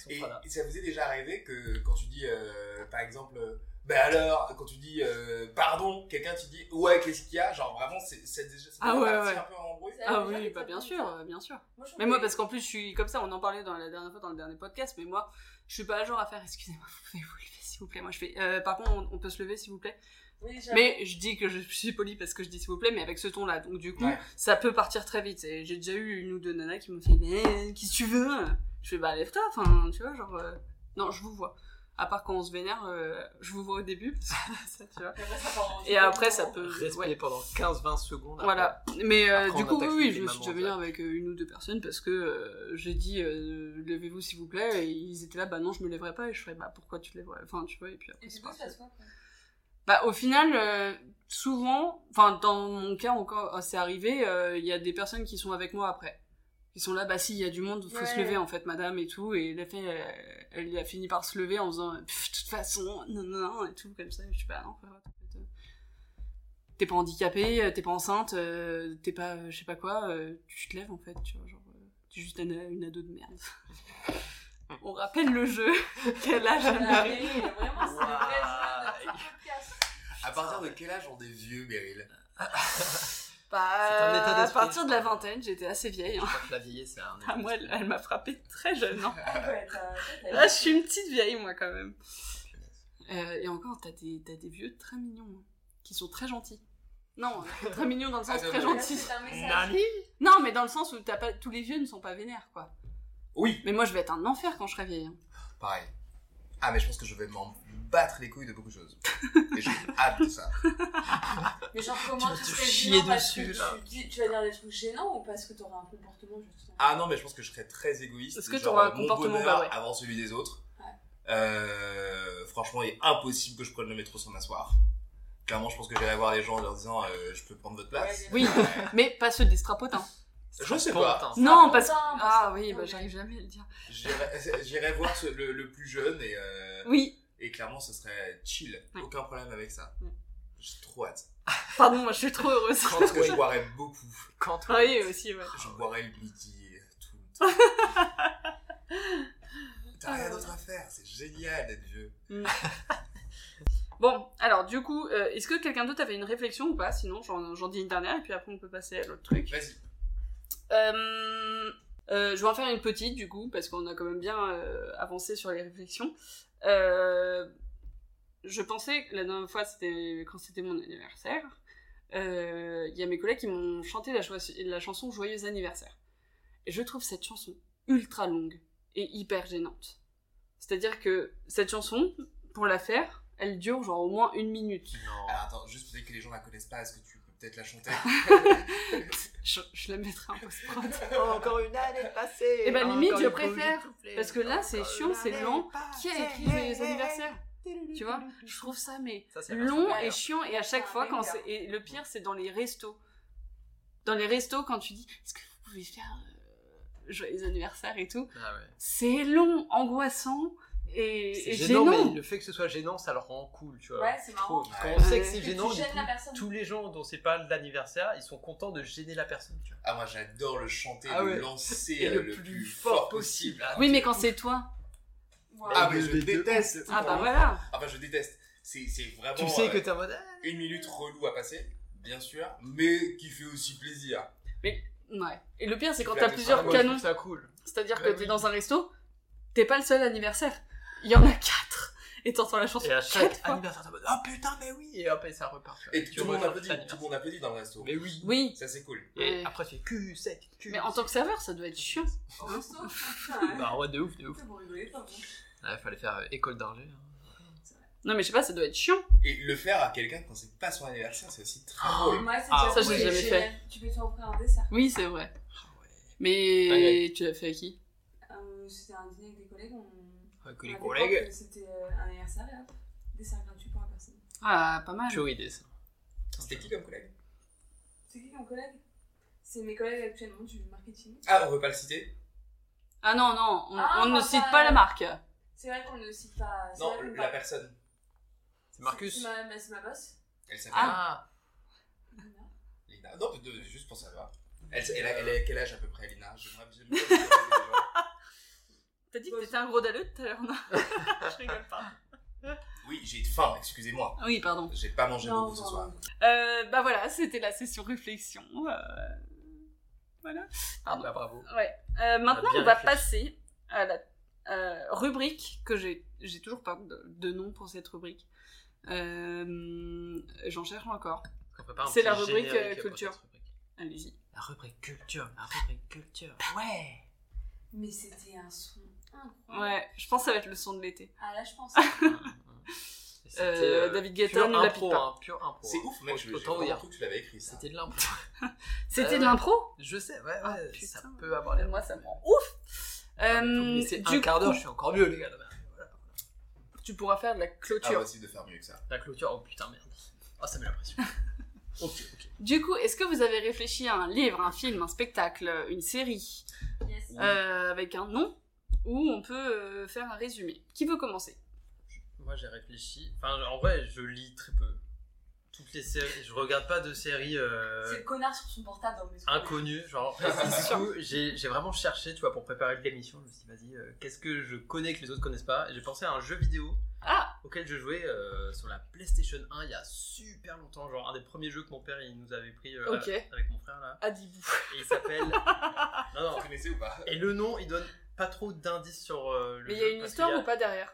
Speaker 5: Et, et ça vous est déjà arrivé que quand tu dis, euh, par exemple, euh, ben alors, quand tu dis euh, pardon, quelqu'un tu dis ouais, qu'est-ce qu'il y a Genre vraiment, c'est c'est déjà. c'est
Speaker 2: Ah
Speaker 5: déjà
Speaker 2: ouais,
Speaker 5: parti
Speaker 2: ouais.
Speaker 5: un peu en bruit.
Speaker 3: Ça
Speaker 2: Ah
Speaker 3: arrive
Speaker 2: oui,
Speaker 3: jamais,
Speaker 2: bah
Speaker 3: ça,
Speaker 2: bien
Speaker 3: comme
Speaker 2: sûr,
Speaker 3: ça.
Speaker 2: euh, bien sûr.
Speaker 3: je trouve
Speaker 2: Mais moi,
Speaker 3: que-
Speaker 2: parce qu'en plus, je suis comme ça, on en parlait dans la dernière fois, dans le dernier podcast, mais moi, je suis pas genre à faire, excusez-moi, vous pouvez vous lever, s'il vous plaît. Moi, je fais, euh, par contre, on, on peut se lever, s'il vous plaît.
Speaker 3: Oui, j'avoue.
Speaker 2: Mais je dis que je suis polie parce que je dis s'il vous plaît, mais avec ce ton-là. Donc du coup,
Speaker 5: Ouais.
Speaker 2: ça peut partir très vite. Et j'ai déjà eu une ou deux nanas qui m'ont fait Mais qu'est-ce que tu veux Je fais Bah lève-toi, enfin, tu vois, genre. euh, Non, je vous vois. À part quand on se vénère, euh, je vous vois au début. parce que ça, tu vois.
Speaker 3: Mais après, ça part en-
Speaker 2: Et après, ça peut.
Speaker 4: Respect
Speaker 2: Euh, ouais.
Speaker 4: pendant 15-20 secondes. après.
Speaker 2: Voilà. Mais euh,
Speaker 4: Après,
Speaker 2: du
Speaker 4: on
Speaker 2: coup, oui,
Speaker 4: attaque
Speaker 2: oui,
Speaker 4: les
Speaker 2: je me suis
Speaker 4: mamans,
Speaker 2: déjà
Speaker 4: ouais.
Speaker 2: venue avec euh, une ou deux personnes parce que euh, j'ai dit euh, levez-vous s'il vous plaît. Et ils étaient là, bah non, je me lèverai pas. Et je ferais, bah pourquoi tu te lèverais Enfin, tu vois, et puis
Speaker 3: Et
Speaker 2: après,
Speaker 3: du
Speaker 2: c'est
Speaker 3: coup,
Speaker 2: parti.
Speaker 3: ça se voit.
Speaker 2: Bah, au final, euh, souvent, enfin, dans mon cas encore, euh, c'est arrivé, euh, il y a des personnes qui sont avec moi après. Ils sont là, bah si, il y a du monde, faut se
Speaker 3: Ouais.
Speaker 2: lever en fait, madame, et tout. Et elle a, fait, euh, elle a fini par se lever en faisant, Pff, de toute façon, non, non, non, et tout, comme ça. Je suis pas, non, frère, en fait, euh, t'es pas handicapée, euh, t'es pas enceinte, euh, t'es pas, euh, je sais pas quoi, euh, tu te lèves en fait, tu vois, genre, euh, t'es juste une, une ado de merde. On rappelle le jeu, quel âge elle
Speaker 3: Voilà,
Speaker 2: arrive.
Speaker 3: mais Vraiment, c'est le vrai jeu de
Speaker 4: Waouh.
Speaker 3: notre podcast.
Speaker 5: À partir de quel âge on est vieux, Meryl
Speaker 4: C'est un état
Speaker 2: Bah, à
Speaker 4: d'esprit,
Speaker 2: partir de la
Speaker 4: je crois.
Speaker 2: vingtaine, j'étais assez vieille. hein.
Speaker 4: Je crois que la vieillesse, c'est un.
Speaker 2: Ah, moi, elle, elle m'a frappée très jeune. hein.
Speaker 3: Ouais, t'as- t'as-
Speaker 2: Là, je suis une petite vieille, moi, quand même. Euh, et encore, t'as des, t'as des vieux très mignons, hein, qui sont très gentils. Non, euh, très mignons dans le sens
Speaker 5: Ah, non,
Speaker 2: très
Speaker 5: non,
Speaker 3: Là,
Speaker 2: gentils.
Speaker 3: c'est un message.
Speaker 2: Non, mais dans le sens où t'as pas, tous les vieux ne sont pas vénères, quoi.
Speaker 5: Oui,
Speaker 2: Mais moi, je vais être un enfer quand je serai vieille. hein.
Speaker 5: pareil. Ah, mais je pense que je vais m'en battre les couilles de beaucoup de choses. Et j'ai hâte de ça.
Speaker 3: Mais genre, comment tu
Speaker 4: te
Speaker 3: serais
Speaker 4: chier
Speaker 3: gênant parce
Speaker 4: dessus,
Speaker 3: que
Speaker 4: là.
Speaker 3: tu, dis- tu vas dire des trucs gênants ou parce que t'auras un comportement juste.
Speaker 5: Ah non, mais je pense que je serais très égoïste.
Speaker 2: Est-ce que
Speaker 5: Genre,
Speaker 2: t'auras un
Speaker 5: mon
Speaker 2: comportement,
Speaker 5: bonheur
Speaker 2: bah ouais.
Speaker 5: avant celui des autres.
Speaker 3: Ouais.
Speaker 5: Euh, franchement, il est impossible que je prenne le métro sans m'asseoir. Clairement, je pense que j'allais voir les gens en leur disant euh, je peux prendre votre place.
Speaker 3: Ouais,
Speaker 2: Oui, mais pas ceux des strapotins.
Speaker 5: Je sais pas.
Speaker 2: Non, parce que.
Speaker 3: Strapotins, parce
Speaker 2: Ah
Speaker 3: que-
Speaker 2: oui, bah
Speaker 3: non,
Speaker 2: j'arrive jamais à le dire.
Speaker 5: J'irais j'irais voir ce- le, le plus jeune et, euh,
Speaker 2: Oui,
Speaker 5: et clairement, ce serait chill.
Speaker 2: Ouais.
Speaker 5: Aucun problème avec ça.
Speaker 2: Ouais.
Speaker 5: J'ai trop hâte.
Speaker 2: pardon, moi je suis trop heureuse.
Speaker 5: Parce que je boirais beaucoup.
Speaker 4: Quand
Speaker 2: Ah oui, aussi, ouais.
Speaker 5: Je boirais le midi euh, tout le temps. T'as rien d'autre à faire, c'est génial d'être vieux.
Speaker 2: Bon, alors du coup, euh, est-ce que quelqu'un d'autre avait une réflexion ou pas Sinon, j'en j'en dis une dernière et puis après on peut passer à l'autre truc.
Speaker 5: Vas-y.
Speaker 2: Euh, euh, je vais en faire une petite du coup, parce qu'on a quand même bien euh, avancé sur les réflexions. Euh, je pensais, que la dernière fois, c'était quand c'était mon anniversaire, euh, il y a mes collègues qui m'ont chanté la, choi- la chanson Joyeux anniversaire. Et je trouve cette chanson ultra longue et hyper gênante. C'est-à-dire que cette chanson, pour la faire, elle dure genre au moins une minute.
Speaker 5: Alors attends, juste peut-être que les gens la connaissent pas, est-ce que tu peux peut-être la chanter
Speaker 2: Je, je la mettrai en post-prod.
Speaker 4: Encore une année passée.
Speaker 2: Eh ben, limite, je préfère, Parce que là, c'est chiant, c'est lent. Qui a écrit Joyeux anniversaire Tu vois Je trouve ça, mais
Speaker 7: Ça, c'est vachement
Speaker 2: long
Speaker 3: galère.
Speaker 2: et chiant. Et à chaque
Speaker 3: Ah,
Speaker 2: fois, quand
Speaker 3: méga.
Speaker 2: c'est. Et le pire, c'est dans les restos. Dans les restos, quand tu dis Est-ce que vous pouvez faire euh, joyeux anniversaire et tout
Speaker 7: Ah ouais.
Speaker 2: C'est long, angoissant et,
Speaker 7: C'est
Speaker 2: et
Speaker 7: gênant,
Speaker 2: gênant.
Speaker 7: mais le fait que ce soit gênant, ça le rend cool, tu vois.
Speaker 3: Ouais, c'est
Speaker 7: Je trouve.
Speaker 3: marrant.
Speaker 7: Quand on sait que
Speaker 2: Ouais.
Speaker 7: c'est
Speaker 3: Que
Speaker 7: gênant,
Speaker 3: tu
Speaker 7: du
Speaker 3: gênes la
Speaker 7: coup,
Speaker 3: personne.
Speaker 7: tous les gens dont c'est pas l'anniversaire, ils sont contents de gêner la personne, tu vois.
Speaker 5: Ah, moi j'adore le chanter,
Speaker 7: Ah
Speaker 5: le
Speaker 7: ouais.
Speaker 5: lancer
Speaker 7: Et
Speaker 5: euh,
Speaker 7: le plus fort possible.
Speaker 5: Ah,
Speaker 2: Oui, mais quand c'est toi.
Speaker 5: Ah,
Speaker 3: Voilà.
Speaker 5: mais je
Speaker 7: Les deux.
Speaker 5: déteste.
Speaker 2: Ah bah
Speaker 5: Vraiment.
Speaker 2: voilà.
Speaker 5: Enfin, je déteste. C'est c'est vraiment
Speaker 7: Tu sais
Speaker 5: euh,
Speaker 7: que t'es en mode. ah,
Speaker 5: une minute relou à passer, bien sûr, mais qui fait aussi plaisir.
Speaker 2: Ouais. Et le pire, c'est quand
Speaker 5: Bah,
Speaker 2: t'as
Speaker 5: mais
Speaker 2: plusieurs
Speaker 5: ça,
Speaker 7: moi, je
Speaker 2: canons.
Speaker 7: trouve ça cool.
Speaker 2: C'est-à-dire
Speaker 7: Bah
Speaker 2: que
Speaker 7: oui.
Speaker 2: t'es dans un resto, t'es pas le seul anniversaire. Il y en a quatre. Et t'entends la chanson.
Speaker 7: Et à chaque
Speaker 2: Quatre fois.
Speaker 7: anniversaire, t'es en mode. Oh putain, mais oui Et hop, et ça repart. tu vois.
Speaker 5: Et
Speaker 7: Tu
Speaker 5: tout le monde
Speaker 7: ressors
Speaker 5: applaudit,
Speaker 7: cet
Speaker 5: tout le monde applaudit dans le resto.
Speaker 7: anniversaire. Oh, Mais oui.
Speaker 2: Oui.
Speaker 5: Ça c'est cool.
Speaker 2: Ouais.
Speaker 7: Et après, tu fais cul sec, cul
Speaker 2: Mais en tant que serveur, ça doit être chiant.
Speaker 3: Au resto, putain,
Speaker 7: Bah ouais, de ouf, de ouf.
Speaker 3: ouais. Vous rigolez pas, vous.
Speaker 7: Ouais, fallait faire euh, école d'ingé. hein.
Speaker 2: Non, mais je sais pas, ça doit être chiant.
Speaker 5: Et le faire à quelqu'un quand c'est pas son anniversaire, c'est aussi très
Speaker 7: Oh.
Speaker 5: drôle.
Speaker 3: Moi, c'est
Speaker 7: Ah,
Speaker 3: déjà
Speaker 2: ça, j'ai
Speaker 3: cool,
Speaker 2: jamais
Speaker 3: j'ai-
Speaker 2: fait.
Speaker 3: Tu peux te offrir un dessert.
Speaker 2: Oui, c'est vrai.
Speaker 4: Ah
Speaker 2: Mais
Speaker 4: ouais.
Speaker 2: tu l'as fait à qui
Speaker 3: Euh, C'était un dîner avec des collègues. On...
Speaker 7: Ouais, que les
Speaker 3: on avait
Speaker 7: collègues.
Speaker 3: peur que C'était euh, un anniversaire et hop, dessert gratuit pour la personne.
Speaker 2: Ah, pas mal.
Speaker 4: Pure idée, ça.
Speaker 5: C'était qui comme collègue
Speaker 3: C'est qui ton collègue C'est mes collègues actuellement du marketing.
Speaker 5: Ah, on veut pas le citer
Speaker 2: Ah non, non, on,
Speaker 3: Ah,
Speaker 2: on ne
Speaker 3: bah,
Speaker 2: cite
Speaker 3: bah,
Speaker 2: pas la marque.
Speaker 3: C'est vrai qu'on ne le cite pas. Ah, c'est
Speaker 5: Non,
Speaker 3: vrai bah. qu'on
Speaker 5: la
Speaker 3: parle-
Speaker 5: personne.
Speaker 7: C'est Marcus.
Speaker 3: C'est ma, ma- c'est ma boss.
Speaker 5: Elle s'appelle
Speaker 7: Ah,
Speaker 5: Lina. Non, de- de- juste pour savoir. Elle, elle, a, elle
Speaker 7: Euh.
Speaker 5: a quel âge à peu près, Lina J'aimerais bien. bien savoir les gens.
Speaker 2: T'as dit que t'étais un gros dalleux tout à l'heure, non Je rigole pas.
Speaker 5: Oui, j'ai faim, excusez-moi.
Speaker 2: Ah Oui, pardon.
Speaker 5: J'ai pas mangé
Speaker 3: Non,
Speaker 5: beaucoup ce
Speaker 3: non,
Speaker 5: soir.
Speaker 2: Euh, bah voilà, c'était la session réflexion. euh, Voilà. Pardon.
Speaker 7: bah bravo.
Speaker 2: Ouais. Euh, maintenant,
Speaker 4: bien
Speaker 2: on va
Speaker 4: réfléchi.
Speaker 2: passer à la euh, rubrique que j'ai. J'ai toujours pas de, de nom pour cette rubrique. Euh, J'en cherche encore.
Speaker 4: On prépare un
Speaker 2: C'est
Speaker 4: petit
Speaker 2: la rubrique,
Speaker 4: générique
Speaker 2: euh,
Speaker 4: après
Speaker 2: culture.
Speaker 4: cette rubrique.
Speaker 2: Allez-y.
Speaker 4: La rubrique culture, la rubrique culture.
Speaker 7: Ah,
Speaker 4: Ouais
Speaker 3: Mais c'était un son incroyable.
Speaker 2: Ouais, je pense que ça va être le son de l'été.
Speaker 3: Ah là, je pense.
Speaker 4: Euh, C'était,
Speaker 2: Euh, David Guetta
Speaker 4: pure
Speaker 2: ne la
Speaker 4: impro,
Speaker 2: pique pas.
Speaker 4: hein, pure impro.
Speaker 5: C'est
Speaker 4: hein.
Speaker 5: ouf, mec, je
Speaker 4: Autant vous
Speaker 5: j'ai
Speaker 4: dire.
Speaker 5: cru que tu l'avais écrit ça.
Speaker 4: C'était de l'impro.
Speaker 2: C'était
Speaker 4: ouais.
Speaker 2: de l'impro
Speaker 7: Je sais, ouais, ouais,
Speaker 2: Ah,
Speaker 7: Euh, ça
Speaker 2: putain.
Speaker 7: peut avoir l'air.
Speaker 2: Moi, ça me rend ouf
Speaker 7: Ah, mais faut me
Speaker 2: Euh,
Speaker 7: laisser
Speaker 2: Du
Speaker 7: un quart d'heure,
Speaker 2: coup,
Speaker 7: je suis encore mieux, les gars. demain. Voilà.
Speaker 2: tu pourras faire de la
Speaker 5: Ah,
Speaker 2: clôture.
Speaker 5: possible de faire mieux que ça.
Speaker 7: La clôture, oh putain, merde. Oh, ça met la pression. ok, ok.
Speaker 2: Du coup, est-ce que vous avez réfléchi à un livre, un film, un spectacle, une série
Speaker 3: yes.
Speaker 2: euh, avec un nom où on peut euh, faire un résumé. Qui veut commencer
Speaker 4: Moi, j'ai réfléchi. Enfin, en vrai, je lis très peu. Toutes les séries, je regarde pas de séries euh,
Speaker 3: C'est le connard sur son portable. dans mes souvenirs.
Speaker 4: inconnues. Genre, Et du coup, j'ai j'ai vraiment cherché, tu vois, pour préparer l'émission. Je me suis dit, vas-y, euh, qu'est-ce que je connais que les autres connaissent pas Et j'ai pensé à un jeu vidéo
Speaker 2: Ah
Speaker 4: auquel je jouais euh, sur la PlayStation 1 il y a super longtemps. Genre, un des premiers jeux que mon père il nous avait pris euh,
Speaker 2: Ok.
Speaker 4: avec mon frère là.
Speaker 7: Ah,
Speaker 2: Adibou.
Speaker 4: Et il s'appelle. non, non.
Speaker 5: Vous connaissez ou pas
Speaker 4: Et le nom, il donne pas trop d'indices sur euh, le
Speaker 2: Mais il y
Speaker 4: jeu,
Speaker 2: a une
Speaker 4: parce
Speaker 2: histoire
Speaker 4: qu'il y a-
Speaker 2: ou pas derrière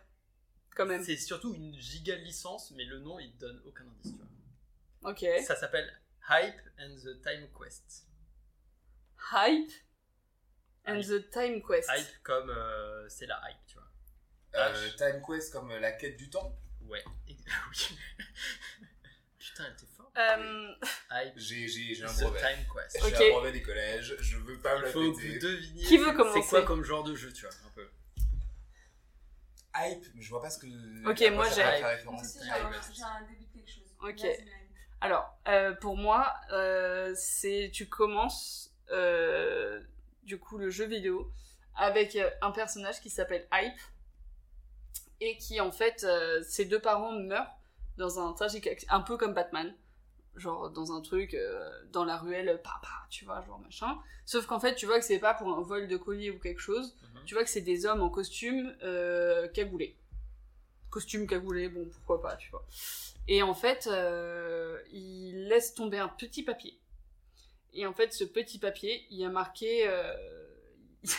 Speaker 2: Quand même.
Speaker 4: C'est surtout une giga licence, mais le nom, il donne aucun indice, tu vois.
Speaker 2: Ok.
Speaker 4: Ça s'appelle Hype and the Time Quest.
Speaker 2: Hype and the Time Quest.
Speaker 4: Hype comme euh, c'est la hype, tu vois.
Speaker 5: Euh, Time Quest comme la quête du temps
Speaker 4: Ouais. Et- oui. Putain, elle était forte.
Speaker 2: Euh,
Speaker 4: Hype
Speaker 5: J'ai j'ai- j'ai
Speaker 4: the
Speaker 5: un brevet.
Speaker 4: Time Quest.
Speaker 5: J'ai
Speaker 2: Ok.
Speaker 5: un brevet des collèges, je veux pas me
Speaker 4: Il
Speaker 5: la
Speaker 4: faut que vous
Speaker 5: péter.
Speaker 4: deviniez
Speaker 2: Qui veut
Speaker 4: c'est-
Speaker 2: commencer
Speaker 4: c'est quoi comme genre de jeu, tu vois, un peu.
Speaker 5: Hype, mais je vois pas ce que.
Speaker 2: Ok,
Speaker 5: à quoi
Speaker 2: moi,
Speaker 5: ça
Speaker 2: j'ai-
Speaker 5: va être la
Speaker 3: Moi
Speaker 5: référence.
Speaker 3: aussi, j'ai un, j'ai un début de quelque chose.
Speaker 2: Ok.
Speaker 3: Là, c'est même.
Speaker 2: alors, euh, pour moi, euh, c'est tu commences euh, du coup le jeu vidéo avec euh, un personnage qui s'appelle Hype et qui en fait euh, ses deux parents meurent dans un tragique acc- un peu comme Batman genre dans un truc euh, dans la ruelle papa tu vois genre machin sauf qu'en fait tu vois que c'est pas pour un vol de collier ou quelque chose
Speaker 4: Mhm.
Speaker 2: tu vois que c'est des hommes en costume euh, cagoulés costume cagoulé bon pourquoi pas tu vois et en fait euh, il laisse tomber un petit papier et en fait ce petit papier il y a marqué euh, je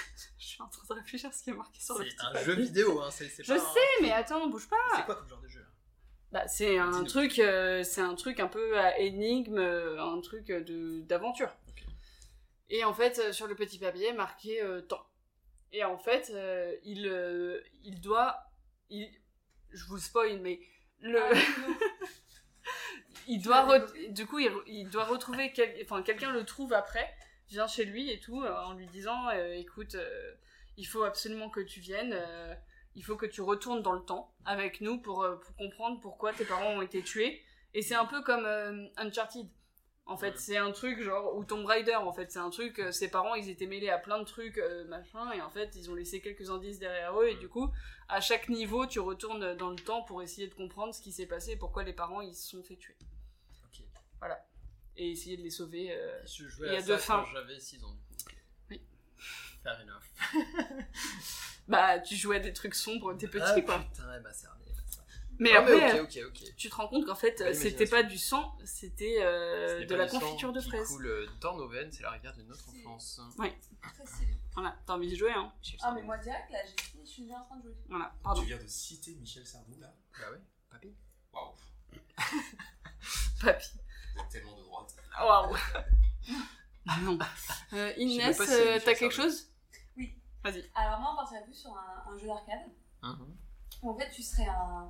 Speaker 2: suis en train de réfléchir à ce qui est marqué sur le
Speaker 4: C'est
Speaker 2: petit
Speaker 4: un
Speaker 2: papier.
Speaker 4: jeu vidéo, hein. C'est, c'est
Speaker 2: Je
Speaker 4: pas un-
Speaker 2: sais, mais ah. attends, bouge pas.
Speaker 4: C'est quoi comme genre de jeu là
Speaker 2: Bah, c'est un
Speaker 4: Dis-nous.
Speaker 2: truc, euh, c'est un truc un peu à énigme, euh, un truc de d'aventure.
Speaker 4: Ok.
Speaker 2: Et en fait, euh, sur le petit papier, marqué euh, temps. Et en fait, euh, il, euh, il doit, il, je vous spoil, mais le,
Speaker 3: Ah, non, non.
Speaker 2: il doit, re- du coup, il, re- il doit retrouver, quel- enfin, quelqu'un le trouve après, vient chez lui et tout, euh, en lui disant, euh, écoute, euh, il faut absolument que tu viennes. euh, il faut que tu retournes dans le temps avec nous pour, euh, pour comprendre pourquoi tes parents ont été tués. Et c'est un peu comme euh, Uncharted. En fait,
Speaker 4: Ouais.
Speaker 2: c'est un truc genre ou Tomb Raider. En fait, c'est un truc. euh, ses parents, ils étaient mêlés à plein de trucs, euh, machin, et en fait, ils ont laissé quelques indices derrière eux. Et
Speaker 4: Ouais.
Speaker 2: du coup, à chaque niveau, tu retournes dans le temps pour essayer de comprendre ce qui s'est passé et pourquoi les parents ils se sont fait tuer.
Speaker 4: Ok.
Speaker 2: Voilà. Et essayer de les sauver. euh,
Speaker 4: Je
Speaker 2: Il
Speaker 4: jouais
Speaker 2: y
Speaker 4: à
Speaker 2: a
Speaker 4: ça
Speaker 2: deux
Speaker 4: quand
Speaker 2: fins.
Speaker 4: j'avais 6 ans, du coup.
Speaker 2: Oui.
Speaker 4: Fair enough.
Speaker 2: Bah, tu jouais à des trucs sombres, t'es petit
Speaker 4: ah,
Speaker 2: quoi.
Speaker 4: putain, elle m'a cerné, elle m'a cerné.
Speaker 2: Mais
Speaker 4: Ah,
Speaker 2: après, euh,
Speaker 4: ok, Ah ok, ok.
Speaker 2: tu te rends compte qu'en fait,
Speaker 4: Belle
Speaker 2: c'était
Speaker 4: imagination.
Speaker 2: pas du sang, c'était euh,
Speaker 4: Ce n'est
Speaker 2: de
Speaker 4: pas
Speaker 2: la
Speaker 4: du sang
Speaker 2: confiture de
Speaker 4: qui
Speaker 2: fraise.
Speaker 4: coule euh, dans nos veines, c'est la rivière de notre
Speaker 3: C'est-
Speaker 4: enfance.
Speaker 3: Très stylé.
Speaker 2: Voilà, t'as envie de jouer, hein.
Speaker 4: Michel
Speaker 3: Ah, mais
Speaker 4: Sardou.
Speaker 3: moi, direct, là, j'ai fini, je suis déjà en train de jouer.
Speaker 2: Voilà, pardon.
Speaker 5: Tu viens de citer Michel Sardou, là
Speaker 4: Bah ouais, papy.
Speaker 5: Waouh,
Speaker 2: Papy.
Speaker 5: vous êtes tellement de droite.
Speaker 2: Waouh. non. Euh,
Speaker 4: Ah, Je sais même
Speaker 2: Inès,
Speaker 4: pas si
Speaker 2: euh,
Speaker 4: elle
Speaker 2: t'as
Speaker 4: fait
Speaker 2: quelque
Speaker 4: ça,
Speaker 2: chose
Speaker 3: Oui.
Speaker 2: Vas-y.
Speaker 3: Alors, moi, on partirait plus sur un, un jeu d'arcade.
Speaker 4: Mhm.
Speaker 3: où, En fait, tu serais un.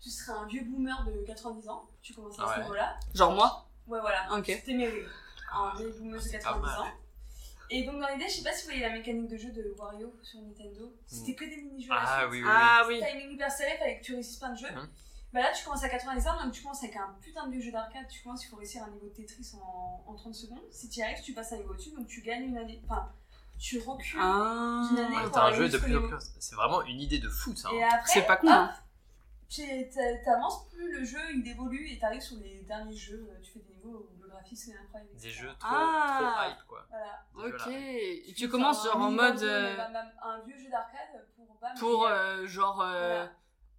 Speaker 3: Tu serais un vieux boomer de 90 ans, tu commences à ce
Speaker 4: Ouais.
Speaker 3: niveau-là.
Speaker 2: Genre moi
Speaker 3: Ouais, voilà.
Speaker 2: Ok.
Speaker 3: C'était mes rêves. Un vieux boomer de
Speaker 4: C'est pas
Speaker 3: 90
Speaker 4: mal.
Speaker 3: ans. Et donc, dans l'idée, je sais pas si vous voyez la mécanique de jeu de Wario sur Nintendo. C'était que des mini-jeux. à la
Speaker 4: Ah
Speaker 3: suite.
Speaker 4: oui, oui.
Speaker 2: Ah oui.
Speaker 3: T'as une hyper il fallait que tu réussisses plein de jeux.
Speaker 4: Hein
Speaker 3: bah là, tu commences à 90 ans, donc tu commences avec un putain de vieux jeu d'arcade. Tu commences, il faut réussir un niveau de Tetris en, en 30 secondes. Si tu y arrives, tu passes un niveau au-dessus, donc tu gagnes une année. Enfin, tu recules.
Speaker 2: Ah.
Speaker 3: Une année.
Speaker 4: oui. Ouais,
Speaker 3: pour
Speaker 4: T'as un
Speaker 3: aller
Speaker 4: jeu de
Speaker 3: jusqu'au
Speaker 4: plus en
Speaker 3: niveau.
Speaker 4: plus. C'est vraiment une idée de fou, ça. hein.
Speaker 3: Et après,
Speaker 2: C'est pas con, hein.
Speaker 3: tu- t'a- t'avances plus le jeu, il évolue et t'arrives sur les derniers jeux. euh, Tu fais des niveaux où le graphisme est incroyable.
Speaker 4: Des
Speaker 3: etc.
Speaker 4: jeux trop,
Speaker 2: Ah.
Speaker 4: trop hype, quoi.
Speaker 3: Voilà.
Speaker 4: Des jeux à
Speaker 2: Ok.
Speaker 4: la hype.
Speaker 2: Et tu commences
Speaker 3: Enfin,
Speaker 2: genre en
Speaker 3: un
Speaker 2: mode.
Speaker 3: mini-jeu,
Speaker 2: euh,
Speaker 3: même un, un vieux jeu d'arcade pour. bam,
Speaker 2: pour
Speaker 3: et-
Speaker 2: euh, genre. euh,
Speaker 3: Voilà.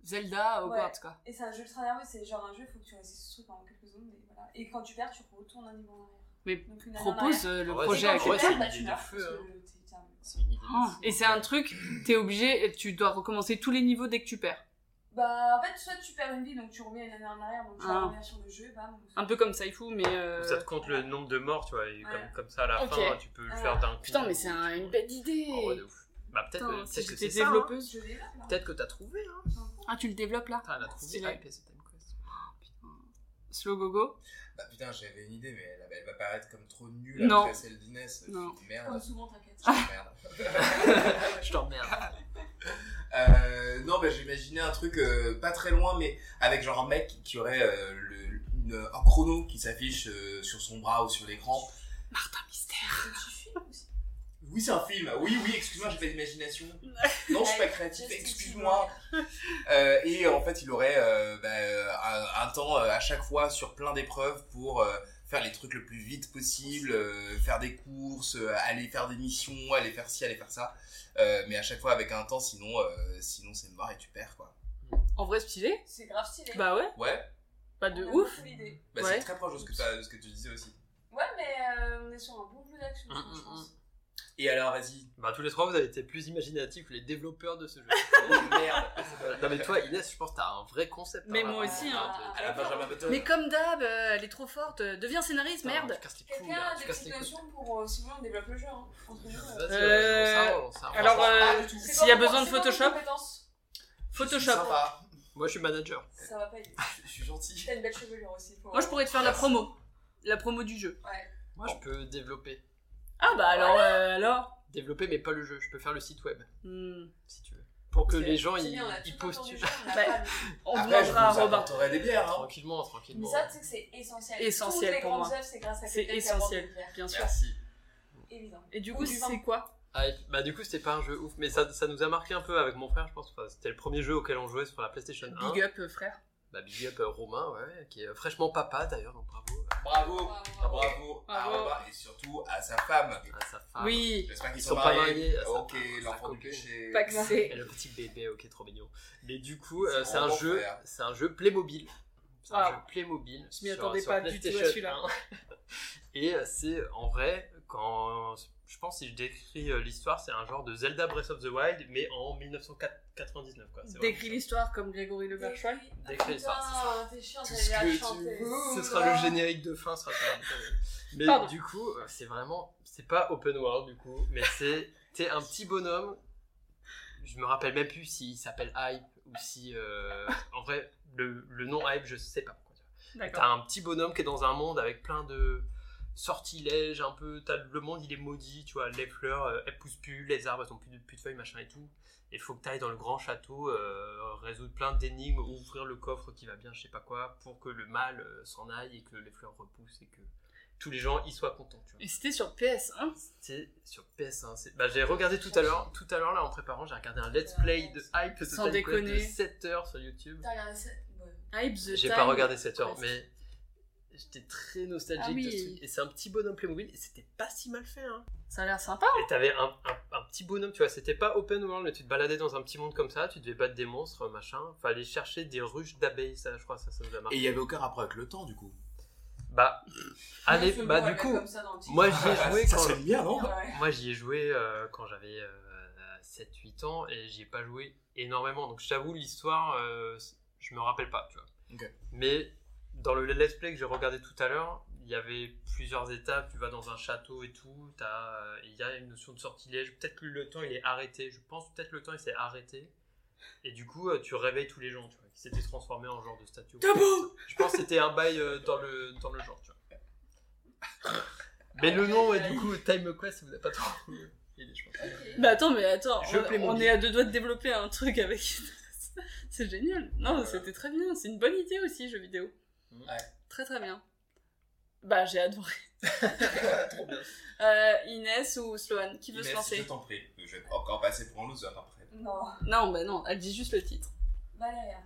Speaker 2: Zelda, Hogwarts, quoi.
Speaker 3: Et c'est un jeu ultra nerveux, c'est genre un jeu, faut que tu réussisses ce truc en quelques secondes. Et, voilà. et quand tu perds, tu retournes un niveau en arrière.
Speaker 2: Mais
Speaker 3: Donc, une année en arrière.
Speaker 2: Propose euh, le
Speaker 4: Ouais, c'est-
Speaker 2: projet à
Speaker 3: Et quand
Speaker 4: ouais,
Speaker 3: tu
Speaker 2: quelqu'un.
Speaker 3: perds, bah, tu
Speaker 4: une idée de
Speaker 3: meurs,
Speaker 4: feu,
Speaker 3: parce
Speaker 4: hein.
Speaker 3: que t'es- t'es un-
Speaker 4: C'est une idée de
Speaker 2: Oh,
Speaker 4: fou.
Speaker 2: Et c'est un truc, t'es obligé, tu dois recommencer tous les niveaux dès que tu perds.
Speaker 3: Bah, en fait, soit tu perds une vie, donc tu reviens une année en arrière, donc tu
Speaker 2: Ah.
Speaker 3: vas revenir sur le jeu, bam.
Speaker 2: Un peu comme Saifu, mais. euh,
Speaker 4: Ça te compte le nombre de morts, tu vois, et comme,
Speaker 3: Ouais.
Speaker 4: comme ça à la
Speaker 2: Ok.
Speaker 4: fin, tu peux le
Speaker 3: Ah.
Speaker 4: faire d'un coup.
Speaker 2: Putain, mais c'est un- une bête idée.
Speaker 4: Oh, ouais, de ouf. Bah, peut-être
Speaker 2: Putain,
Speaker 4: que
Speaker 2: si
Speaker 4: peut-être que
Speaker 2: j'étais
Speaker 4: c'est ça. hein.
Speaker 2: développeuse,
Speaker 3: Je l'ai là, là.
Speaker 4: Peut-être que t'as trouvé, hein.
Speaker 2: Ah, tu le développes là
Speaker 4: Putain, elle a trouvé.
Speaker 2: Stylé.
Speaker 4: Ah, et puis, c'est Time Quest.
Speaker 2: Slow Gogo
Speaker 5: Bah putain, j'avais une idée, mais elle, elle va paraître comme trop nulle
Speaker 2: Non.
Speaker 5: après celle d'Inès. Je
Speaker 2: Non.
Speaker 5: suis une Merde.
Speaker 3: Comme souvent, t'inquiète.
Speaker 2: Ah.
Speaker 5: Je suis une merde.
Speaker 4: Je t'emmerde.
Speaker 5: Euh, non, bah, j'imaginais un truc euh, pas très loin, mais avec genre un mec qui aurait euh, le, une- un chrono qui s'affiche euh, sur son bras ou sur l'écran.
Speaker 3: Et tu filmes aussi.
Speaker 5: Oui, c'est un film. Oui, oui, excuse-moi, j'ai pas d'imagination. Non, je suis pas créatif,
Speaker 3: Justin
Speaker 5: excuse-moi. Euh, et en fait, il aurait euh, bah, un, un temps euh, à chaque fois sur plein d'épreuves pour euh, faire les trucs le plus vite possible, euh, faire des courses, euh, aller faire des missions, aller faire ci, aller faire ça. Euh, mais à chaque fois avec un temps, sinon, euh, sinon c'est mort et tu perds quoi.
Speaker 2: En vrai, stylé
Speaker 3: C'est grave stylé.
Speaker 2: Bah ouais,
Speaker 5: Ouais,
Speaker 2: pas de ouf.
Speaker 3: l'idée.
Speaker 5: bah,
Speaker 2: Ouais.
Speaker 5: c'est très proche de ce que, t'as- de ce que tu disais aussi.
Speaker 3: Ouais, mais euh, on est sur un bon jeu d'action,
Speaker 2: Mm,
Speaker 4: Hum, hum,
Speaker 3: je pense.
Speaker 5: Et alors, vas-y.
Speaker 4: Bah, tous les trois, vous avez été plus imaginatifs que les développeurs de ce jeu.
Speaker 5: Merde.
Speaker 4: non, mais toi, Inès, je pense que t'as un vrai concept.
Speaker 2: Mais
Speaker 4: hein,
Speaker 2: moi
Speaker 4: là.
Speaker 2: aussi,
Speaker 3: hein.
Speaker 4: Ah,
Speaker 5: À la Benjamin Button.
Speaker 2: Mais comme d'hab, euh, elle est trop forte, euh, deviens scénariste,
Speaker 4: Putain,
Speaker 2: merde
Speaker 4: Tu casses les couilles,
Speaker 3: Quelqu'un
Speaker 4: hein,
Speaker 3: a
Speaker 4: tu
Speaker 3: des
Speaker 4: casses les
Speaker 3: petites
Speaker 4: couilles.
Speaker 3: notions pour euh, si vous voulez, on développe le jeu. hein, entre nous, euh.
Speaker 4: Vas-y, euh,
Speaker 2: Euh,
Speaker 4: on s'en va, on s'en va.
Speaker 2: Alors, euh,
Speaker 3: C'est quoi
Speaker 2: s'il y a
Speaker 3: vos-
Speaker 2: besoin de
Speaker 3: c'est quoi vos
Speaker 2: Photoshop,
Speaker 3: compétences
Speaker 2: Photoshop.
Speaker 5: Sympa.
Speaker 4: Moi, je suis manager.
Speaker 3: Ça va pas aider.
Speaker 5: Je suis gentil.
Speaker 3: T'as une belle chevelure aussi. faut-
Speaker 2: Moi, je pourrais te faire la
Speaker 5: Merci.
Speaker 2: promo. La promo du jeu.
Speaker 3: Ouais.
Speaker 4: Moi, je peux développer.
Speaker 2: Ah bah alors, euh, alors
Speaker 4: Développer, mais pas le jeu. Je peux faire le site web,
Speaker 2: Hmm.
Speaker 4: si tu veux. Pour que
Speaker 3: C'est-
Speaker 4: les gens,
Speaker 3: c'est
Speaker 4: ils,
Speaker 3: bien, on a
Speaker 4: ils
Speaker 3: tout autour du
Speaker 4: postulent.
Speaker 3: jeu, on a
Speaker 2: Bah, On
Speaker 3: pas le-
Speaker 5: Après, je vous
Speaker 2: demandera à Robin.
Speaker 5: apporterai des bières. Hein.
Speaker 4: Tranquillement,
Speaker 3: Mais
Speaker 4: tranquillement.
Speaker 3: ça, tu sais que c'est essentiel.
Speaker 2: Essentiel
Speaker 3: Toutes les
Speaker 2: pour
Speaker 3: grandes
Speaker 2: moi.
Speaker 3: œuvres, c'est grâce à
Speaker 2: C'est
Speaker 3: quelqu'un qui apporte
Speaker 2: essentiel.
Speaker 3: des bières.
Speaker 2: Bien sûr.
Speaker 5: Merci.
Speaker 3: Évident.
Speaker 2: Et du
Speaker 3: Ou
Speaker 2: coup,
Speaker 3: du vin.
Speaker 2: c'est quoi
Speaker 4: Ah, et- bah, du coup, c'était pas un jeu ouf, mais ça, ça nous a marqué un peu avec mon frère, je pense. Enfin, c'était le premier jeu auquel on jouait sur la PlayStation 1.
Speaker 2: Big up, euh, frère.
Speaker 4: Bah, Big Up euh, Romain, ouais, qui est euh, fraîchement papa d'ailleurs, donc bravo
Speaker 5: Bravo.
Speaker 3: Waouh,
Speaker 5: Ah,
Speaker 3: waouh.
Speaker 5: bravo, à
Speaker 2: Bravo.
Speaker 5: Robin et surtout à sa femme.
Speaker 4: à sa femme.
Speaker 2: Oui,
Speaker 5: J'espère qu'ils
Speaker 4: Ils
Speaker 5: sont,
Speaker 4: sont pas
Speaker 5: mariés.
Speaker 4: mariés, à sa
Speaker 5: ok,
Speaker 4: femme, à sa
Speaker 5: l'enfant du
Speaker 4: copine.
Speaker 5: péché.
Speaker 2: pas que c'est.
Speaker 4: Et le petit bébé, ok, trop mignon. Mais du coup, euh,
Speaker 5: C'est
Speaker 4: c'est un
Speaker 5: vraiment
Speaker 4: jeu,
Speaker 5: frère.
Speaker 4: c'est un jeu Playmobil. C'est un
Speaker 2: Ah.
Speaker 4: jeu Playmobil.
Speaker 2: Je m'y
Speaker 4: sur-
Speaker 2: attendais
Speaker 4: sur
Speaker 2: pas du tout à
Speaker 4: PlayStation
Speaker 2: celui-là.
Speaker 4: 1. Et euh, c'est en vrai, quand je pense si je décris euh, l'histoire, c'est un genre de Zelda Breath of the Wild, mais en 1999 quoi. C'est
Speaker 2: Décris
Speaker 4: vraiment
Speaker 2: l'histoire comme Grégory Le Verchoil.
Speaker 4: Décris l'histoire, c'est ça.
Speaker 3: Putain, t'es chiant,
Speaker 5: Tout
Speaker 3: j'allais
Speaker 5: ce que
Speaker 3: la
Speaker 5: tu
Speaker 3: chanter.
Speaker 5: veux.
Speaker 4: ça. Ce sera le générique de fin, ce sera ça. Mais
Speaker 2: Pardon.
Speaker 4: du coup, euh, c'est vraiment, c'est pas open world du coup, mais c'est, t'es un petit bonhomme. Je me rappelle même plus s'il s'appelle Hype ou si, euh, en vrai, le, le nom Hype, je sais pas pourquoi.
Speaker 2: D'accord.
Speaker 4: T'as un petit bonhomme qui est dans un monde avec plein de sortilège un peu. T'as, le monde il est maudit, tu vois. Les fleurs euh, elles poussent plus, les arbres elles ont plus de, plus de feuilles, machin et tout. Et faut que t'ailles dans le grand château, euh, résoudre plein d'énigmes, ouvrir le coffre qui va bien, je sais pas quoi, pour que le mal euh, s'en aille et que les fleurs repoussent et que tous les gens y soient contents, tu vois.
Speaker 2: Et c'était sur hein PS1
Speaker 4: C'était sur PS1. c'est- Bah, j'ai regardé tout à l'heure, tout à l'heure là en préparant, j'ai regardé un let's play de hype de
Speaker 2: Sans
Speaker 4: Time Quest
Speaker 2: déconner.
Speaker 4: de 7 heures sur YouTube.
Speaker 3: T'as regardé ça Ouais.
Speaker 2: Hype the
Speaker 4: J'ai
Speaker 2: Time.
Speaker 4: pas regardé 7 heures,
Speaker 2: Quest.
Speaker 4: mais j'étais très nostalgique
Speaker 2: Ah oui.
Speaker 4: de ce truc. Et c'est un petit bonhomme Playmobil et c'était pas si mal fait. Hein.
Speaker 2: Ça a l'air sympa.
Speaker 4: Et t'avais un, un, un petit bonhomme, tu vois, c'était pas open world, mais tu te baladais dans un petit monde comme ça, tu devais battre des monstres, machin. Fallait chercher des ruches d'abeilles, ça, je crois, ça, ça nous a
Speaker 8: Et
Speaker 4: marqué.
Speaker 8: il y avait aucun rapport avec le temps, du coup.
Speaker 4: Bah, allez,
Speaker 3: Je
Speaker 4: bah,
Speaker 3: vois
Speaker 4: du
Speaker 3: la
Speaker 4: coup,
Speaker 3: comme ça dans le
Speaker 4: moi
Speaker 3: titre.
Speaker 4: j'y ai joué
Speaker 8: Ça
Speaker 4: quand.
Speaker 8: serait bien, non
Speaker 3: Ouais.
Speaker 4: Moi, j'y ai joué euh, quand j'avais 7-8 ans et j'y ai pas joué énormément. Donc, je t'avoue, l'histoire, euh, c- je me rappelle pas, tu vois.
Speaker 8: Ok.
Speaker 4: Mais dans le let's play que j'ai regardé tout à l'heure, il y avait plusieurs étapes. Tu vas dans un château et tout. t'as, euh, Il y a une notion de sortilège. Peut-être que le temps, il est arrêté. Je pense peut-être le temps, il s'est arrêté. Et du coup, euh, tu réveilles tous les gens, tu vois, qui s'étaient transformés en genre de statue. Je pense que c'était un bail euh, dans, le, dans le genre, tu vois. Mais le nom, ouais, du coup, Time Quest, ça vous a pas trop aidé, je pense.
Speaker 2: Bah attends, mais attends,
Speaker 4: Je plais
Speaker 2: on,
Speaker 4: mon
Speaker 2: on
Speaker 4: guide.
Speaker 2: est à deux doigts de développer un truc avec. c'est génial. Non, c'était très bien. C'est une bonne idée aussi, jeu vidéo.
Speaker 8: Ouais.
Speaker 2: Très très bien. Bah j'ai adoré. Euh, Inès ou Sloane, qui veut se
Speaker 5: Inès, je
Speaker 2: lancer
Speaker 5: t'en prie, je vais encore passer pour un loser après.
Speaker 3: Non,
Speaker 2: Non, bah non, elle dit juste le titre.
Speaker 3: Valéria.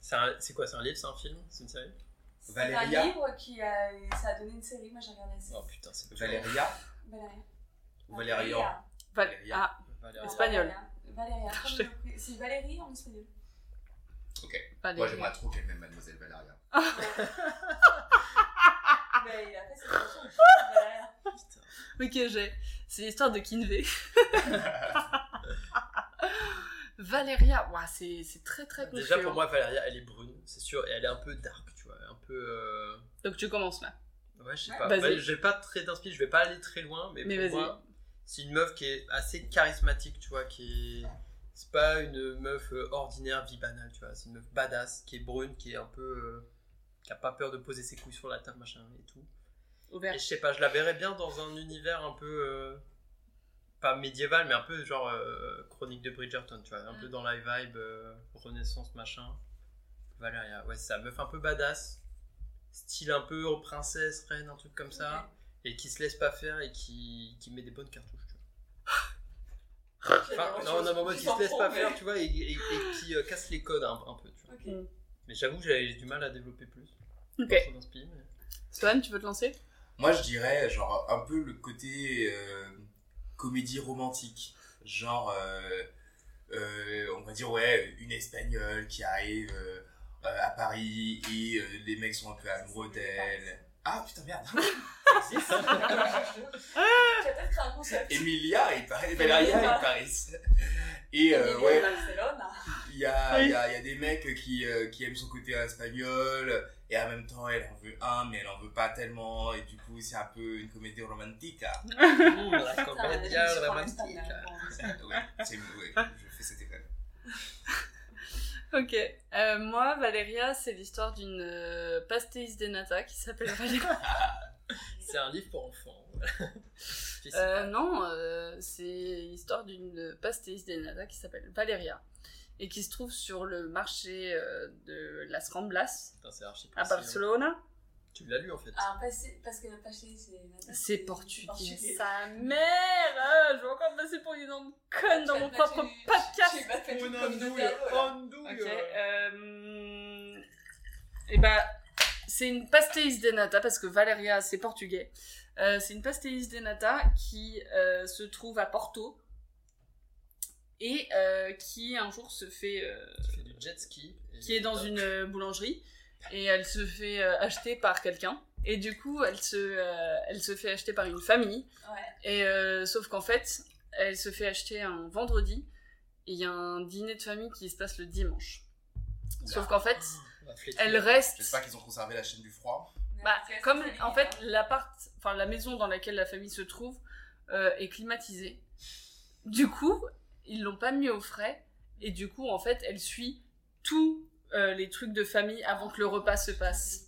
Speaker 4: C'est un- C'est quoi C'est un livre C'est un film C'est une série
Speaker 3: C'est un
Speaker 5: Valéria.
Speaker 3: livre qui a... ça a donné une série, moi j'ai regardé la série.
Speaker 4: Oh putain, c'est
Speaker 5: Valéria
Speaker 3: Valéria.
Speaker 5: ou Valéria
Speaker 2: Val-
Speaker 5: Valéria.
Speaker 2: ah,
Speaker 4: Valérie.
Speaker 2: Espagnol.
Speaker 3: Valéria. comme
Speaker 2: Je-
Speaker 3: le prix- C'est Valérie en espagnol.
Speaker 5: Moi
Speaker 2: Valérie.
Speaker 5: j'aimerais trop qu'elle m'aime Mademoiselle Valéria.
Speaker 3: Mais il a fait cette chanson. Valéria.
Speaker 2: Ok, j'ai. C'est l'histoire de Kinvey. Valéria, Ouah, c'est c'est très très confus. hein.
Speaker 4: Déjà, pour moi, Valéria, elle est brune, c'est sûr, et elle est un peu dark, tu vois. Un peu. euh,
Speaker 2: Donc tu commences là.
Speaker 4: Ouais, je sais
Speaker 3: Ouais,
Speaker 4: pas.
Speaker 2: vas-y.
Speaker 4: Bah, J'ai pas très d'inspiration, je vais pas aller très loin, mais,
Speaker 2: Mais
Speaker 4: pour
Speaker 2: vas-y.
Speaker 4: moi, c'est une meuf qui est assez charismatique, tu vois, qui est- C'est pas une meuf euh, ordinaire, vie banale, tu vois. C'est une meuf badass, qui est brune, qui est un peu. euh, qui a pas peur de poser ses couilles sur la table, machin, et tout.
Speaker 2: Ouvert.
Speaker 4: Et je sais pas, je la verrais bien dans un univers un peu. euh, pas médiéval, mais un peu genre euh, Chronique de Bridgerton, tu vois. Un peu dans la vibe euh, Renaissance, machin. Valéria, ouais, c'est ça. Meuf un peu badass. Style un peu princesse, reine, un truc comme ça. Et qui se laisse pas faire et qui, qui met des bonnes cartouches, tu vois. Enfin, non, non, mais en mode qui se laisse pas faire, tu vois, et, et- et qui euh, casse les codes un, un peu, tu vois.
Speaker 3: Ok.
Speaker 4: Mais j'avoue, que j'ai j'ai du mal à développer plus.
Speaker 2: Ok.
Speaker 4: Pas trop d'inspi, mais-
Speaker 2: Sloane, tu veux te lancer
Speaker 5: Moi je dirais genre un peu le côté euh, comédie romantique. Genre, euh, euh, on va dire, ouais, une espagnole qui arrive euh, euh, à Paris et euh, les mecs sont un peu amoureux d'elle. Ah putain, merde! Ça existe
Speaker 3: Tu as peut-être créé un concept.
Speaker 5: Emilia et Paris, Valéria et Paris. Et euh,
Speaker 3: Emilia
Speaker 5: ouais,
Speaker 3: Barcelone.
Speaker 5: il y a, il y, a, il y a des mecs qui, euh, qui aiment son côté espagnol et en même temps elle en veut un mais elle en veut pas tellement et du coup c'est un peu une comédie romantique. hein.
Speaker 4: Mmh, la
Speaker 3: Putain, je me suis
Speaker 4: comédia
Speaker 3: parlé
Speaker 4: romantique.
Speaker 3: espagnol, bon.
Speaker 5: Ah ouais, c'est, ouais,
Speaker 4: Hein
Speaker 5: je fais cet état.
Speaker 2: Ok. Euh, moi, Valéria, c'est l'histoire d'une euh, pastéis de nata qui s'appelle Valéria.
Speaker 4: C'est un livre pour enfants. Je sais
Speaker 2: Euh,
Speaker 4: pas.
Speaker 2: non, euh, c'est l'histoire d'une pastéis de nata qui s'appelle Valéria et qui se trouve sur le marché euh, de Las Ramblas
Speaker 4: Putain, c'est archi
Speaker 2: à
Speaker 4: précis, hein.
Speaker 2: Barcelone.
Speaker 4: Tu l'as lu en fait.
Speaker 3: Ah, parce parce que Paché, c'est.
Speaker 2: C'est portugais. Sa mère euh, Je vais encore passer pour une énorme conne dans mon propre podcast. Ok. Euh... Et bah, c'est une pastéis de nata parce que Valeria, c'est portugais. Euh, c'est une pastéis de nata qui euh, se trouve à Porto et euh, qui un jour se fait euh,
Speaker 4: Qui fait du jet ski. et-
Speaker 2: qui est dans une euh, boulangerie et elle se fait euh, acheter par quelqu'un et du coup elle se euh, elle se fait acheter par une famille et euh, sauf qu'en fait elle se fait acheter un vendredi et il y a un dîner de famille qui se passe le dimanche sauf qu'en fait
Speaker 4: On va flétrir.
Speaker 2: elle reste
Speaker 5: J'espère qu'ils ont conservé la chaîne du froid.
Speaker 2: bah, comme en fait
Speaker 3: hein.
Speaker 2: l'appart enfin la maison dans laquelle la famille se trouve euh, est climatisée du coup ils l'ont pas mis au frais et du coup en fait elle suit tous euh, les trucs de famille avant que le repas se passe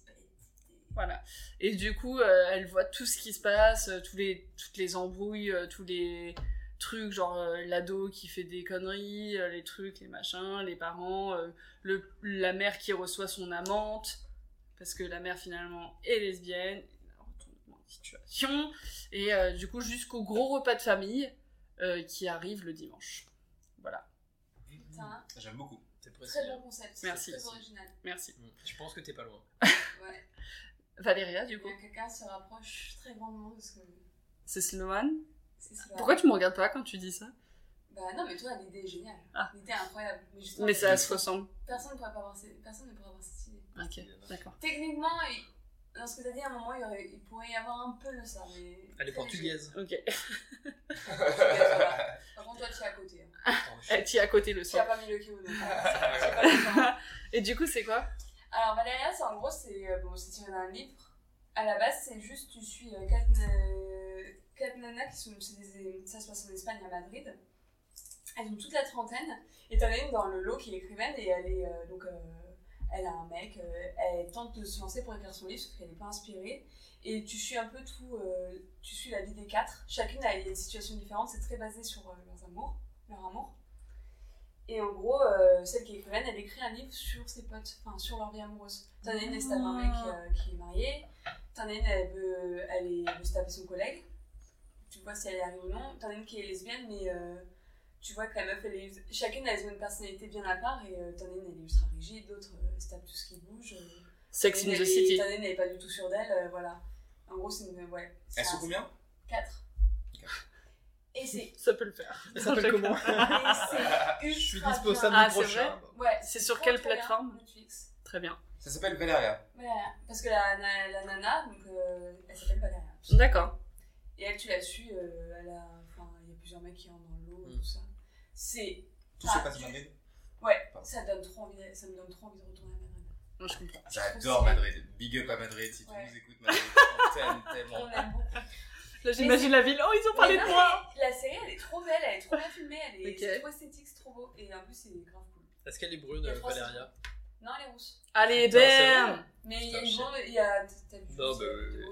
Speaker 2: Voilà. Et du coup, euh, elle voit tout ce qui se passe, euh, tous les, toutes les embrouilles, euh, tous les trucs, genre euh, l'ado qui fait des conneries, euh, les trucs, les machins, les parents, euh, le, la mère qui reçoit son amante, parce que la mère finalement est lesbienne, retournement de situation, et euh, du coup jusqu'au gros repas de famille euh, qui arrive le dimanche. Voilà,
Speaker 3: Putain,
Speaker 9: J'aime beaucoup.
Speaker 4: C'est précis. hein. Mm.
Speaker 3: très bon concept. c'est
Speaker 2: Merci.
Speaker 3: Très original.
Speaker 2: merci.
Speaker 4: Je pense que t'es pas loin.
Speaker 3: Ouais.
Speaker 2: Valéria, du coup,
Speaker 3: Le caca se rapproche très grandement de ce que.
Speaker 2: c'est Sloane.
Speaker 3: c'est cela.
Speaker 2: Pourquoi tu me regardes pas quand tu dis ça
Speaker 3: Bah non, mais toi, l'idée est géniale.
Speaker 2: Ah.
Speaker 3: L'idée est incroyable. Mais, justement,
Speaker 2: Mais ça se ressemble.
Speaker 3: personne, ne pourrait pas avoir ces- personne ne pourrait avoir cette idée.
Speaker 2: Ok, d'accord.
Speaker 3: Techniquement, il- dans ce que t'as dit, à un moment, il, y aurait- il pourrait y avoir un peu de ça, mais...
Speaker 4: Elle est portugaise.
Speaker 2: Ok.
Speaker 3: Portugaise, voilà. Par contre, toi, tu es à côté. hein.
Speaker 4: Oh,
Speaker 2: Elle t'y est à côté le
Speaker 3: Tu as
Speaker 2: soir.
Speaker 3: pas mis le kimono. T'as pas mis le kimono.
Speaker 2: Et du coup, c'est quoi
Speaker 3: Alors, Valeria, c'est en gros, c'est euh, bon, c'est tiré d'un livre. À la base, c'est juste, tu suis euh, quatre, euh, quatre nanas qui sont. c'est des- ça se passe en Espagne, à Madrid. Elles ont toute la trentaine. Et t'en as une dans le lot qui est écrivaine et elle est. euh, donc, euh, elle a un mec, euh, elle tente de se lancer pour écrire son livre, sauf qu'elle n'est pas inspirée. Et tu suis un peu tout. euh, tu suis la vie des quatre. Chacune a une situation différente, c'est très basé sur euh, leurs amours, leur amour. Et en gros, euh, celle qui est écrivaine, elle écrit un livre sur ses potes, enfin sur leur vie amoureuse. T'en as une, elle se tape un mec euh, qui est marié. T'en as une, elle veut, elle est- elle veut se taper son collègue. Tu vois si elle y arrive ou non. T'en as une qui est lesbienne, mais euh, tu vois que la meuf, elle est, chacune a une personnalité bien à part. Et euh, t'en as une, elle est ultra rigide, d'autres, euh, elle se tape tout ce qui bouge. euh.
Speaker 2: Sex
Speaker 3: T'en
Speaker 2: in
Speaker 3: as une,
Speaker 2: the
Speaker 3: elle est-
Speaker 2: City.
Speaker 3: T'en as une, elle est pas du tout sûre d'elle, euh, voilà. En gros, c'est une. Ouais.
Speaker 5: Elles sont combien
Speaker 3: 4. Et c'est.
Speaker 2: Ça peut le faire.
Speaker 4: Ça s'appelle comment
Speaker 3: Je
Speaker 4: Je suis dispo samedi
Speaker 2: Ah, c'est
Speaker 4: prochain.
Speaker 3: Ouais,
Speaker 2: C'est sur
Speaker 3: trop,
Speaker 2: quelle
Speaker 3: trop bien,
Speaker 2: plateforme
Speaker 3: Netflix.
Speaker 2: Très bien.
Speaker 5: Ça s'appelle Valeria.
Speaker 3: Voilà, parce que la, la, la nana, donc, euh, elle s'appelle Valeria.
Speaker 2: D'accord.
Speaker 3: Et elle, tu la suis, euh, elle a, enfin, il y a plusieurs mecs qui rentrent dans l'eau,
Speaker 4: Mm.
Speaker 3: tout ça. C'est,
Speaker 5: Tout
Speaker 3: Ah,
Speaker 5: se passe à
Speaker 3: tu-
Speaker 5: Madrid.
Speaker 3: ouais, ça donne trop envie, ça me donne trop envie de retourner à Madrid.
Speaker 2: Non, je comprends.
Speaker 5: J'adore Madrid. Big up à Madrid. Si tu
Speaker 3: Ouais.
Speaker 5: nous écoutes, Madrid, on t'aime tellement.
Speaker 3: On aime beaucoup.
Speaker 2: Là, j'imagine la ville. Oh, ils ont parlé
Speaker 3: Mais
Speaker 2: de
Speaker 3: non,
Speaker 2: moi
Speaker 3: mais La série, elle est trop belle, elle est trop bien filmée, elle est
Speaker 2: Ok.
Speaker 3: c'est trop esthétique, c'est trop beau, et en plus, c'est grave cool.
Speaker 4: Est-ce qu'elle est brune,
Speaker 3: Il y a
Speaker 4: euh,
Speaker 3: trois
Speaker 4: Valéria
Speaker 3: Non, elle est rousse.
Speaker 2: Allez,
Speaker 4: Putain, c'est
Speaker 2: damn
Speaker 3: Mais il y
Speaker 4: Putain,
Speaker 3: a une
Speaker 4: je sais.
Speaker 3: grande, il y a, t'as vu
Speaker 4: Non, bah,
Speaker 3: de-
Speaker 4: ouais.
Speaker 3: de- de-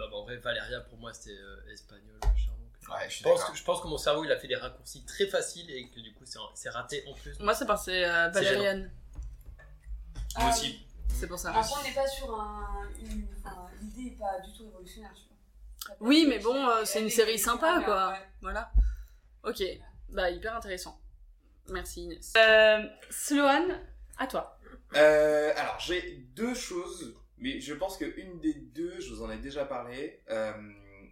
Speaker 4: Non, mais en vrai, Valéria, pour moi, c'était euh, espagnol, machin. donc, euh,
Speaker 5: Ouais, je suis
Speaker 4: je pense,
Speaker 5: d'accord.
Speaker 4: que, je pense que mon cerveau il a fait des raccourcis très faciles et que du coup c'est- c'est raté en plus.
Speaker 2: Moi, c'est parce que c'est euh,
Speaker 4: C'est gênant.
Speaker 2: Valériane.
Speaker 3: Ah,
Speaker 5: Moi aussi.
Speaker 2: C'est pour ça.
Speaker 3: Après, on n'est pas sur un. une- Enfin, l'idée n'est pas du tout révolutionnaire, tu vois.
Speaker 2: Oui, mais bon, euh, c'est une série sympa, quoi.
Speaker 3: Ouais.
Speaker 2: Voilà. Ok. Bah, hyper intéressant. Merci, Inès. Euh, Sloane, à toi.
Speaker 5: Euh, alors, j'ai deux choses, mais je pense qu'une des deux, je vous en ai déjà parlé. Euh,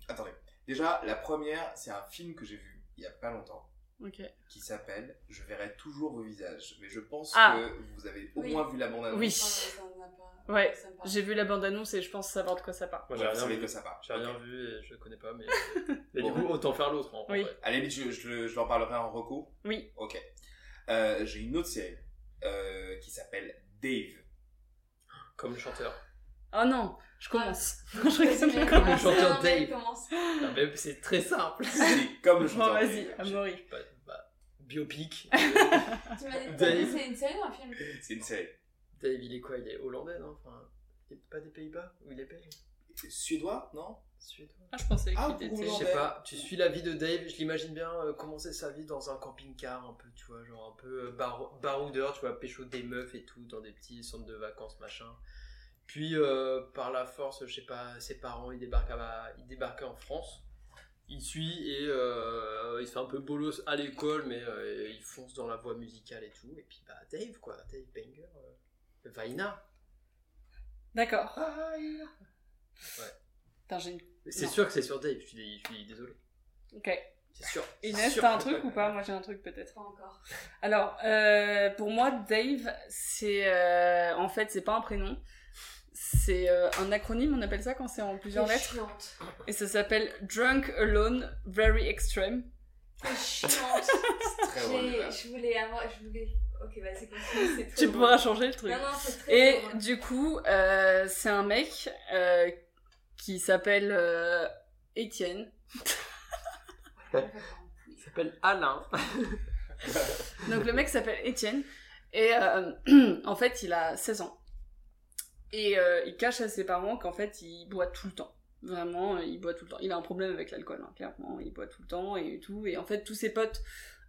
Speaker 5: attendez. Déjà, la première, c'est un film que j'ai vu il y a pas longtemps
Speaker 2: Ok.
Speaker 5: qui s'appelle Je verrai toujours vos visages. Mais je pense
Speaker 2: Ah.
Speaker 5: que vous avez au
Speaker 3: Oui.
Speaker 5: moins vu la
Speaker 4: Euh,
Speaker 5: bande-annonce.
Speaker 2: Oui.
Speaker 3: Enfin, ça en a pas-
Speaker 2: Ouais,
Speaker 3: ça me parle.
Speaker 2: J'ai vu la bande-annonce et je pense savoir de quoi ça parle.
Speaker 4: Moi
Speaker 5: Ouais, vous savez que ça part.
Speaker 4: J'ai
Speaker 5: Ok.
Speaker 4: rien vu et je connais pas, mais. et
Speaker 5: Bon.
Speaker 4: du coup, autant faire l'autre en
Speaker 2: Oui.
Speaker 4: vrai.
Speaker 5: À la limite, je, je, le- je leur parlerai en recours.
Speaker 2: Oui.
Speaker 5: Ok. Euh, j'ai une autre série euh, qui s'appelle Dave.
Speaker 4: Comme le chanteur.
Speaker 2: Oh non, je commence. je
Speaker 3: Mais-
Speaker 2: regarde, je
Speaker 4: le
Speaker 2: commence.
Speaker 4: chanteur
Speaker 3: Non, mais
Speaker 4: Dave.
Speaker 3: commence.
Speaker 4: Non, mais c'est très simple.
Speaker 5: C'est comme le chanteur
Speaker 2: Bon, vas-y,
Speaker 5: Dave.
Speaker 2: Amaury.
Speaker 4: Bah, bah, biopic.
Speaker 3: Tu m'as dit
Speaker 4: Dave.
Speaker 3: c'est une série ou un film
Speaker 5: C'est une série
Speaker 4: Dave, il est quoi Il est hollandais, non enfin, Il est pas des Pays-Bas Ou il est belge
Speaker 5: suédois, non
Speaker 4: Suédois
Speaker 2: Ah, je pensais
Speaker 5: Ah,
Speaker 2: qu'il
Speaker 5: ou
Speaker 2: était.
Speaker 4: Je
Speaker 5: Hollandais.
Speaker 4: sais pas, tu suis la vie de Dave, je l'imagine bien euh, commencer sa vie dans un camping-car un peu, tu vois, genre un peu euh, baro- baroudeur, tu vois, pécho des meufs et tout, dans des petits centres de vacances, machin. Puis, euh, par la force, je sais pas, ses parents, ils débarquent, à- ils débarquent en France. Il suit et euh, il se fait un peu bolos à l'école, mais euh, il fonce dans la voie musicale et tout. Et puis, bah, Dave, quoi, Dave Banger, euh, Vaina.
Speaker 2: D'accord.
Speaker 4: Vaina.
Speaker 2: Putain, j'ai une.
Speaker 4: C'est
Speaker 2: Non.
Speaker 4: sûr que c'est sur Dave, je suis, dé- je suis désolé.
Speaker 2: Ok.
Speaker 4: C'est sûr.
Speaker 2: Inès,
Speaker 4: Sûr
Speaker 2: t'as un
Speaker 4: que-
Speaker 2: truc ou pas Moi j'ai un truc peut-être.
Speaker 3: Pas encore.
Speaker 2: Alors, euh, pour moi, Dave, c'est. euh, en fait, c'est pas un prénom. C'est euh, un acronyme, on appelle ça quand c'est en plusieurs
Speaker 3: T'es
Speaker 2: lettres.
Speaker 3: chiante.
Speaker 2: Et ça s'appelle Drunk Alone Very Extreme.
Speaker 3: T'es chiante.
Speaker 5: Très
Speaker 3: J'ai-
Speaker 5: drôle.
Speaker 3: Je voulais avoir. Je voulais. Ok, vas-y, continue. c'est très
Speaker 2: Tu
Speaker 3: drôle.
Speaker 2: pourras changer le truc.
Speaker 3: Non, non, c'est très.
Speaker 2: Et
Speaker 3: drôle.
Speaker 2: du coup, euh, c'est un mec euh, qui s'appelle euh, Étienne.
Speaker 4: Il s'appelle Alain.
Speaker 2: Donc le mec s'appelle Étienne et euh, en fait il a 16 ans. Et euh, il cache à ses parents qu'en fait, il boit tout le temps. Vraiment, euh, il boit tout le temps. Il a un problème avec l'alcool, hein, clairement. Il boit tout le temps et tout. Et en fait, tous ses potes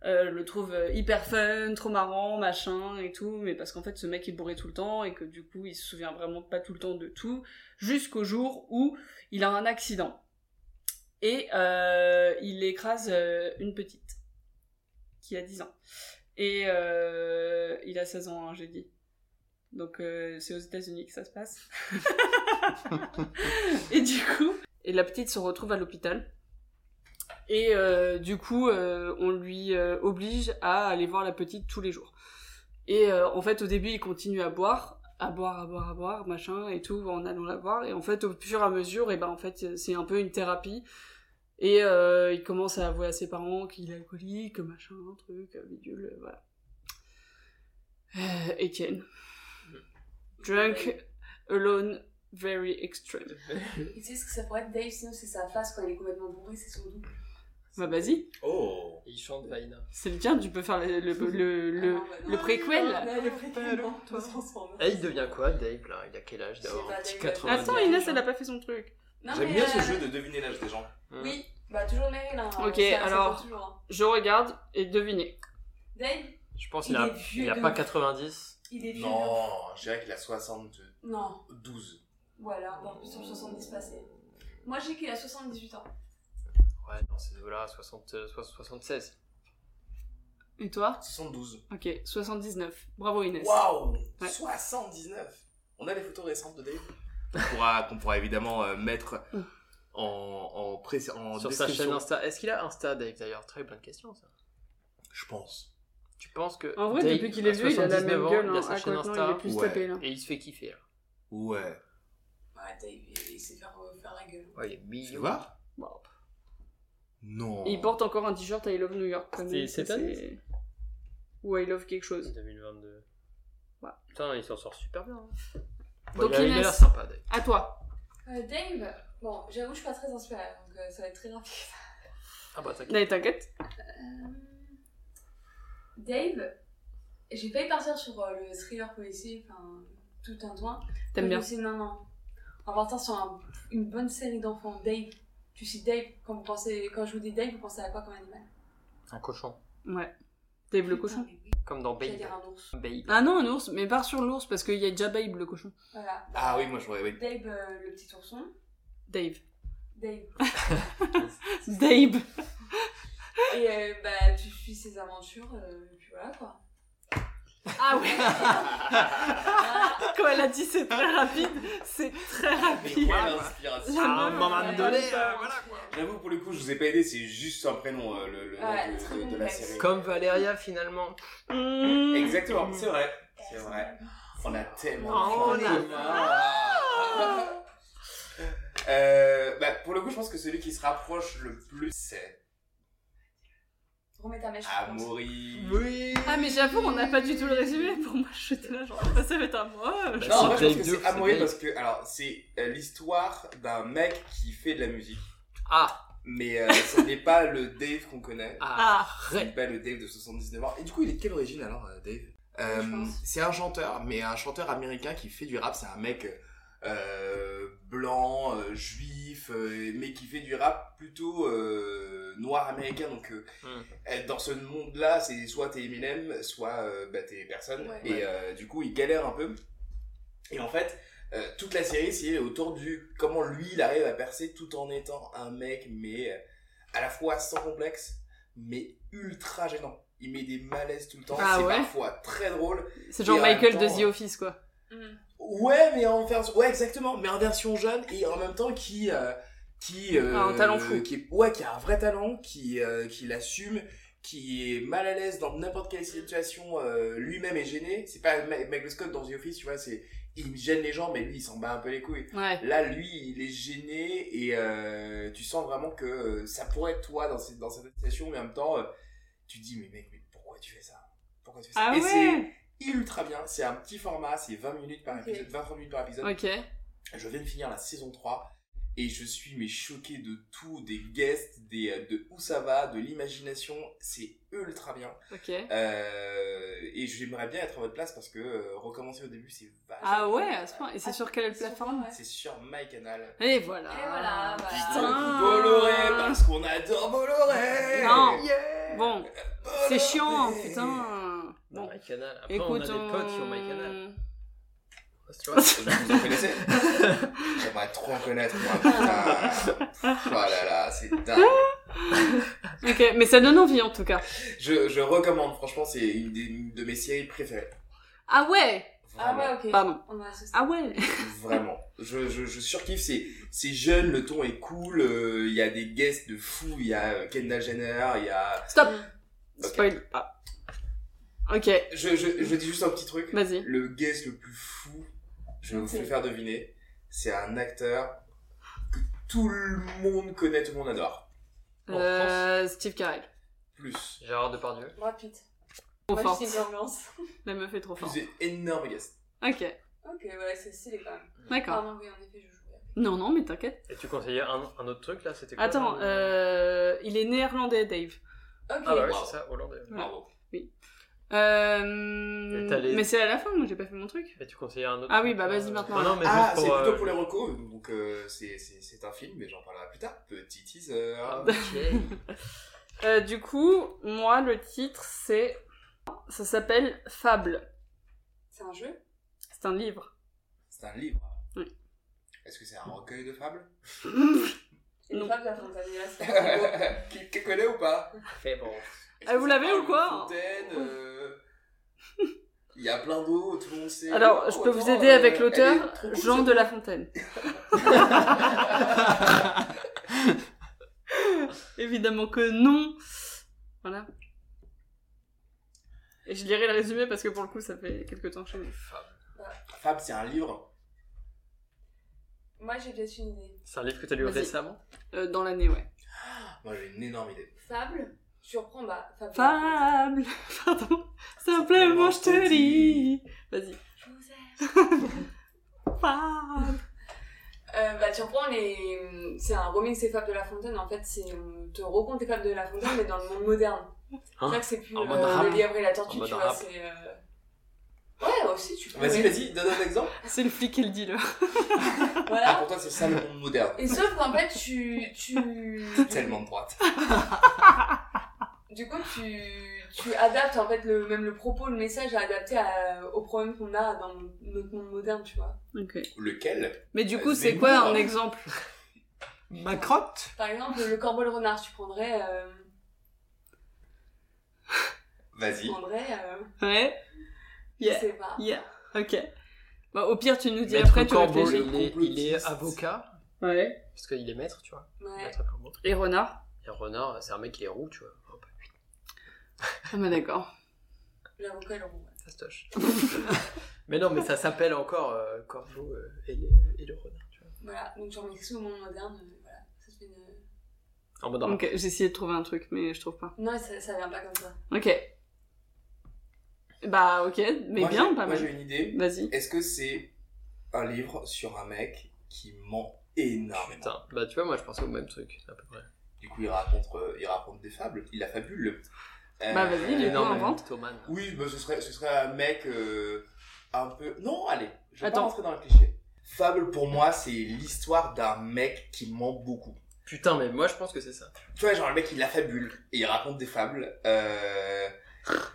Speaker 2: euh, le trouvent euh, hyper fun, trop marrant, machin et tout. Mais parce qu'en fait, ce mec, il bourrait tout le temps et que du coup, il se souvient vraiment pas tout le temps de tout. Jusqu'au jour où il a un accident. Et euh, il écrase euh, une petite qui a 10 ans. Et euh, il a 16 ans, hein, j'ai dit. Donc euh, c'est aux États-Unis que ça se passe. et du coup,
Speaker 1: Et la petite se retrouve à l'hôpital. Et euh, du coup, euh, on lui euh, oblige à aller voir la petite tous les jours. Et euh, en fait, au début, il continue à boire, à boire, à boire, à boire, machin, et tout, en allant la voir. Et en fait, au fur et à mesure, et ben en fait, c'est un peu une thérapie. Et euh, il commence à avouer à ses parents qu'il est alcoolique, machin, truc, euh, bidule, euh, voilà. Euh, Étienne. Drunk, alone, very extreme.
Speaker 3: Tu sais ce que ça pourrait être Dave, sinon c'est sa face quand il est complètement bourré, c'est son double.
Speaker 1: Bah vas-y.
Speaker 10: Oh
Speaker 6: Et il chante Vaina.
Speaker 1: C'est le tien, tu peux faire le, le, le,
Speaker 3: Ah,
Speaker 1: le- le préquel.
Speaker 3: Le préquel, non, toi, se transforme.
Speaker 4: Et il devient quoi, Dave, là Il a quel âge d'avoir
Speaker 3: Je
Speaker 4: un
Speaker 3: sais pas,
Speaker 4: petit
Speaker 3: Dave,
Speaker 4: 80
Speaker 2: attends, Inès, elle a pas fait son truc.
Speaker 3: Non,
Speaker 5: J'aime
Speaker 3: mais,
Speaker 5: bien ce
Speaker 3: euh,
Speaker 5: jeu de deviner l'âge des gens.
Speaker 3: Oui, bah toujours le même, hein.
Speaker 1: Ok,
Speaker 3: ça- ça
Speaker 1: alors-
Speaker 3: compte toujours, hein.
Speaker 1: Je regarde et devinez.
Speaker 3: Dave,
Speaker 7: Je pense
Speaker 3: il
Speaker 7: qu'il a,
Speaker 3: est vieux
Speaker 7: il a
Speaker 3: de
Speaker 7: pas
Speaker 3: ouf.
Speaker 7: 90.
Speaker 3: il est vieux.
Speaker 5: Non, je dirais qu'il a 72.
Speaker 3: Non. Voilà, encore plus sur 70 passé. Moi, j'ai qu'il a 78 ans.
Speaker 7: Ouais, dans ces eaux-là, 60, euh, 76.
Speaker 1: Et toi
Speaker 5: 72.
Speaker 1: Ok, 79. Bravo Inès.
Speaker 5: Waouh
Speaker 1: Ouais.
Speaker 5: 79 On a les photos récentes de Dave qu'on pourra, qu'on pourra évidemment euh, mettre en, en, pré- en
Speaker 4: Sur sa
Speaker 5: description.
Speaker 4: chaîne Insta. Est-ce qu'il a Insta, Dave, d'ailleurs Très bonne question, ça.
Speaker 10: Je pense.
Speaker 4: Tu penses que.
Speaker 1: En vrai,
Speaker 4: Dave,
Speaker 1: depuis qu'il
Speaker 4: à
Speaker 1: est vieux, il a la
Speaker 4: 79
Speaker 1: même
Speaker 4: ans,
Speaker 1: gueule.
Speaker 4: Il
Speaker 1: Hein.
Speaker 4: a sa
Speaker 1: Ah,
Speaker 4: chaîne
Speaker 1: quoi, non, il est
Speaker 4: Insta.
Speaker 1: plus
Speaker 10: Ouais.
Speaker 1: tapé là.
Speaker 4: Et il se fait kiffer, hein. là.
Speaker 10: Ouais.
Speaker 3: Ouais, Dave, il il sait faire, euh, faire la gueule.
Speaker 4: Ouais, il est
Speaker 10: Tu
Speaker 4: mignon.
Speaker 10: vois
Speaker 1: Bon.
Speaker 10: Non.
Speaker 1: Et il porte encore un t-shirt I love New York quand même.
Speaker 4: C'est-
Speaker 1: ça,
Speaker 4: cette année
Speaker 1: Ou I love quelque chose.
Speaker 4: 2022.
Speaker 1: Ouais.
Speaker 4: Putain, il s'en sort super bien. hein. Bon,
Speaker 1: Donc
Speaker 4: il a il a l'air
Speaker 1: Inès,
Speaker 4: sympa, Dave.
Speaker 1: à toi.
Speaker 3: Euh, Dave, bon, j'avoue, je suis pas très inspirée, donc euh, ça va être très rapide.
Speaker 4: Ah bah, t'inquiète.
Speaker 1: Allez, t'inquiète.
Speaker 3: Euh, Dave, j'ai failli partir sur euh, le thriller policier, enfin, tout un toit.
Speaker 1: T'aimes
Speaker 3: Mais
Speaker 1: bien.
Speaker 3: Je me suis dit, non, non. En partant sur un- une bonne série d'enfants, Dave. Tu sais, Dave, quand, vous pensez, quand je vous dis Dave, vous pensez à quoi comme animal
Speaker 7: Un cochon.
Speaker 1: Ouais. Dave le cochon.
Speaker 4: Comme dans
Speaker 3: J'allais
Speaker 4: Babe.
Speaker 3: dire un ours.
Speaker 4: Babe.
Speaker 1: Ah non, un ours, mais pars sur l'ours parce qu'il y a déjà Babe le cochon.
Speaker 3: Voilà.
Speaker 5: Ah oui, moi je vois, oui.
Speaker 3: Dave, euh, le petit ourson.
Speaker 1: Dave.
Speaker 3: Dave.
Speaker 1: Dave.
Speaker 5: Ah.
Speaker 3: Et euh, bah, tu suis ses aventures, euh, et puis voilà quoi.
Speaker 1: Ah ouais Quand elle a dit c'est très rapide, c'est très rapide.
Speaker 5: l'inspiration.
Speaker 1: Ah,
Speaker 3: maman de lait,
Speaker 5: J'avoue, pour le coup, je vous ai pas aidé, c'est juste un prénom, euh, le, le nom
Speaker 3: Ouais,
Speaker 5: de-
Speaker 3: très
Speaker 5: de, de la
Speaker 3: complexe.
Speaker 5: série.
Speaker 4: Comme Valeria, finalement.
Speaker 1: Mmh.
Speaker 5: Exactement, c'est vrai. C'est vrai. On a tellement
Speaker 4: Oh,
Speaker 5: de
Speaker 4: on
Speaker 5: choses. Euh, bah, pour le coup, je pense que celui qui se rapproche le plus, c'est
Speaker 3: Remets ta mèche.
Speaker 5: Amaury.
Speaker 4: Oui
Speaker 1: Ah mais j'avoue, on n'a pas du tout le résumé. Pour moi, j'étais là genre, ça, ça va être à moi.
Speaker 4: Bah,
Speaker 5: Non, en vrai,
Speaker 4: c'est
Speaker 5: je
Speaker 4: Dave
Speaker 5: pense que
Speaker 4: Diouf,
Speaker 5: c'est Amaury
Speaker 4: Dave.
Speaker 5: parce que, alors, c'est euh, l'histoire d'un mec qui fait de la musique.
Speaker 4: Ah
Speaker 5: Mais euh, ce n'est pas le Dave qu'on connaît.
Speaker 4: Ah
Speaker 1: Ah,
Speaker 5: Ce n'est pas le Dave de 79 ans. Et du coup, il est de quelle origine alors, euh, Dave Euh,
Speaker 3: Je pense.
Speaker 5: C'est un chanteur, mais un chanteur américain qui fait du rap. C'est un mec euh, blanc, euh, juif, euh, mais qui fait du rap plutôt euh, noir américain. Donc, euh,
Speaker 4: Hmm.
Speaker 5: euh, dans ce monde-là, c'est soit t'es Eminem, soit euh, bah, t'es personne.
Speaker 3: Ouais.
Speaker 5: Et euh, du coup, il galère un peu. Et en fait, euh, toute la série, c'est autour du comment lui, il arrive à percer tout en étant un mec, mais euh, à la fois sans complexe, mais ultra gênant. Il met des malaises tout le temps,
Speaker 1: Ah
Speaker 5: c'est
Speaker 1: ouais
Speaker 5: parfois très drôle.
Speaker 1: c'est genre
Speaker 5: Et en même
Speaker 1: Michael de
Speaker 5: temps,
Speaker 1: The Office quoi.
Speaker 5: Ouais, mais en version, ouais exactement, mais en version jeune et en même temps qui euh, qui euh,
Speaker 1: A un talent fou.
Speaker 5: qui est- ouais, qui a un vrai talent, qui euh, qui l'assume, qui est mal à l'aise dans n'importe quelle situation, euh, lui-même est gêné. C'est pas Ma- Michael Scott dans The Office, tu vois, c'est il gêne les gens, mais lui il s'en bat un peu les couilles.
Speaker 1: Ouais.
Speaker 5: Là, lui, il est gêné et euh, tu sens vraiment que euh, ça pourrait être toi dans, cette- dans cette situation, mais en même temps, euh, tu te dis, mais mec, mais pourquoi tu fais ça Pourquoi tu fais ça
Speaker 1: Ah
Speaker 5: Et
Speaker 1: ouais
Speaker 5: c'est ultra bien, c'est un petit format, c'est 20 minutes par
Speaker 3: Ok.
Speaker 5: épisode, 20 minutes par épisode.
Speaker 1: Ok.
Speaker 5: Je viens de finir la saison 3 Et je suis mais choqué de tout, des guests, des, euh, de où ça va, de l'imagination. C'est ultra bien.
Speaker 2: Ok.
Speaker 5: Euh, et j'aimerais bien être à votre place parce que euh, recommencer au début, c'est vachement.
Speaker 2: Ah ouais, à ce point. Et c'est
Speaker 3: Ah,
Speaker 2: sur quelle plateforme
Speaker 3: ouais.
Speaker 5: C'est sur MyCanal.
Speaker 2: Et voilà.
Speaker 3: Et voilà,
Speaker 5: Ah,
Speaker 3: voilà.
Speaker 2: Putain.
Speaker 5: Bolloré, parce qu'on adore Bolloré
Speaker 2: Non.
Speaker 5: Yeah
Speaker 2: Bon, c'est chiant, hein, putain. Bon,
Speaker 4: MyCanal. Après,
Speaker 2: écoute,
Speaker 4: on a des potes qui ont MyCanal. Tu vois
Speaker 5: Vous en connaissez J'aimerais trop en connaître, moi, putain. Oh là là, c'est dingue.
Speaker 2: Ok, mais ça donne envie en tout cas.
Speaker 5: Je, je recommande, franchement, c'est une, des- une de mes séries préférées.
Speaker 2: Ah ouais
Speaker 3: Ah
Speaker 5: Vraiment.
Speaker 3: ouais, ok.
Speaker 2: Pardon.
Speaker 3: On a associé.
Speaker 2: Ah ouais
Speaker 5: Vraiment. Je, je, je surkiffe, c'est, c'est jeune, le ton est cool, euh, il y a des guests de fou, il y a euh, Kendall Jenner, il y a...
Speaker 2: Stop
Speaker 5: Ok.
Speaker 2: Spoil pas. Ok,
Speaker 5: Je, je, je dis juste un petit truc.
Speaker 2: vas-y.
Speaker 5: Le guest le plus fou, je vais vous le faire deviner, c'est un acteur que tout le monde connaît, tout le monde adore.
Speaker 11: En
Speaker 2: Euh, Steve Carell.
Speaker 5: Plus.
Speaker 4: Gérard Depardieu.
Speaker 3: Brad Pitt.
Speaker 2: Trop
Speaker 3: Moi,
Speaker 2: forte.
Speaker 3: je suis l'ambiance.
Speaker 2: La meuf est trop
Speaker 5: Plus
Speaker 2: forte.
Speaker 5: des énormes guests.
Speaker 2: Ok,
Speaker 3: Ok, ouais, c'est stylé quand même.
Speaker 2: d'accord.
Speaker 3: Pardon, oui, en effet, je jouais.
Speaker 2: Non, non, mais t'inquiète.
Speaker 4: Et tu conseillais un, un autre truc là C'était quoi
Speaker 2: Attends, euh, il est néerlandais, Dave.
Speaker 3: Ok.
Speaker 4: Ah bah oui, c'est ça, hollandais.
Speaker 2: Ouais.
Speaker 5: Bravo.
Speaker 2: Euh...
Speaker 4: Et t'as les-
Speaker 2: Mais c'est à la fin, moi j'ai pas fait mon truc.
Speaker 4: Et tu conseillais un autre
Speaker 2: Ah oui,
Speaker 4: truc,
Speaker 2: bah, vas-y
Speaker 4: euh,
Speaker 2: maintenant,
Speaker 4: Non, non, mais
Speaker 5: ah,
Speaker 4: juste
Speaker 5: c'est
Speaker 4: pour.
Speaker 5: plutôt
Speaker 4: euh,
Speaker 5: pour les recos, donc euh, c'est, c'est, c'est un film, mais j'en parlerai plus tard. Petit teaser.
Speaker 4: Ah, ok.
Speaker 2: Euh, du coup, moi le titre c'est. Ça s'appelle Fable.
Speaker 3: C'est un jeu
Speaker 2: C'est un livre.
Speaker 5: C'est un livre.
Speaker 2: Oui.
Speaker 5: Est-ce que c'est un recueil de fables
Speaker 3: Il
Speaker 2: Non.
Speaker 3: est pas bien frontalier, là, c'est pas
Speaker 5: Qui qui connaît ou pas
Speaker 4: Fait bon.
Speaker 5: Est-ce
Speaker 2: Ah,
Speaker 5: que
Speaker 2: vous
Speaker 5: ça
Speaker 2: l'avez
Speaker 5: parle
Speaker 2: ou
Speaker 5: de
Speaker 2: quoi
Speaker 5: fontaine, euh, Il y a plein d'eau, tout le monde sait.
Speaker 2: Alors,
Speaker 5: Oh,
Speaker 2: je peux vous
Speaker 5: attends,
Speaker 2: aider avec
Speaker 5: euh, elle est
Speaker 2: l'auteur,
Speaker 5: trop cool,
Speaker 2: Jean
Speaker 5: cette
Speaker 2: de La Fontaine. Évidemment que non. Voilà. Et je lirai le résumé parce que pour le coup, ça fait quelques temps que je
Speaker 5: Fab, c'est un livre.
Speaker 3: Moi, j'ai peut-être une idée.
Speaker 4: C'est un livre que t'as lu
Speaker 2: Vas-y.
Speaker 4: récemment
Speaker 2: euh, dans l'année, ouais.
Speaker 5: Moi, j'ai une énorme idée.
Speaker 3: Fable Tu reprends, bah. Fable.
Speaker 2: Fable, pardon. Simplement, je te dis. Vas-y.
Speaker 3: Je vous aime.
Speaker 2: Fable.
Speaker 3: Euh, bah, tu reprends les. C'est un remix des Fables de la Fontaine. En fait, c'est. On te raconte les Fables de la Fontaine, mais dans le monde moderne. C'est
Speaker 4: Hein
Speaker 3: vrai que c'est plus
Speaker 4: En
Speaker 3: euh,
Speaker 4: mode rap.
Speaker 3: le lièvre et la tortue,
Speaker 4: En mode
Speaker 3: tu vois.
Speaker 4: rap.
Speaker 3: C'est. euh, Ouais, aussi, tu peux.
Speaker 5: Vas-y, vas-y, donne un exemple.
Speaker 2: C'est le flic et le dealer.
Speaker 5: Ah,
Speaker 3: Voilà.
Speaker 5: pour toi, c'est ça le monde moderne.
Speaker 3: Et sauf qu'en fait, tu. tu...
Speaker 5: Tellement de droite.
Speaker 3: Du coup, tu, tu adaptes en fait le, même le propos, le message à adapter à- au problème qu'on a dans notre monde moderne, tu vois.
Speaker 2: Ok.
Speaker 5: Lequel
Speaker 2: Mais du coup,
Speaker 5: Euh,
Speaker 2: c'est
Speaker 5: Zemmour.
Speaker 2: quoi un exemple
Speaker 12: Ma crotte
Speaker 3: Par exemple, le corbeau et le renard, tu prendrais. euh, tu
Speaker 5: Vas-y.
Speaker 3: prendrais. euh,
Speaker 2: Ouais.
Speaker 3: Je
Speaker 2: Yeah.
Speaker 3: sais pas.
Speaker 2: Yeah. Ok. Bah, au pire, tu nous dis
Speaker 4: Maître
Speaker 2: après, tu
Speaker 4: Corbeau,
Speaker 2: réfléchis.
Speaker 4: il est, il est
Speaker 5: complotiste.
Speaker 4: avocat,
Speaker 2: Ouais.
Speaker 4: parce qu'il est maître, tu vois.
Speaker 3: Ouais.
Speaker 4: Maître Corbeau.
Speaker 2: Et renard.
Speaker 4: Et Renard, c'est un mec qui est roux, tu vois. Hop,
Speaker 2: Ah, bah d'accord.
Speaker 3: L'avocat et le roux.
Speaker 4: ça se touche. mais non, mais ça s'appelle encore euh, Corbeau euh, et, le, et le renard, tu vois.
Speaker 3: Voilà, donc tu remixes au monde moderne. euh, Voilà. Ça te fait une-
Speaker 4: En mode
Speaker 2: Ok, j'ai essayé de trouver un truc, mais je trouve pas.
Speaker 3: Non, ça, ça vient pas comme ça.
Speaker 2: Ok. Bah, ok, mais
Speaker 5: Moi,
Speaker 2: bien,
Speaker 5: j'ai-
Speaker 2: pas
Speaker 5: Moi, j'ai
Speaker 2: mal.
Speaker 5: une idée.
Speaker 2: Vas-y.
Speaker 5: Est-ce que c'est un livre sur un mec qui ment énormément
Speaker 4: Putain, bah tu vois, moi je pensais au même truc, à peu près.
Speaker 5: Du coup, il raconte, euh, il raconte des fables, il la fabule. Euh,
Speaker 2: Bah, vas-y, Il est
Speaker 4: Énorme
Speaker 2: en vente
Speaker 4: mythomane.
Speaker 5: Oui, bah, ce, serait, ce serait un mec euh, un peu. Non, allez, je vais
Speaker 2: Attends.
Speaker 5: pas rentrer dans le cliché. Fable, pour moi, c'est l'histoire d'un mec qui ment beaucoup.
Speaker 4: Putain, mais moi je pense que c'est ça.
Speaker 5: Tu vois, genre, le mec, il la fabule et il raconte des fables. euh,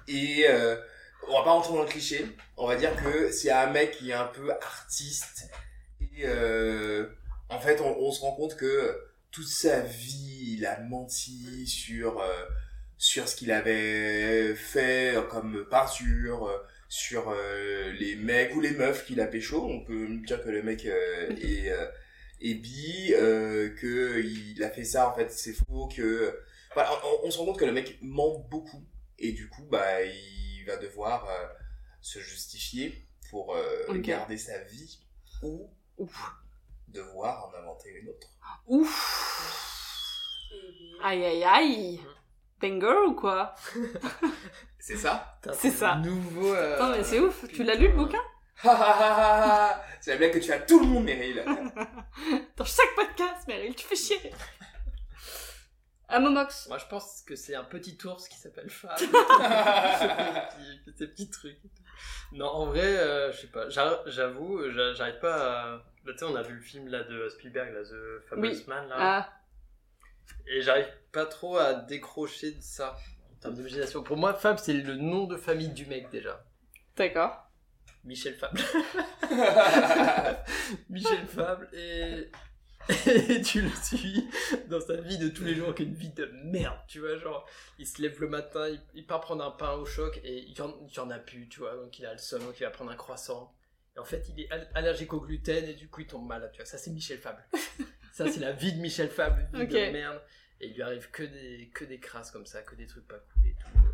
Speaker 5: et euh, on va pas rentrer dans le cliché. On va dire que c'est un mec qui est un peu artiste. Et euh, en fait, on, on se rend compte que toute sa vie, il a menti sur, euh, sur ce qu'il avait fait comme peinture, euh, sur euh, les mecs ou les meufs qu'il a pécho. On peut me dire que le mec euh, est. euh, et bi euh, que il a fait ça en fait c'est faux que Voilà, on, on se rend compte que le mec ment beaucoup et du coup bah il va devoir euh, se justifier pour euh,
Speaker 2: Ok.
Speaker 5: garder sa vie ou
Speaker 2: Ouf.
Speaker 5: devoir en inventer une autre
Speaker 2: Ouf.
Speaker 3: Et-
Speaker 2: Aïe, aïe, aïe. Banger ou quoi
Speaker 5: c'est ça
Speaker 2: C'est ça.
Speaker 4: Nouveau. euh,
Speaker 2: Attends, mais c'est ouf. Tu l'as
Speaker 4: putain.
Speaker 2: lu le bouquin
Speaker 5: Ha, ha, ha, ha, ha. C'est la blague que tu fais à tout le monde, Meryl.
Speaker 2: Dans chaque podcast, Meryl, tu fais chier. Amomox.
Speaker 4: Moi, je pense que c'est un petit ours qui s'appelle Fab. qui fait ses petits trucs. Non, en vrai, euh, je sais pas. J'a- J'avoue, j'a- j'arrive pas à. Bah, tu sais, on a vu le film là de Spielberg, là, The Fabulous
Speaker 2: Oui.
Speaker 4: Man, là.
Speaker 2: Ah,
Speaker 4: Et j'arrive pas trop à décrocher de ça en termes d'imagination. Pour moi, Fab, c'est le nom de famille du mec déjà.
Speaker 2: d'accord.
Speaker 4: Michel Fab. Michel Fab, et... et tu le suis dans sa vie de tous les jours, qu'une vie de merde, tu vois. Genre, il se lève le matin, il, il part prendre un pain au choc et il y, en, il y en a plus, tu vois. Donc, il a le seum, donc il va prendre un croissant. Et en fait, il est al- allergique au gluten et du coup, il tombe malade, tu vois. Ça, c'est Michel Fab. ça, c'est la vie de Michel Fab, une vie
Speaker 2: Ok.
Speaker 4: de merde. Et il lui arrive que des, que des crasses comme ça, que des trucs pas cool et tout. euh.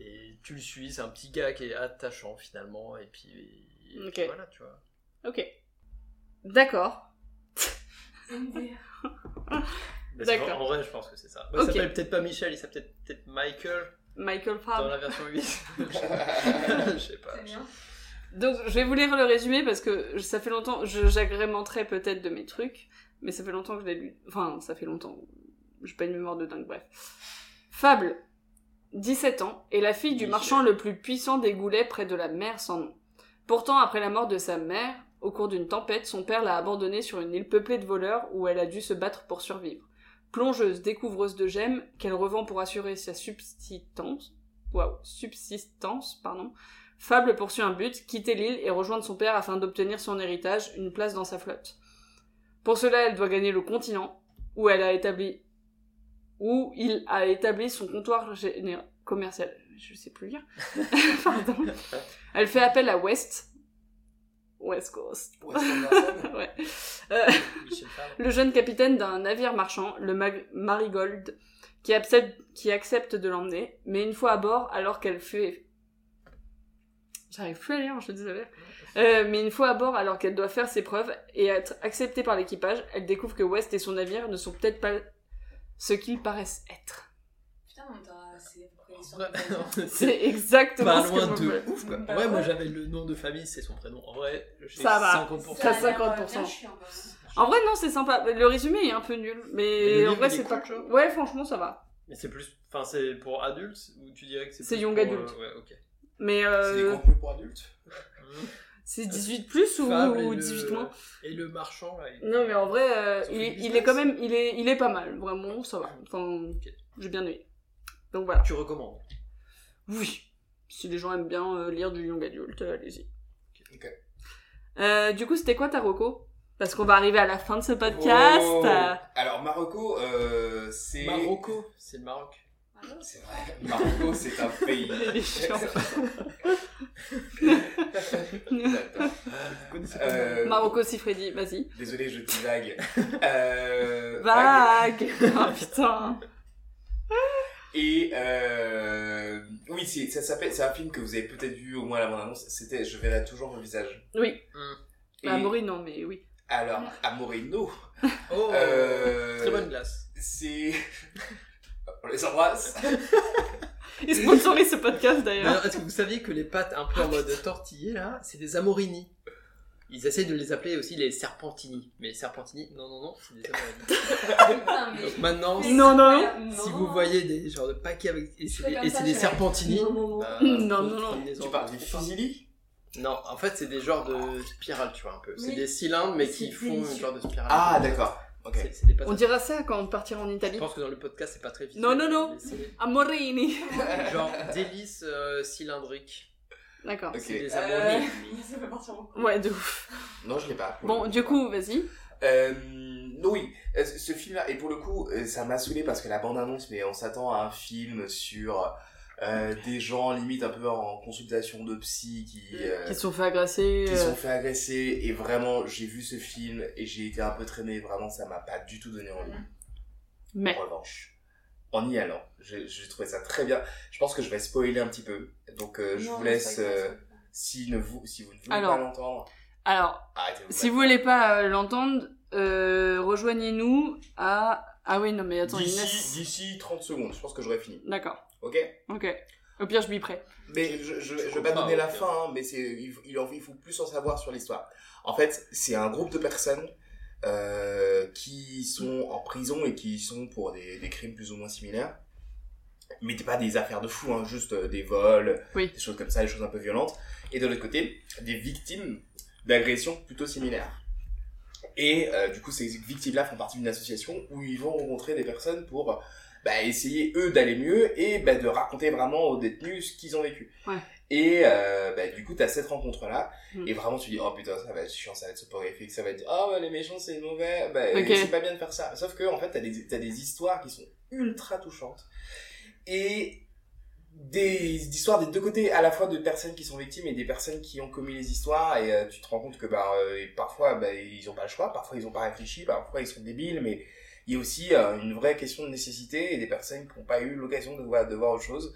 Speaker 4: Et tu le suis, c'est un petit gars qui est attachant finalement, et puis, et puis
Speaker 2: Ok.
Speaker 4: voilà, tu vois.
Speaker 2: Ok. D'accord.
Speaker 4: Mais c'est-
Speaker 2: D'accord.
Speaker 4: En vrai, je pense que c'est ça. Bah, Il
Speaker 2: Ok.
Speaker 4: s'appelle peut-être pas Michel, il s'appelle peut-être peut-être Michael
Speaker 2: Michael
Speaker 4: dans
Speaker 2: Fab.
Speaker 4: la version 8. je sais pas.
Speaker 3: C'est bien.
Speaker 2: Donc, je vais vous lire le résumé parce que ça fait longtemps, je- j'agrémenterai peut-être de mes trucs, mais ça fait longtemps que je l'ai lu. Enfin, ça fait longtemps. J'ai pas une mémoire de dingue, bref. Fable, 17 ans, est la fille du
Speaker 4: Michel.
Speaker 2: marchand le plus puissant des goulets près de la mer sans nom. Pourtant, après la mort de sa mère, au cours d'une tempête, son père l'a abandonnée sur une île peuplée de voleurs où elle a dû se battre pour survivre. Plongeuse, découvreuse de gemmes, qu'elle revend pour assurer sa subsistance, waouh, subsistance, pardon, Fable poursuit un but, quitter l'île et rejoindre son père afin d'obtenir son héritage, une place dans sa flotte. Pour cela, elle doit gagner le continent, où elle a établi, où il a établi son comptoir géné- commercial. Je sais plus lire. Pardon. Elle fait appel à West. West Coast.
Speaker 5: Ouais, c'est Anderson.
Speaker 2: Ouais. Euh,
Speaker 4: Michel Fab.
Speaker 2: le jeune capitaine d'un navire marchand, le Mag- Marigold, qui accepte, qui accepte de l'emmener, mais une fois à bord, alors qu'elle fait... J'arrive plus à lire, je suis désolée. Euh, mais une fois à bord, alors qu'elle doit faire ses preuves et être acceptée par l'équipage, elle découvre que West et son navire ne sont peut-être pas ce qu'ils paraissent être.
Speaker 3: Putain, mais t'as- c'est à peu près l'histoire de
Speaker 4: Vraiment, c'est
Speaker 2: C'est exactement ce
Speaker 4: pas
Speaker 2: que
Speaker 4: Bah, loin
Speaker 2: vous voulez.
Speaker 4: de ouf quoi. En vrai, moi j'avais le nom de famille, c'est son prénom. En vrai, j'ai
Speaker 2: Ça va.
Speaker 4: 50%.
Speaker 2: Ça,
Speaker 3: Ça a l'air, euh,
Speaker 2: 50%.
Speaker 3: bien chiant, quand
Speaker 2: En
Speaker 3: même.
Speaker 2: vrai, non, c'est sympa. Le résumé est un peu nul,
Speaker 4: le
Speaker 2: mais,
Speaker 4: livre,
Speaker 2: en vrai,
Speaker 4: il est
Speaker 2: c'est
Speaker 4: cool,
Speaker 2: pas...
Speaker 4: tu vois.
Speaker 2: Ouais, franchement, ça va.
Speaker 4: Mais c'est plus. Enfin, c'est pour adultes ou tu dirais que c'est
Speaker 2: C'est
Speaker 4: plus
Speaker 2: young
Speaker 4: pour,
Speaker 2: adulte.
Speaker 4: euh, ouais, ok.
Speaker 2: Mais
Speaker 5: C'est des
Speaker 2: euh,
Speaker 5: contenus pour adultes.
Speaker 2: c'est 18 plus ou,
Speaker 4: Fable et
Speaker 2: ou
Speaker 4: le-
Speaker 2: 18 moins
Speaker 4: Et le marchand là. il-
Speaker 2: Non, mais en vrai, euh,
Speaker 4: Sauf
Speaker 2: il,
Speaker 4: le
Speaker 2: est- il
Speaker 4: business.
Speaker 2: est quand même, il est, il est pas mal, vraiment, ça va. Enfin, j'ai bien aimé. Donc voilà.
Speaker 4: Tu recommandes.
Speaker 2: Oui. Si les gens aiment bien euh, lire du young adult, euh, allez-y.
Speaker 5: Ok.
Speaker 2: Euh, du coup, c'était quoi ta reco Parce qu'on va arriver à la fin de ce podcast.
Speaker 5: Oh.
Speaker 2: Euh,
Speaker 5: Alors, Marocco, euh, c'est.
Speaker 4: Marocco, c'est le Maroc.
Speaker 5: C'est vrai, Marocco, c'est un pays.
Speaker 2: Il est chiant.
Speaker 5: D'accord. Euh,
Speaker 2: Marocco, si Freddy, vas-y.
Speaker 5: Désolé, je divague. Euh,
Speaker 2: Vague Ah putain
Speaker 5: Et euh, oui, c'est ça s'appelle, c'est un film que vous avez peut-être vu au moins à la bande-annonce. C'était Je verrai toujours vos visages.
Speaker 2: Oui.
Speaker 5: Et
Speaker 2: Bah, Maury, non, mais oui.
Speaker 5: alors, Amorino,
Speaker 4: Oh,
Speaker 5: Euh,
Speaker 4: très bonne glace.
Speaker 5: c'est on les embrasse.
Speaker 2: Il sponsorise ce podcast d'ailleurs.
Speaker 4: D'ailleurs, est-ce que vous saviez que les pâtes un peu en mode tortillé là, c'est des amorini Ils essaient de les appeler aussi les serpentini. Mais serpentini, non, non, non, c'est des amorini.
Speaker 3: Putain, mais-
Speaker 4: Donc maintenant,
Speaker 3: Mais
Speaker 2: Non,
Speaker 3: c'est
Speaker 2: non,
Speaker 3: pas-
Speaker 4: si vous voyez des genres de paquets avec. Et c'est
Speaker 3: fais
Speaker 4: des,
Speaker 3: comme
Speaker 4: et
Speaker 3: ça,
Speaker 4: c'est des
Speaker 3: je fais-
Speaker 4: serpentini.
Speaker 3: Non, non, non.
Speaker 4: bah,
Speaker 2: Non, non, non.
Speaker 4: prenez-en.
Speaker 5: Tu parles du Fusili
Speaker 4: Non, en fait, c'est des genres de spirales, tu vois, un peu. C'est
Speaker 3: Oui.
Speaker 4: des cylindres, mais qui
Speaker 3: C'est
Speaker 4: font une
Speaker 3: délicieux.
Speaker 4: genre de spirale.
Speaker 5: Ah, d'accord. Ok.
Speaker 4: C'est c'est des pâtes.
Speaker 2: On dira ça quand on partira en
Speaker 4: Je
Speaker 2: Italie.
Speaker 5: Oh.
Speaker 4: pense que dans le podcast, c'est pas très vite.
Speaker 2: Non, non, non. Amorini
Speaker 4: Genre délices euh, cylindriques.
Speaker 2: D'accord.
Speaker 5: Ok.
Speaker 4: C'est des
Speaker 3: Euh,
Speaker 4: amorini.
Speaker 3: ça fait partir
Speaker 4: Euh,
Speaker 3: en couille.
Speaker 2: Ouais, de ouf.
Speaker 5: Non, je l'ai pas.
Speaker 2: Bon, du coup, vas-y.
Speaker 5: Euh, oui, euh, ce film-là, et pour le coup, euh, ça m'a saoulé parce que la bande-annonce, mais on s'attend à un film sur euh, des gens limite un peu en consultation de psy qui, euh,
Speaker 2: Qui se sont fait agresser.
Speaker 5: qui
Speaker 2: euh,
Speaker 5: se sont fait agresser, et vraiment, j'ai vu ce film et j'ai été un peu traîné, vraiment, ça m'a pas du tout donné envie.
Speaker 2: Mais.
Speaker 5: En revanche, en y allant, j'ai j'ai trouvé ça très bien. Je pense que je vais spoiler un petit peu, donc euh, je
Speaker 3: Non,
Speaker 5: vous
Speaker 3: mais
Speaker 5: laisse,
Speaker 3: c'est pas
Speaker 5: euh,
Speaker 3: grave.
Speaker 5: si, ne vous, si vous ne voulez
Speaker 2: Alors.
Speaker 5: pas l'entendre,
Speaker 2: Alors,
Speaker 5: arrêtez-vous.
Speaker 2: si vous
Speaker 5: maintenant.
Speaker 2: voulez pas euh, l'entendre, euh, rejoignez-nous à. Ah oui, non, mais attends,
Speaker 5: D'ici-
Speaker 2: Inès.
Speaker 5: D'ici 30 secondes, je pense que j'aurai fini.
Speaker 2: D'accord.
Speaker 5: Ok
Speaker 2: Ok. Au pire, je biperai.
Speaker 5: Mais je, je, je vais
Speaker 13: comprends
Speaker 5: pas donner
Speaker 13: pas,
Speaker 5: la
Speaker 13: ok.
Speaker 5: fin, hein, mais c'est, il, il, en- il faut plus en savoir sur l'histoire. En fait, c'est un groupe de personnes euh, qui sont en prison et qui sont pour des, des crimes plus ou moins similaires. Mais pas des affaires de fous, hein, juste euh, des vols,
Speaker 2: Oui.
Speaker 5: des choses comme ça, des choses un peu violentes. Et de l'autre côté, des victimes d'agressions plutôt similaires. Et euh, du coup, ces victimes-là font partie d'une association où ils vont rencontrer des personnes pour bah, essayer, eux, d'aller mieux et bah, de raconter vraiment aux détenus ce qu'ils ont vécu.
Speaker 2: Ouais.
Speaker 5: Et euh, bah, du coup, t'as cette rencontre-là,
Speaker 2: Mm.
Speaker 5: et vraiment tu dis, oh putain, ça va être chiant, ça va être soporifique, ça va être, oh bah, les méchants c'est mauvais, bah,
Speaker 2: Ok.
Speaker 5: c'est pas bien de faire ça. Sauf que, en fait, t'as des, t'as des histoires qui sont ultra touchantes. Et des histoires des deux côtés, à la fois de personnes qui sont victimes et des personnes qui ont commis les histoires, et euh, tu te rends compte que bah, euh, et parfois bah, ils ont pas le choix, parfois ils ont pas réfléchi, parfois ils sont débiles, mais il y a aussi euh, une vraie question de nécessité et des personnes qui n'ont pas eu l'occasion de voir, de voir autre chose.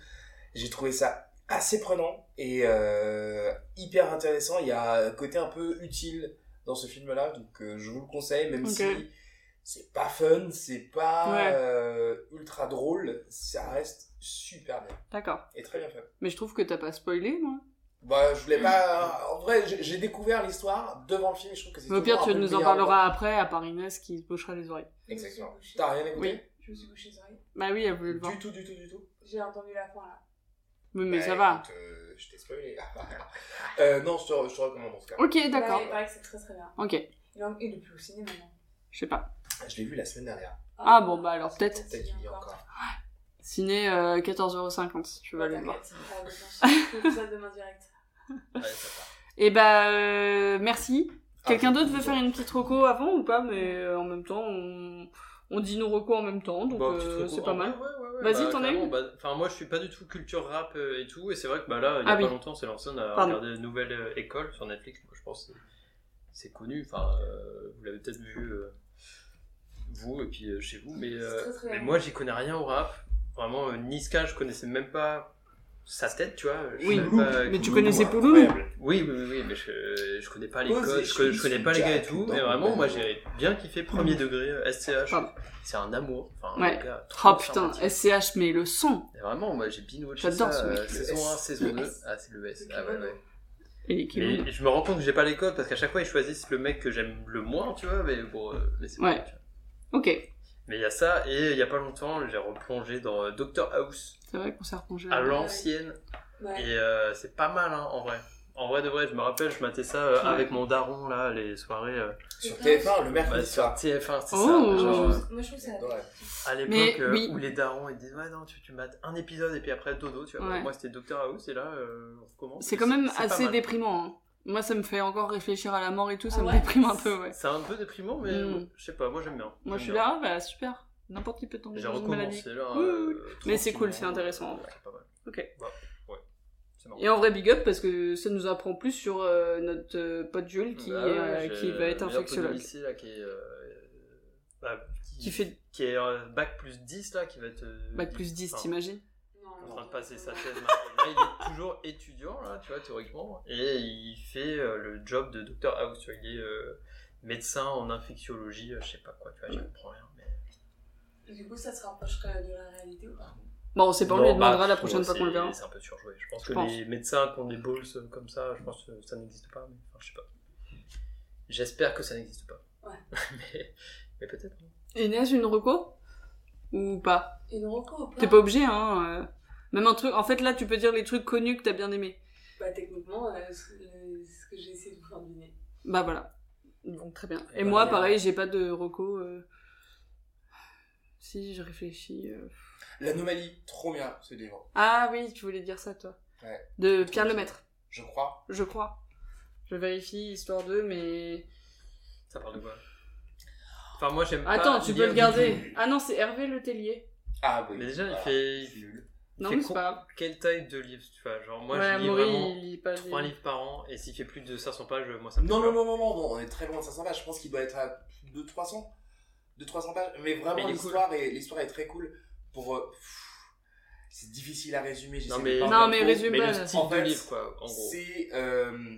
Speaker 5: J'ai trouvé ça assez prenant et euh, hyper intéressant. Il y a un côté un peu utile dans ce film-là, donc euh, je vous le conseille, même
Speaker 2: Ok.
Speaker 5: si c'est pas fun, c'est pas
Speaker 2: Ouais.
Speaker 5: euh, ultra drôle, ça reste super bien
Speaker 2: D'accord.
Speaker 5: et très bien fait.
Speaker 2: Mais je trouve que t'as pas spoilé, moi.
Speaker 5: Bah, je voulais pas. En vrai, j'ai j'ai découvert l'histoire devant le film. Je trouve que c'est.
Speaker 2: Mais au pire,
Speaker 5: toujours
Speaker 2: tu
Speaker 5: un peu
Speaker 2: nous
Speaker 5: le
Speaker 2: en
Speaker 5: meilleur
Speaker 2: parleras après, à part Inès qui se bouchera les oreilles.
Speaker 5: moment. Exactement. T'as rien écouté
Speaker 2: Oui.
Speaker 3: Je me suis couché les oreilles.
Speaker 2: Bah oui, elle voulait le voir.
Speaker 5: Du tout, du tout, du tout.
Speaker 3: J'ai entendu la fin là.
Speaker 2: Oui, mais
Speaker 5: Bah,
Speaker 2: ça va.
Speaker 5: écoute, euh, je t'ai spoilé. euh, non, je te, je te recommande en tout cas.
Speaker 2: Ok,
Speaker 3: Bah,
Speaker 2: d'accord.
Speaker 3: ouais, Il paraît que c'est très très bien.
Speaker 2: Ok,
Speaker 3: Il en- il est plus au cinéma maintenant.
Speaker 2: je sais pas.
Speaker 5: Je l'ai vu la semaine dernière.
Speaker 2: Ah, bon, bah, alors, peut-être.
Speaker 5: Peut-être qu'il y a encore.
Speaker 2: Ciné euh, 14,50€ si tu veux aller le voir.
Speaker 3: Je fais ça demain direct. Euh.
Speaker 5: Ouais, ça part.
Speaker 2: Et bah, euh, merci. Quelqu'un
Speaker 5: Ah,
Speaker 2: d'autre veut faire une petite reco avant ou pas Mais euh, en même temps, on, on dit nos recos en même temps, donc
Speaker 4: Bah,
Speaker 2: euh,
Speaker 4: petite reco-
Speaker 2: c'est pas
Speaker 4: en
Speaker 2: mal.
Speaker 4: vrai, ouais, ouais, ouais,
Speaker 2: Vas-y,
Speaker 4: bah,
Speaker 2: t'en as
Speaker 4: clairement,
Speaker 2: une
Speaker 4: bah, Enfin, moi, je suis pas du tout culture rap euh, et tout, et c'est vrai que bah, là, il y a
Speaker 2: Ah
Speaker 4: pas
Speaker 2: oui.
Speaker 4: longtemps, c'est lancé, on a
Speaker 2: Pardon.
Speaker 4: regardé une nouvelle euh, école sur Netflix. Moi, je pense que c'est- c'est connu. Enfin, euh, vous l'avez peut-être vu, euh, vous, et puis euh, chez vous. Mais, euh,
Speaker 3: très, très
Speaker 4: mais
Speaker 3: bien.
Speaker 4: moi, j'y connais rien au rap. Vraiment, euh, Niska, je connaissais même pas sa tête, tu vois. Je
Speaker 2: Oui,
Speaker 4: savais pas
Speaker 2: mais tu
Speaker 4: Kouloulou,
Speaker 2: connaissais
Speaker 4: hein.
Speaker 2: Pouloulou
Speaker 4: Oui, oui, oui, oui, mais je, je connais pas les
Speaker 5: Pose
Speaker 4: codes,
Speaker 5: et
Speaker 4: je, connais- je
Speaker 5: chemise,
Speaker 4: connais pas les
Speaker 5: jack,
Speaker 4: gars et tout,
Speaker 5: dans
Speaker 4: mais
Speaker 5: le
Speaker 4: vraiment,
Speaker 5: même.
Speaker 4: moi j'ai bien kiffé premier degré euh, SCH.
Speaker 2: Pardon.
Speaker 4: C'est un amour. Enfin,
Speaker 2: Ouais.
Speaker 4: le gars,
Speaker 2: Oh
Speaker 4: trop
Speaker 2: putain,
Speaker 4: sympathique.
Speaker 2: SCH, mais le son
Speaker 4: Et Vraiment, moi j'ai binoué
Speaker 2: J'adore ce mec.
Speaker 4: euh, saison 1, saison 2. Ah, c'est le S. Ah, ouais, ouais.
Speaker 2: Il est qui
Speaker 4: Mais je me rends compte que j'ai pas les codes parce qu'à chaque fois ils choisissent le mec que j'aime le moins, tu vois, mais bon, euh, mais c'est
Speaker 2: Ouais.
Speaker 4: pas grave, tu vois.
Speaker 2: Ok,
Speaker 4: Mais il y a ça, et il y a pas longtemps, j'ai replongé dans euh, Doctor House
Speaker 2: c'est vrai qu'on s'est replongé.
Speaker 4: à l'ancienne,
Speaker 3: Ouais.
Speaker 4: et euh, c'est pas mal hein, en vrai. En vrai de vrai, je me rappelle, je matais ça euh,
Speaker 2: Ouais.
Speaker 4: avec mon daron là, les soirées. euh,
Speaker 5: Sur TF1, le mercredi
Speaker 4: Bah, sur
Speaker 5: soir.
Speaker 4: TF1,
Speaker 2: Oh.
Speaker 4: c'est ça. Genre, euh,
Speaker 3: Moi je trouve que ça
Speaker 5: Ouais.
Speaker 4: à
Speaker 2: Mais
Speaker 4: l'époque euh,
Speaker 2: oui.
Speaker 4: où les darons ils disaient ouais non tu, tu mates un épisode et puis après dodo tu vois. Bah,
Speaker 2: Ouais.
Speaker 4: Moi c'était Doctor House et là euh, on recommence.
Speaker 2: C'est quand même
Speaker 4: pas
Speaker 2: assez
Speaker 4: mal.
Speaker 2: déprimant. hein. Moi, ça me fait encore réfléchir à la mort et tout, ça
Speaker 3: Ah
Speaker 2: me
Speaker 3: ouais
Speaker 2: déprime un peu, ouais.
Speaker 4: C'est un peu déprimant mais
Speaker 2: Mm.
Speaker 4: euh, je sais pas moi j'aime bien.
Speaker 2: Moi, je suis
Speaker 4: J'aime bien.
Speaker 2: là, ah, bah super. N'importe qui peut tomber
Speaker 4: J'ai
Speaker 2: dans une maladie.
Speaker 4: recommencé là.
Speaker 2: Oui,
Speaker 4: euh,
Speaker 2: Mais c'est cool,
Speaker 4: tranquillement,
Speaker 2: c'est intéressant, en
Speaker 4: ouais,
Speaker 2: vrai.
Speaker 4: c'est pas mal.
Speaker 2: Ok.
Speaker 4: Bah, ouais. C'est marrant.
Speaker 2: Et en vrai, big up parce que ça nous apprend plus sur euh, notre euh, pote Jules qui,
Speaker 4: Bah ouais,
Speaker 2: euh,
Speaker 4: j'ai
Speaker 2: qui va être
Speaker 4: le meilleur pote de
Speaker 2: infectiologue.
Speaker 4: lycée, là, qui est, euh, bah, qui,
Speaker 2: Qui fait
Speaker 4: qui est euh, bac plus 10 là qui va être euh,
Speaker 2: bac plus 10,
Speaker 4: enfin,
Speaker 2: t'imagines
Speaker 4: en train de passer sa thèse maintenant. Là, il est toujours étudiant, là, tu vois, théoriquement. Et il fait euh, le job de Dr House. tu vois, Il est euh, médecin en infectiologie, euh, je sais pas quoi, tu vois, je comprends rien. Mais...
Speaker 3: Du coup, ça se rapprocherait de la réalité ou pas
Speaker 2: Bon, on sait pas, on
Speaker 4: Non,
Speaker 2: lui demandera
Speaker 4: bah,
Speaker 2: la
Speaker 4: je
Speaker 2: prochaine
Speaker 4: trouve
Speaker 2: fois qu'on le
Speaker 4: c'est-
Speaker 2: verra.
Speaker 4: C'est un peu surjoué. Je pense
Speaker 2: Je
Speaker 4: que
Speaker 2: pense.
Speaker 4: les médecins qui ont des balls euh, comme ça, je pense que ça n'existe pas. Mais, enfin, je sais pas. J'espère que ça n'existe pas.
Speaker 3: Ouais.
Speaker 4: mais mais peut-être. hein. non.
Speaker 2: Inès, une reco Ou pas
Speaker 3: Une reco ou
Speaker 2: T'es pas obligé, hein euh. Même un truc. En fait, là, tu peux dire les trucs connus que t'as bien aimé.
Speaker 3: Bah, techniquement, euh, ce le- ce que j'ai essayé de vous faire deviner.
Speaker 2: Bah voilà. Donc, très bien. Et
Speaker 4: Bah,
Speaker 2: moi,
Speaker 4: bien.
Speaker 2: pareil, j'ai pas de reco. euh. Si, je réfléchis. euh.
Speaker 5: L'anomalie, trop bien ce livre,
Speaker 2: Ah oui, tu voulais dire ça, toi.
Speaker 5: Ouais.
Speaker 2: De Pierre Lemaître,
Speaker 5: je crois.
Speaker 2: je crois. Je vérifie, histoire d'eux, mais.
Speaker 4: Ça parle de quoi Enfin, moi, j'aime pas.
Speaker 2: Attends, tu peux
Speaker 4: lire
Speaker 2: le
Speaker 4: du
Speaker 2: garder.
Speaker 4: tout.
Speaker 2: Ah non, c'est Hervé Le Tellier.
Speaker 5: Ah oui.
Speaker 4: Mais déjà, il
Speaker 5: Voilà.
Speaker 4: fait.
Speaker 5: Je suis nul.
Speaker 2: Non,
Speaker 4: Fait
Speaker 2: mais c'est
Speaker 4: con-
Speaker 2: pas grave.
Speaker 4: Quelle taille de livre tu vois Genre, moi,
Speaker 2: ouais,
Speaker 4: je lis
Speaker 2: Amaury,
Speaker 4: vraiment.
Speaker 2: il lit pas les-
Speaker 4: 3 livres par an et s'il fait plus de 500 pages, moi ça me
Speaker 5: Non,
Speaker 4: fait
Speaker 5: non,
Speaker 4: peur.
Speaker 5: non, non, non, non, on est très loin de 500 pages. Je pense qu'il doit être à 200-300 200 pages. Mais
Speaker 4: Mais
Speaker 5: vraiment,
Speaker 4: il est
Speaker 5: l'histoire est, l'histoire est très cool. Pour. euh, pff, c'est difficile à résumer. j'essaie
Speaker 4: Non,
Speaker 5: de
Speaker 4: mais-
Speaker 5: pas en
Speaker 2: Non,
Speaker 5: faire
Speaker 2: mais
Speaker 5: trop.
Speaker 2: résume
Speaker 4: Mais
Speaker 2: pas.
Speaker 4: le
Speaker 2: là.
Speaker 4: style
Speaker 5: En
Speaker 4: de
Speaker 5: fait,
Speaker 4: livre, quoi, en gros.
Speaker 5: C'est. euh,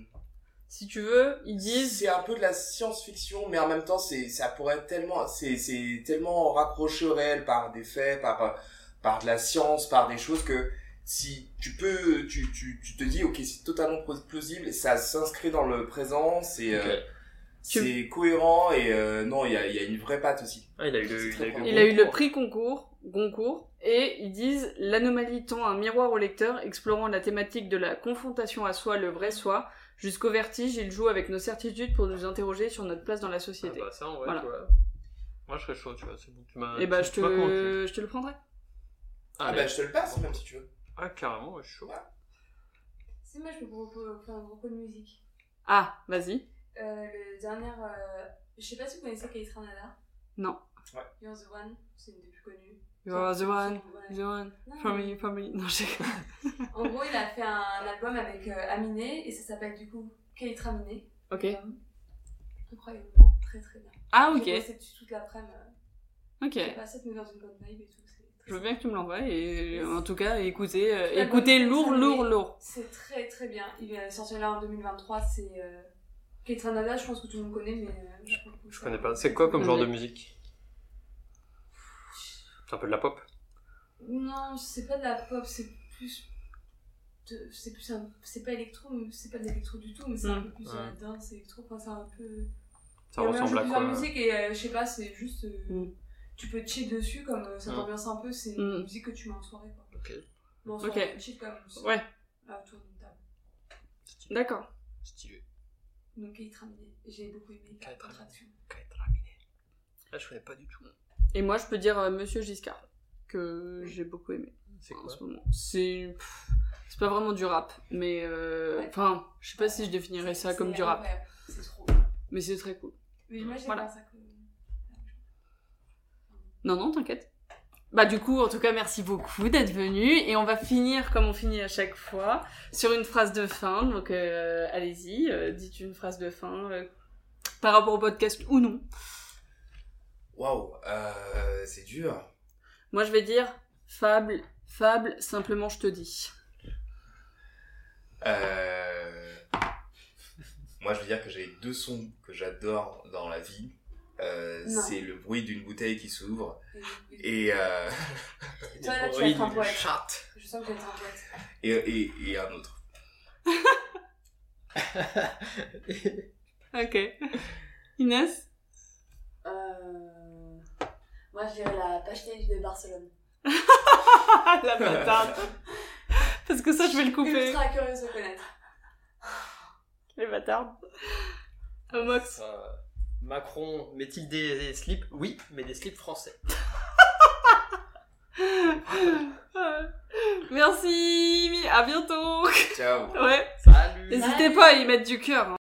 Speaker 2: Si tu veux, ils disent.
Speaker 5: c'est un peu de la science-fiction, mais en même temps, c'est, ça pourrait être tellement, c'est, euh, c'est tellement raccroché au réel par des faits, par, par de la science, par des choses que
Speaker 14: si
Speaker 5: tu peux, tu, tu, tu te dis, ok, c'est totalement pros- plausible, ça s'inscrit dans le présent, c'est euh,
Speaker 2: Tu-
Speaker 5: c'est cohérent et euh, non, il y a, il y a une vraie patte aussi.
Speaker 4: Ah, il a eu
Speaker 5: C'est
Speaker 4: le, il
Speaker 5: très
Speaker 4: a eu le Ah,
Speaker 5: fort.
Speaker 2: Il a eu le prix concours, Goncourt, et ils disent l'anomalie tend un miroir au lecteur, explorant la thématique de la confrontation à soi, le vrai soi, jusqu'au vertige. Il joue avec nos certitudes pour nous interroger sur notre place dans la
Speaker 4: Ah
Speaker 2: société.
Speaker 4: bah ça, en vrai,
Speaker 2: Voilà.
Speaker 4: tu vois. Moi, je serais chaud, tu vois. C'est bon, tu m'as.
Speaker 2: et bah,
Speaker 4: tu
Speaker 2: je te,
Speaker 4: m'as convaincu.
Speaker 2: je te le prendrai.
Speaker 5: Ah
Speaker 4: Allez.
Speaker 5: bah, je te le passe, même si tu veux.
Speaker 4: Ah, carrément, ouais, je suis chaud.
Speaker 3: Si moi je peux vous repo- faire un groupe de musique.
Speaker 2: Ah, vas-y.
Speaker 3: Euh, le dernier, euh, je sais pas si vous connaissez Kate Ranada.
Speaker 2: Non.
Speaker 5: Ouais.
Speaker 3: You're the One, c'est une des plus connues.
Speaker 2: You're the one,
Speaker 3: Ouais.
Speaker 2: the one,
Speaker 3: Non, mais-
Speaker 2: family, family. Non, j'ai.
Speaker 3: En gros, il a fait un album avec euh, Aminé et ça s'appelle du coup Kate Aminé.
Speaker 2: Ok.
Speaker 3: L'album. Incroyablement, très très bien.
Speaker 2: Ah, ok,
Speaker 3: J'ai bossé dessus toute l'après-midi.
Speaker 2: ok.
Speaker 3: euh, pas cette dans une bonne vibe et tout. c'est très
Speaker 2: Je veux bien que tu me l'envoies et en tout cas, écoutez, euh,
Speaker 3: Très bon.
Speaker 2: écoutez lourd,
Speaker 3: Très
Speaker 2: lourd,
Speaker 3: bon.
Speaker 2: lourd.
Speaker 3: C'est très très bien. Il est sorti là en 2023. C'est euh, Kate Ranada, je pense que tout le monde connaît, mais euh, je,
Speaker 4: Je connais pas. C'est quoi
Speaker 3: Euh,
Speaker 4: comme genre
Speaker 2: Ouais.
Speaker 4: de musique C'est un peu de la pop
Speaker 3: Non, c'est pas de la pop, c'est plus. de- C'est plus un. C'est pas électro, mais c'est pas de l'électro du tout, mais c'est un
Speaker 2: Mm.
Speaker 3: peu plus
Speaker 4: Ouais.
Speaker 3: euh, danse électro. Enfin, c'est un peu.
Speaker 4: Ça
Speaker 3: Il y a
Speaker 4: ressemble à
Speaker 3: plusieurs
Speaker 4: quoi
Speaker 3: musiques et euh, je sais pas, c'est juste. euh,
Speaker 2: Mm.
Speaker 3: Tu peux chill dessus, comme euh, ça
Speaker 4: Mm.
Speaker 3: t'ambiance un peu, c'est
Speaker 2: Mm.
Speaker 3: une musique que tu mets en soirée quoi.
Speaker 4: Ok.
Speaker 3: Mais en
Speaker 2: Ok.
Speaker 3: soirée, chill comme ça,
Speaker 2: Ouais,
Speaker 3: là, autour d'une table.
Speaker 4: Stylé.
Speaker 2: d'accord.
Speaker 4: Stylé.
Speaker 3: Donc, il terminé. J'ai beaucoup aimé
Speaker 4: Kate
Speaker 3: la
Speaker 4: Ramada.
Speaker 3: contraction.
Speaker 4: Là, Ah, je connais pas du tout.
Speaker 2: Et moi, je peux dire euh, Monsieur Giscard, que j'ai beaucoup aimé
Speaker 4: C'est
Speaker 2: en
Speaker 4: quoi
Speaker 2: ce moment. C'est. pff, C'est pas vraiment du rap, mais. euh,
Speaker 3: Ouais.
Speaker 2: Enfin, je sais pas si je définirais ça
Speaker 3: C'est
Speaker 2: comme du rap,
Speaker 3: incroyable, C'est trop.
Speaker 2: mais c'est très cool.
Speaker 3: Mais moi, j'ai
Speaker 2: Voilà.
Speaker 3: pas ça comme.
Speaker 2: Non, non, t'inquiète. Bah, du coup, en tout cas, merci beaucoup d'être venu. Et on va finir comme on finit à chaque fois, sur une phrase de fin. Donc, euh, allez-y, euh, dites une phrase de fin euh, par rapport au podcast ou non.
Speaker 5: Waouh, euh, c'est dur.
Speaker 2: Moi, je vais dire fable, fable, simplement je te dis.
Speaker 5: Euh, Moi, je veux dire que j'ai deux sons que j'adore dans la vie. Euh,
Speaker 3: Non.
Speaker 5: c'est le bruit d'une bouteille qui s'ouvre
Speaker 4: Ah,
Speaker 3: Et- et-
Speaker 5: et, euh,
Speaker 3: Toi, là, tu vas être un poète.
Speaker 5: Charte.
Speaker 3: Je sens que tu vas être un poète.
Speaker 5: et, et, et un autre.
Speaker 2: Ok. Inès
Speaker 3: Euh... Moi, je dirais la pastèque de Barcelone.
Speaker 2: Ah, la bâtarde Parce que ça, je vais le couper.
Speaker 3: Ultra curieuse de connaître.
Speaker 2: Les bâtards. Mox.
Speaker 15: Euh, Macron, met-il des, des slips Oui, mais des slips français.
Speaker 2: Merci, à bientôt.
Speaker 5: Ciao.
Speaker 2: Ouais,
Speaker 15: Salut
Speaker 2: n'hésitez pas à y mettre du cœur. hein.